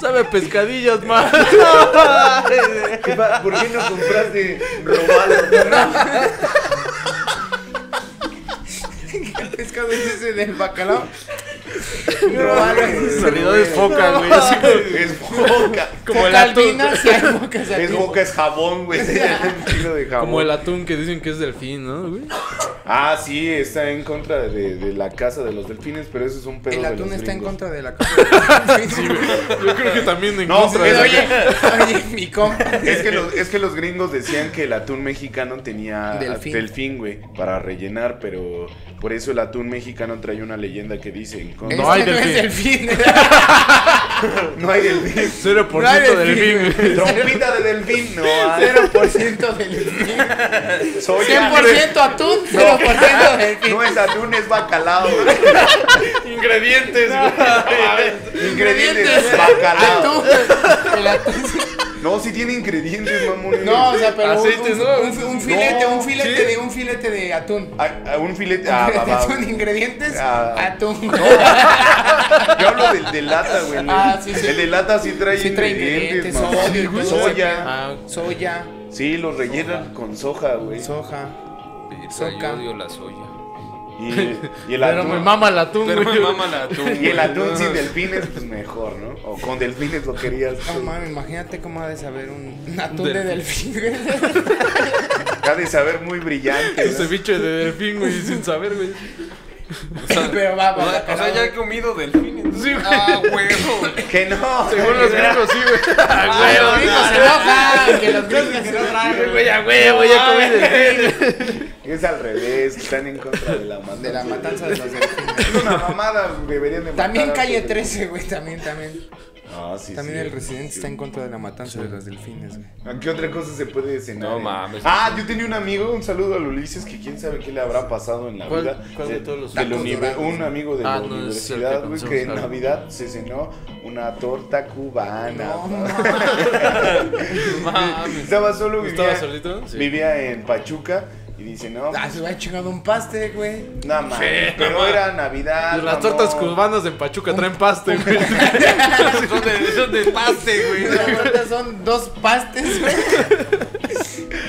B: Sabe a pescadillas, [laughs] más. [laughs]
C: ¿Qué pa- ¿Por qué no compraste robalo?
D: ¿Qué pescado es ese del bacalao? Robalo.
B: realidad es foca, güey. así como-
C: Es boca.
B: como el
D: Foca
B: atún.
D: albina, si hay focas
C: Es
D: albinas.
C: boca, es jabón,
B: [laughs]
C: güey. Un kilo de jabón.
B: Como el atún que dicen que es delfín, ¿no, güey?
C: Ah, sí, está en contra de, de la casa de los delfines, pero eso es un pedo.
D: El
C: de
D: atún
C: los
D: está en
C: gringos.
D: contra de la
C: [laughs]
D: casa.
B: Yo creo que también en
C: No,
B: contra
C: pero
B: de
D: Pero
B: la-
D: oye, oye, mi compa.
C: Es que, los, es que los gringos decían que el atún mexicano tenía
D: Delfín.
C: delfín, güey, para rellenar, pero por eso el atún mexicano trae una leyenda que dice: en contra-
B: No hay
D: Este
B: delfín.
D: No es delfín.
C: No hay delfín.
B: 0%
D: [laughs] No hay
B: delfín, güey.
C: Trompita de delfín, no hay.
D: [laughs] 0% delfín.
C: Soy
D: 100% atún, 0% delfín.
C: No es atún, es
D: [laughs]
C: bacalao. güey.
B: Ingredientes,
C: Ingredientes: bacalao.
D: Atún. El atún.
C: No, si tiene ingredientes, mamón.
D: No, o sea, pero un-
B: Aceites,
D: un,
B: ¿no?
D: un- un filete,
C: No,
D: un filete
C: ¿sí?
D: de un filete de atún.
C: A- a un filete. Ah, va, va,
D: [laughs] son ingredientes
C: Ah.
D: atún.
C: Yo hablo del de lata, güey.
D: Ah, sí, sí.
C: El de lata sí trae
D: Sí trae
C: ingredientes,
D: ingredientes,
C: mamá.
D: sodio y todo
C: soya.
B: Ah,
D: Soya.
C: Sí, los rellenan con soja, güey.
D: Soja.
A: Verga,
D: Soca.
A: Yo odio la soya.
C: Y, y el
B: Pero
C: atún.
B: me mama el atún,
A: Pero
B: güey.
A: me mama el atún.
C: Y el
A: güey,
C: atún
A: no.
C: sin delfines, pues mejor, ¿no? O con delfines lo querías.
D: No
C: güey.
D: mames, imagínate cómo ha de saber un un atún de delfín.
A: Delfín.
D: güey.
C: Ha de saber muy brillante.
B: Ese
C: ¿no?
B: bicho de delfín, güey, sin saber, güey.
A: O sea,
D: [laughs] Pero va, va,
A: o sea,
D: va,
A: o sea, ya he comido delfín. entonces- Ah, huevo.
C: Que no. [laughs]
B: Según los gringos, sí, güey.
D: Ah, los gringos se enojan, que los gringos se
B: Ay, güey,
D: enojan, güey.
B: a huevo, ya comí delfín.
C: Es al revés, están en contra de la matanza.
D: De la matanza de los delfines.
C: Es una mamada, deberían de matar
D: También
C: a
D: calle
C: todos.
D: 13, güey, también, también.
C: Ah, sí,
D: También
C: sí.
D: el residente está en contra de la matanza de los delfines, güey.
C: ¿A ¿Qué otra cosa se puede cenar?
A: No
C: eh?
A: mames.
C: Ah, yo tenía un amigo, un saludo al Ulises, que quién sabe qué le habrá pasado en la
B: ¿Cuál-
C: vida.
B: cuál de
C: Se-
B: todos los
C: del
D: tacos
C: univer-
D: dorados?
C: Un amigo de
B: Ah,
C: la
B: no, es el que
C: universidad, güey, que,
B: conocemos,
C: en
B: claro.
C: Navidad se cenó una torta cubana.
D: No,
C: pa.
D: mames.
A: Mames.
C: Estaba solo, vivía,
B: ¿Estaba solito? Sí.
C: vivía en Pachuca y dice, no,
D: [laughs] Ah, se hubiera chingado un paste, güey.
C: nada más. pero era Navidad. mamón.
B: Las tortas cubanas en Pachuca traen paste, güey.
A: Son de, son de paste, güey.
D: Las tortas son dos pastes, güey.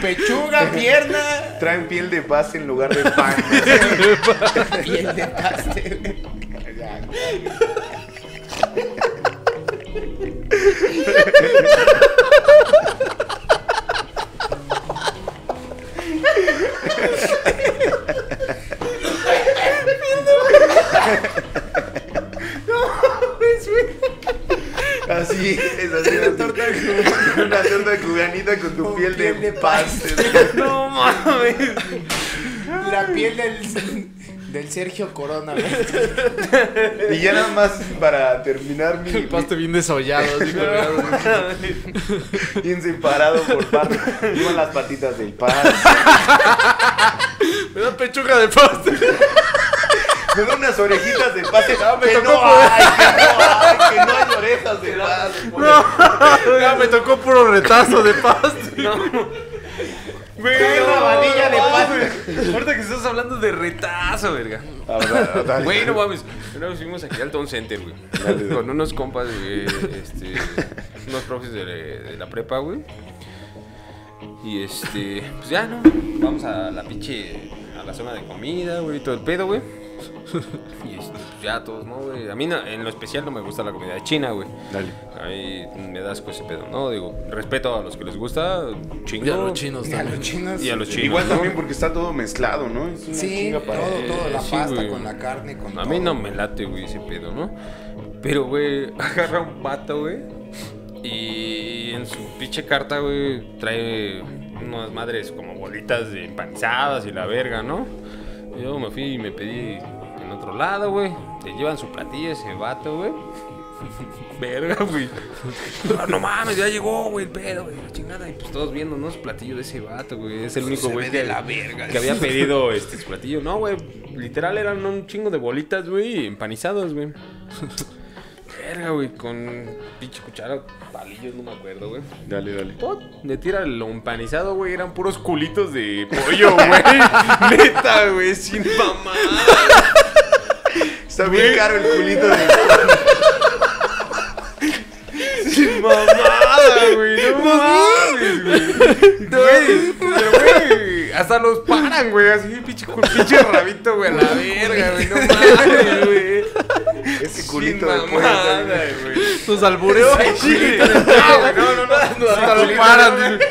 D: Pechuga, pierna
C: Traen piel de paz en lugar de
B: [laughs]
C: pan.
D: y el de paste, güey.
C: Ya, güey. Así es, así una torta, una torta cubanita con tu
D: Con
C: piel,
D: piel
C: de,
D: de
C: paz.
A: No mames.
D: La piel del, del Sergio Corona, güey.
C: Y ya nada más para terminar mi,
B: El paste bien desollado, así colgado, güey.
C: bien separado por [laughs] partes, con las patitas del pan,
B: Me da pechuga de paste.
C: con unas orejitas de paz,
B: me
C: que,
B: tocó
C: no
B: por-
C: hay, que no [laughs] hay, que no hay orejas de paz.
B: Ya me tocó puro retazo de paste.
A: Güey,
D: Una
A: vadilla
D: vadilla de
A: paste. Ahorita que estás hablando de retazo, verga.
C: [laughs]
A: Güey, no mames. Una vez fuimos aquí al Town Center, güey. Con unos compas, güey. Este, unos profes de, de la prepa, güey. Y este, pues ya, ¿no? Vamos a la pinche. A la zona de comida, güey. Todo el pedo, güey. Y este, pues ya todos, ¿no, güey? A mí no- eh, en lo especial no me gusta la comida china, güey.
C: Dale.
A: A mí me das pues ese pedo, ¿no? Digo, respeto a los que les gusta, chingo.
B: Y a los chinos
D: Y a los
B: también.
D: chinos.
A: Y a los chinos.
C: Igual
A: ¿no?
C: también porque está todo mezclado, ¿no? Es una
D: Sí,
C: chinga para-
D: todo, todo. La
A: Sí,
D: pasta
A: güey.
D: con la carne, con
A: A mí
D: todo.
A: no me late, güey, ese pedo, ¿no? Pero, güey, [laughs] agarra un pato, güey. Y en su pinche carta, güey, trae unas madres como bolitas de empanizadas y la verga, ¿no? Yo me fui y me pedí en otro lado, güey. Te llevan su platilla ese vato, güey. [laughs] Verga, güey. No, no mames, ya llegó, güey, el pedo, güey. La chingada. Y pues todos viendo, ¿no? Su platillo de ese vato, güey. Es el único,
D: Se
A: güey.
D: ve de
A: que-
D: la verga.
A: que había pedido este su platillo. No, güey. Literal eran un chingo de bolitas, güey, empanizadas, güey. Verga, güey, con pinche cuchara, palillos, no me acuerdo, güey.
C: Dale, dale.
A: Pot, Le tira lo empanizado, güey. Eran puros culitos de pollo, güey. Neta, güey, sin mamá.
C: Está bien caro el culito de...
A: Sin mamada, güey. No mames, güey. Güey, pero, güey, Hasta los paran, güey. Así, pinche, cu- pinche rabito, güey. A la verga, güey. [laughs] No mames, güey.
C: Ese culito
A: Sin
C: de pollo está bien-
A: mamada, güey.
B: Nos albureó.
A: No, no, no, no.
B: Hasta lo paran. dice.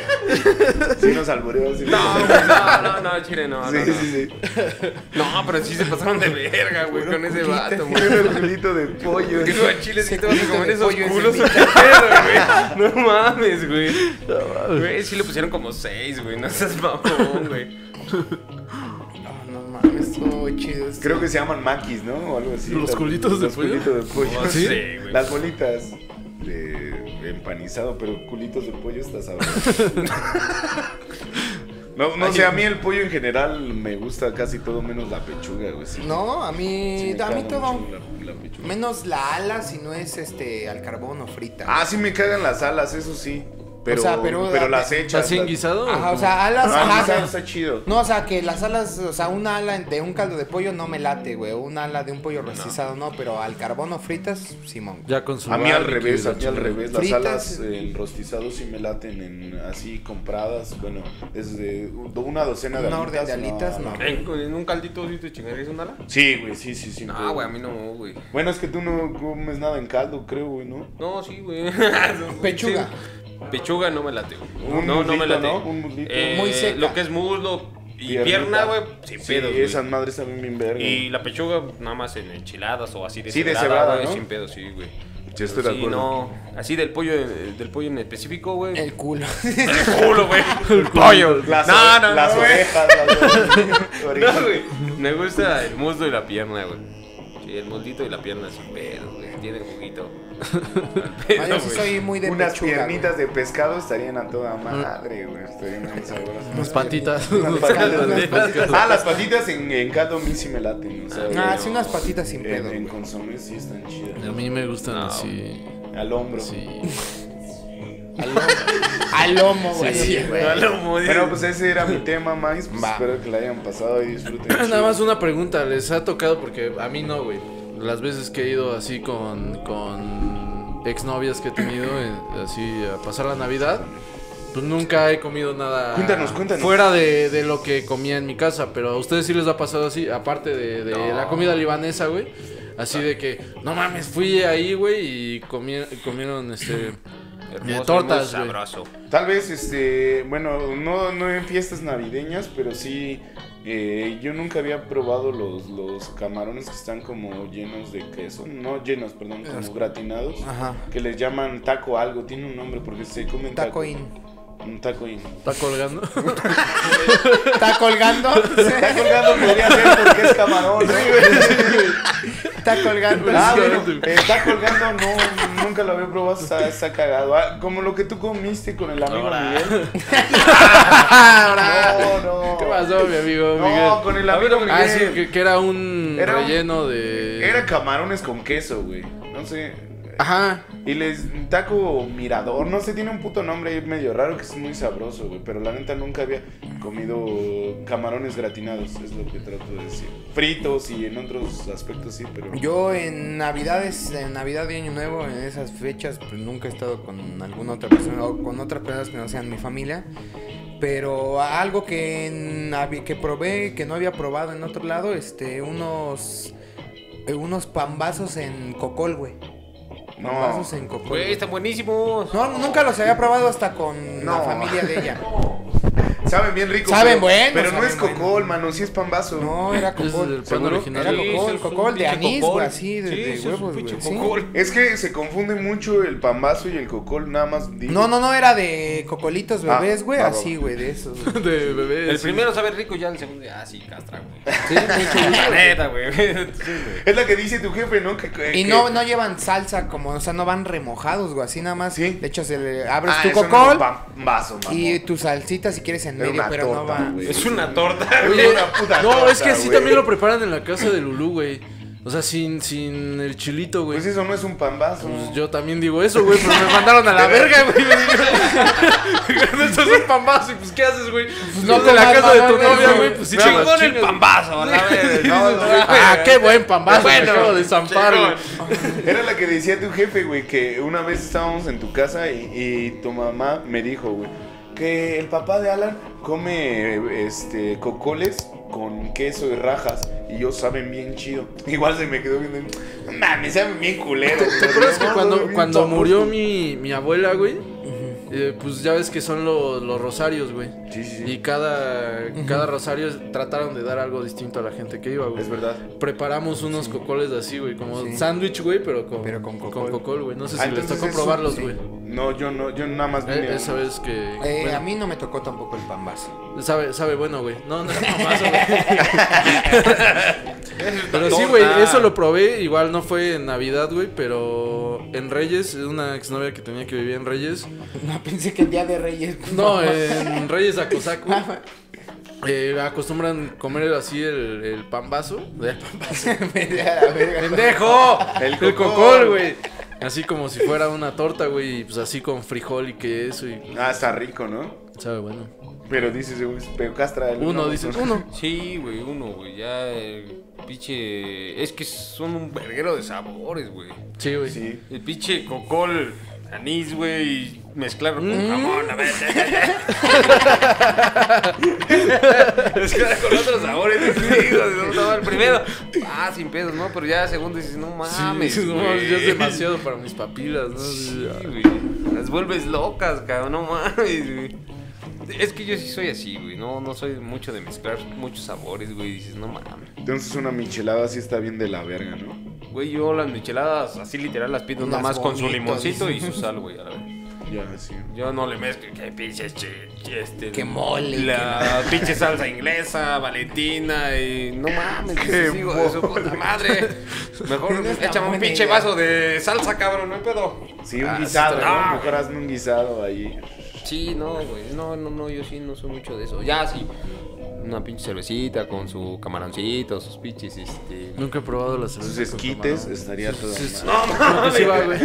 C: Sí nos albureó. sí nos-
A: No, no, no, chile, no.
C: Sí,
A: no, no.
C: sí, sí.
A: No, pero sí se pasaron de verga, güey, con ese vato, güey.
C: Era el culito de pollo.
A: Digo, al chile sí te vas a comer
D: de
A: esos
D: pollo es
A: culos
D: mi-
A: o qué [laughs] pedo, güey. No mames, güey. Güey, sí le pusieron como seis, güey. No seas mamón, güey.
D: No, no mames, estuvo chido. esto.
C: Creo que se llaman maquis, ¿no? O algo así.
B: ¿Los culitos de
C: los
B: pollo? Ah,
C: culitos de pollo.
A: No sé, güey.
C: Las bolitas de empanizado, pero culitos de pollo está sabroso.
B: [laughs]
C: no, no sé, a mí el pollo en general me gusta casi todo menos la pechuga, güey. sí.
D: No, a
C: Sí
D: mí.
C: me
D: a mí
C: caga
D: todo.
C: mucho La, la pechuga.
D: Menos la ala si no es este al carbón o frita.
C: Ah, sí me cagan las alas, eso sí. Pero,
D: O sea, pero-
C: las hechas.
B: ¿Así en
C: las-
B: guisado?
D: Ajá, o
B: ¿Cómo?
D: sea, alas.
C: Ah,
D: ajá,
C: guisado
D: o sea,
C: está chido.
D: No, o sea, que las alas, o sea, una ala de un caldo de pollo no me late, güey. Una ala de un pollo rostizado no, pero al carbono fritas, Simón. güey.
B: Ya con su
C: A mí al
B: barbecue y
C: revés,
B: la
C: a mí al
B: chingada.
C: revés. Las
D: Fritas. eh.
C: alas en rostizado sí me laten en, así compradas. Bueno, es de una docena de
D: Una orden de alitas, no.
A: ¿En, en un caldito sí te chingarías un ala?
C: Sí, güey, sí, sí, sí.
A: No,
C: pero-
A: güey, a mí no, güey.
C: Bueno, es que tú no comes nada en caldo, creo, güey, ¿no?
A: No, sí, [laughs] güey. Sí,
D: Pechuga.
A: güey. Pechuga no me late, güey.
C: Un
A: no, no
C: muslito,
A: me late.
C: ¿no? Un muslito.
A: Eh,
D: Muy seca.
A: Lo que es muslo y
C: Piernita.
A: pierna, güey, sin
C: Sí,
A: pedos. güey.
C: esas madres también bien verga.
A: Y la pechuga nada más en enchiladas o así de
C: Sí,
A: cebrada,
C: deshebrada,
A: güey,
C: ¿no?
A: sin pedo, sí, güey.
C: Sí, estoy de
A: Pero sí,
C: acuerdo.
A: no, así del pollo eh, del pollo en específico, güey.
D: El culo.
A: El culo, güey. [laughs] El pollo.
C: Las,
A: no, no,
C: las
A: no, güey.
C: orejas,
A: [laughs]
C: las orejas.
A: No, güey. Me gusta el muslo y la pierna, güey. Sí, el muslito y la pierna sin pedo, güey. Tiene juguito. Al pedo,
D: No, yo sí
A: güey.
D: soy muy de
C: Unas
D: pechuga,
C: piernitas de pescado estarían a toda madre, güey. Estarían bien sabrosas.
B: Unas patitas.
C: Unas patitas,
D: Unas
C: unas
D: patitas.
C: patitas. [laughs] Ah, las patitas en, en caldo a mí sí me laten. O sea,
D: güey. Ah, sí, unas patitas
C: en,
D: sin pedo.
C: en consomé sí están
B: A
C: chidas.
B: mí me gustan
A: No.
B: así.
C: Al hombro.
B: Sí.
D: Al lomo, güey.
B: Sí,
D: güey.
A: No lo modes.
C: Bueno, pues ese era mi tema, más. Pues
D: Va.
C: espero que la hayan pasado y disfruten.
B: Ah, Nada
C: chido.
B: más una pregunta, ¿les ha tocado? Porque a mí no, güey. Las veces que he ido así con, con exnovias que he tenido, eh, así a pasar la Navidad, pues nunca he comido nada.
C: Cuéntanos, cuéntanos.
B: Fuera de, de lo que comía en mi casa, pero a ustedes sí les ha pasado así, aparte de, de
A: No.
B: la comida libanesa, güey. Así de que, no mames, fui ahí, güey, y comie- comieron este.
A: Hermoso,
B: de tortas,
A: muy
B: güey.
A: sabroso.
C: Tal vez, este, bueno, no, no en fiestas navideñas, pero sí, eh, yo nunca había probado los, los camarones que están como llenos de queso, no llenos, perdón, como gratinados,
D: Ajá.
C: que les llaman taco algo, tiene un nombre porque se comen
D: Taco in.
C: Un taco in.
B: Está
C: [laughs]
B: [laughs] colgando.
D: Está colgando. [laughs]
C: Está colgando, podría ser porque es camarón, ¿no?
D: Está colgando.
C: Ah,
D: Ah,
C: bueno,
D: bueno.
C: eh, está colgando, no, nunca lo había probado, está, está cagado. Ah, como lo que tú comiste con el amigo
A: Ahora.
B: [laughs]
C: Miguel. No, no.
B: Ah, ¿Qué pasó, mi amigo? Miguel?
C: No, con el amigo Miguel.
B: Ah, sí, que, que era un
C: Era un-
B: relleno de.
C: Era camarones con queso, güey. No sé.
B: Ajá.
C: Y les taco mirador, no sé, tiene un puto nombre ahí medio raro que es muy sabroso, güey. Pero la neta nunca había comido camarones gratinados, es lo que trato de decir. Fritos y en otros aspectos sí, pero.
D: Yo en Navidades, en Navidad y Año Nuevo, en esas fechas, pues nunca he estado con alguna otra persona o con otras personas que no sean mi familia. Pero algo que, en Navi- que probé, que no había probado en otro lado, este, unos, eh, unos pambazos en cocol, güey.
C: no.
D: Pambazos en cocol.
A: Güey,
D: güey.
A: están buenísimos.
D: No, nunca los había probado hasta con
C: No.
D: la familia de ella.
C: Saben bien rico.
D: Saben
C: pero-
D: bueno,
C: Pero no
D: saben
C: es cocol,
D: bueno.
C: mano, sí es pambazo.
D: No,
A: [laughs]
D: era
B: Ese es
D: cocol.
B: el pan
D: ¿Seguro?
B: original.
D: Era
B: Sí,
D: cocol,
A: es un
D: cocol de
A: pinche
D: anís,
A: cocol.
D: güey, así, de,
A: Sí,
D: de
A: ese es un
D: huevos,
A: pinche
D: güey. sí.
A: cocol.
C: Es que se confunde mucho el pambazo y el cocol, nada más. digo.
D: No, no, no, era de cocolitos
C: Ah,
D: bebés, güey,
C: va, va,
D: así,
C: va.
D: güey, de esos.
C: [laughs]
D: güey.
B: De bebé.
A: El
B: sí.
A: primero sabe rico, ya el segundo. Ah, sí, castra, güey.
B: Sí, mucho gusto.
A: [laughs] La neta, güey. Sí, güey.
C: Es la que dice tu jefe, ¿no? Que, que-
D: Y
C: que-
D: no, no llevan salsa como, o sea, no van remojados, güey, así nada más.
C: Sí.
D: De hecho, se le abres
C: Ah,
D: tu
C: eso no
D: cocol
C: es pambazo, mamón.
D: y tu salsita si quieres en
C: Era
D: medio,
C: una
D: pero no
C: torta,
D: va.
C: güey.
A: Es una torta, güey.
C: Era una puta
B: No,
C: torta,
B: es que así
C: güey.
B: también lo preparan en la casa de Lulú, güey. O sea, sin, sin el chilito, güey.
C: Pues eso no es un pambazo.
B: Pues yo también digo eso, güey, pero me mandaron a la verga, güey. Me dijeron, [laughs] Esto es un pambazo, y pues ¿qué haces, güey? Pues
D: no
B: no de la
D: comas
B: casa de tu
D: bananas,
B: novia,
D: güey.
B: güey, pues sí te las
A: Chingón el
B: chingas.
A: pambazo, a la
C: [laughs]
A: verga.
C: No, no, no.
B: Ah, qué buen pambazo,
A: Bueno,
B: bueno, acabo de zampar, güey.
C: [laughs] Era la que decía tu jefe, güey, que una vez estábamos en tu casa y, y tu mamá me dijo, güey, que el papá de Alan come eh, este cocoles con queso y rajas y yo saben bien chido. [laughs] Igual se me quedó viendo, "No mames, saben bien culero.
B: ¿Te acuerdas que cuando, cuando murió mi, mi abuela, güey? eh, pues ya ves que son lo- los rosarios, güey.
C: Sí, sí, sí.
B: Y cada, cada rosario es- trataron de dar algo distinto a la gente que iba, güey.
C: Es verdad.
B: Preparamos unos cocoles así, güey, como
D: Sí.
B: sándwich, güey, pero con,
D: Pero con cocol.
B: güey. No sé si
C: Ah,
B: les
C: entonces
B: tocó
C: eso-
B: probarlos,
C: sí.
B: güey.
C: No, yo no, yo nada más vine.
B: Eh,
C: a-
B: esa vez que...
D: Eh,
B: bueno,
D: A mí no me tocó tampoco el pambazo. [laughs]
B: sabe, sabe bueno, güey. No, no, no, más, Pero sí, güey, eso lo probé. Igual no fue en Navidad, güey, pero en Reyes, una exnovia que tenía que vivir en Reyes.
D: No pensé que el día de Reyes.
B: No, eh. en Reyes Acosaco eh, acostumbran comer así el, el pambazo. El pambazo.
D: Me da la verga.
B: ¡Pendejo!
C: El
B: El cocol,
C: cocol.
B: güey. Así como si fuera una torta, güey, y pues así con frijol y queso y
C: Ah, está rico, ¿no?
B: sabe bueno.
C: Pero dices, güey, pero castra el
B: Uno
C: uno,
B: dice,
C: ¿no?
B: uno.
A: Sí, güey, uno, güey. Ya el pinche. Es que son un verguero de sabores, güey.
B: Sí,
C: [laughs]
B: güey.
C: Sí.
A: El pinche cocol, anís, güey, y mezclarlo con jamón, a ver. [laughs] Mezclar con otros sabores, dices, hijo, de puta madre, primero, ah, sin pedos, ¿no? Pero ya segundo dices, no mames,
B: Sí, no,
A: güey.
B: ya es demasiado para mis papilas, ¿no?
A: Sí,
B: Sí, ah.
A: güey. Las vuelves locas, cabrón, no mames, güey. Es que yo sí soy así, güey. No, no soy mucho de mezclar muchos sabores, güey. Dices, no mames.
C: Entonces una michelada sí está bien de la verga, ¿no?
A: Güey, yo las micheladas así literal las pido nada
D: Las
A: más con su
D: bonitas,
A: limoncito y
D: dices.
A: su sal, güey. a la verga.
C: Ya, sí.
A: Yo no le mezclo que pinche che- che- este,
D: Que mole,
A: La [laughs] pinche salsa inglesa, valentina y no mames, dices, hijo de su puta madre. Mejor
D: No está
A: échame un
D: buena
A: pinche
D: idea.
A: vaso de salsa, cabrón, no hay pedo.
C: Sí, un
A: Ah,
C: guisado,
A: sí,
C: ¿no?
A: no.
C: Mejor hazme un guisado ahí.
A: Sí, no, güey. No, no, no, yo sí no soy mucho de eso. Ya sí. Una pinche cervecita con su camaroncito, sus pinches, este.
B: Nunca he probado las
C: Sus
B: cervezas con
C: esquites
B: camarón.
C: estaría todo
B: Sí, sí.
C: mal.
B: Creo que sí va, güey.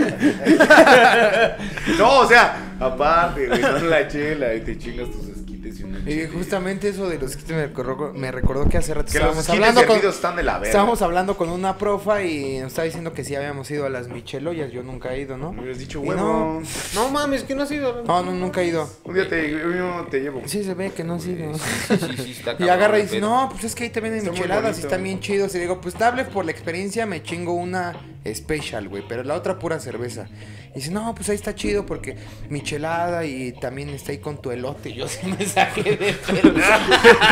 C: [laughs] No, o sea, aparte, güey, no la chela y te chingas tus esquites y una
D: Y
C: chela.
D: justamente eso de los esquites me recordó, me recordó que hace rato
C: Que los
D: estábamos
C: esquites
D: hablando con
C: hervidos están de la verga.
D: estábamos hablando con una profa y nos estaba diciendo que sí habíamos ido a las micheloyas, yo nunca he ido, ¿no?
C: Me hubieras dicho,
D: Y
C: huevo.
D: no.
A: No mames, que no ha sido.
D: No, no, nunca he ido.
C: Un día te, un día te llevo.
D: Sí se ve que no sí,
A: [laughs]
D: no.
A: Sí, sí, sí, está
D: [laughs] Y
A: cabrón,
D: agarra y
A: el
D: dice,
A: pedo.
D: no, pues es que ahí te venden
C: Está muy
D: micheladas y
C: bonito.
D: están bien chidos. Y le digo, pues dable por la experiencia, me chingo una special, güey, pero la otra pura cerveza. Y dice, no, pues ahí está chido porque michelada y también está ahí con tu elote. Yo sí me saqué de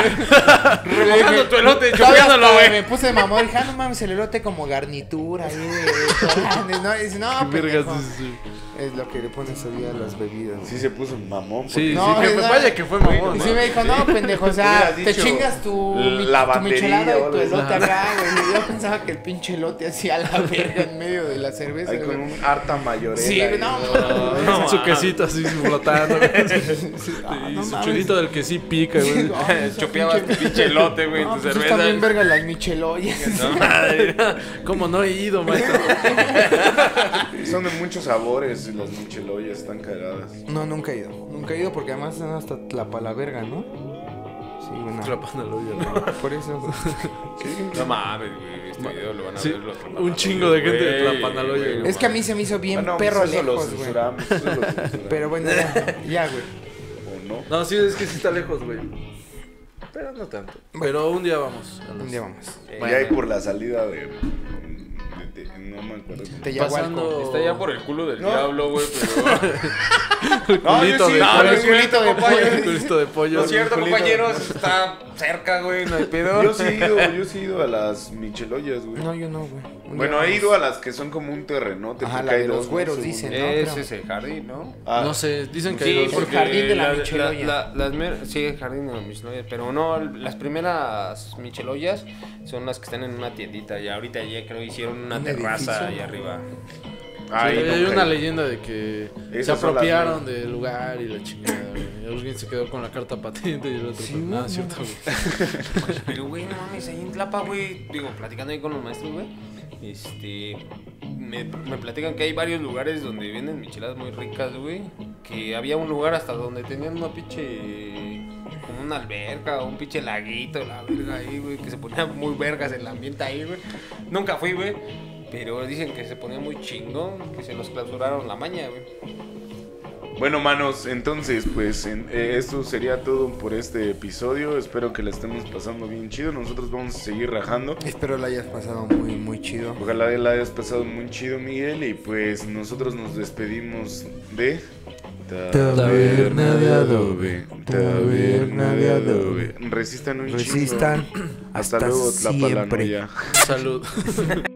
A: Remojando tu elote,
D: Todavía
A: chupeándolo,
D: hasta
A: güey.
D: Me puse mamón, dije, ah, no mames, el elote como garnitura, ahí de- de grande, ¿no? Y dice, no,
B: Qué vergas
D: pendejo.
B: es eso.
D: Es lo que le pones hoy a las bebidas.
C: Sí se puso mamón.
B: Sí,
D: No,
B: sí, que
D: no.
B: vaya que fue mamón.
D: Y sí me dijo, no, pendejo, o sea,
C: Hubieras
D: te
C: dicho
D: chingas tu, mi-
C: la
D: tu
C: batería
D: michelada
C: o
D: y tu
C: algo
D: elote
B: así.
D: acá, güey. Yo pensaba que el pinche elote hacía la [laughs] verga en medio de la cerveza,
C: Ahí con
D: güey.
C: un harta mayorela.
D: Sí,
C: y-
D: no,
B: Con su quesito así flotando.
D: [laughs] Ah,
B: Y
D: no
B: su
D: mames.
B: chulito del que sí pica,
D: Sí, [laughs]
B: güey.
D: no, esa
A: Chupeabas [laughs] tu pinche elote, güey,
D: No,
A: tu
D: pues
A: cerveza.
D: Está bien verga las micheloyas.
A: No, madre.
B: [laughs] ¿Cómo no he ido, maestro?
C: [laughs] Son de muchos sabores y las micheloyas están cagadas.
D: [laughs] No, nunca he ido. Nunca he ido porque además están hasta la palaverga, ¿no? Sí, bueno.
B: Atrapando al odio, ¿no? [laughs]
D: Por eso.
A: No mames, güey. Este video lo van a
B: Sí,
A: ver los
B: un
A: tlapanaloyos,
B: chingo de gente de
A: güey,
B: tlapanaloyo,
A: güey,
B: güey.
A: no
D: es que a
A: mames.
D: mí se me hizo bien
C: Ah, no,
D: perro
C: pues eso lo
D: lejos, güey.
C: censuramos, eso
D: [laughs]
C: lo censuramos.
D: Pero
B: [laughs]
D: bueno, ya, ya, güey.
C: ¿O no?
B: No, sí, es que sí está lejos, güey. Pero no tanto. Pero un día vamos. a las-
D: Un día vamos.
C: Y ahí por la salida de... de- de- no me acuerdo.
D: Te
B: Pasando-
A: Está ya por el culo del
C: No.
A: diablo, güey, pero.
C: No, yo sí,
B: de
C: no,
B: pollo.
C: yo sí,
B: [laughs]
A: culito de
B: El
A: pollo.
B: culito de pollo.
A: No es cierto,
C: culito.
A: compañeros. Está cerca, güey, no hay pedo.
C: Yo sí he ido, yo sí he ido a las micheloyas, güey.
D: No, yo no, güey. Un día
C: bueno, he
D: vamos.
C: ido a las que son como un terrenote.
D: Ajá,
C: porque
D: la de
C: hay
D: los
C: dos,
D: güeros,
C: ¿no?
D: dicen.
C: Según-
D: No,
A: Ese
D: creo.
A: es el jardín, ¿no?
C: Ah,
B: No sé, dicen que hay
A: Sí,
B: dos.
A: porque
D: El jardín de la
A: las-
D: micheloya.
A: la- las mer- sí, el jardín de la micheloya, pero no, las primeras micheloyas son las que están en una tiendita y ahorita ya creo hicieron una
D: ¿Un
A: terraza
D: edificio?
A: ahí arriba.
C: ahí
B: Sí,
C: nunca
B: hay
C: he
B: una
C: ido.
B: leyenda de que se
C: Esas son las
B: apropiaron del lugar y la chingada. güey. Alguien se quedó con la carta patente y el otro. pues, nada, cierto, güey.
A: Pero, güey, no mames, ahí en Tlapa, güey, digo, platicando ahí con los maestros, güey, este, me, me platican que hay varios lugares donde venden micheladas muy ricas, güey, que había un lugar hasta donde tenían una pinche, como una alberca o un pinche laguito, la verga ahí, güey, que se ponía muy vergas el ambiente ahí, güey. Nunca fui, güey, pero dicen que se ponía muy chingón, que se los clausuraron la maña, güey.
C: Bueno, manos, entonces, pues en- eh, esto sería todo por este episodio. Espero que la estemos pasando bien chido. Nosotros vamos a seguir rajando.
D: Espero la hayas pasado muy, muy chido.
C: Ojalá la hayas pasado muy chido, Miguel. Y pues nosotros nos despedimos de.
D: Taberna de Adobe.
C: Taberna de Adobe. Resistan un chingo.
D: Resistan
C: Hasta, luego,
D: siempre.
C: Tlapalanoya.
B: Salud.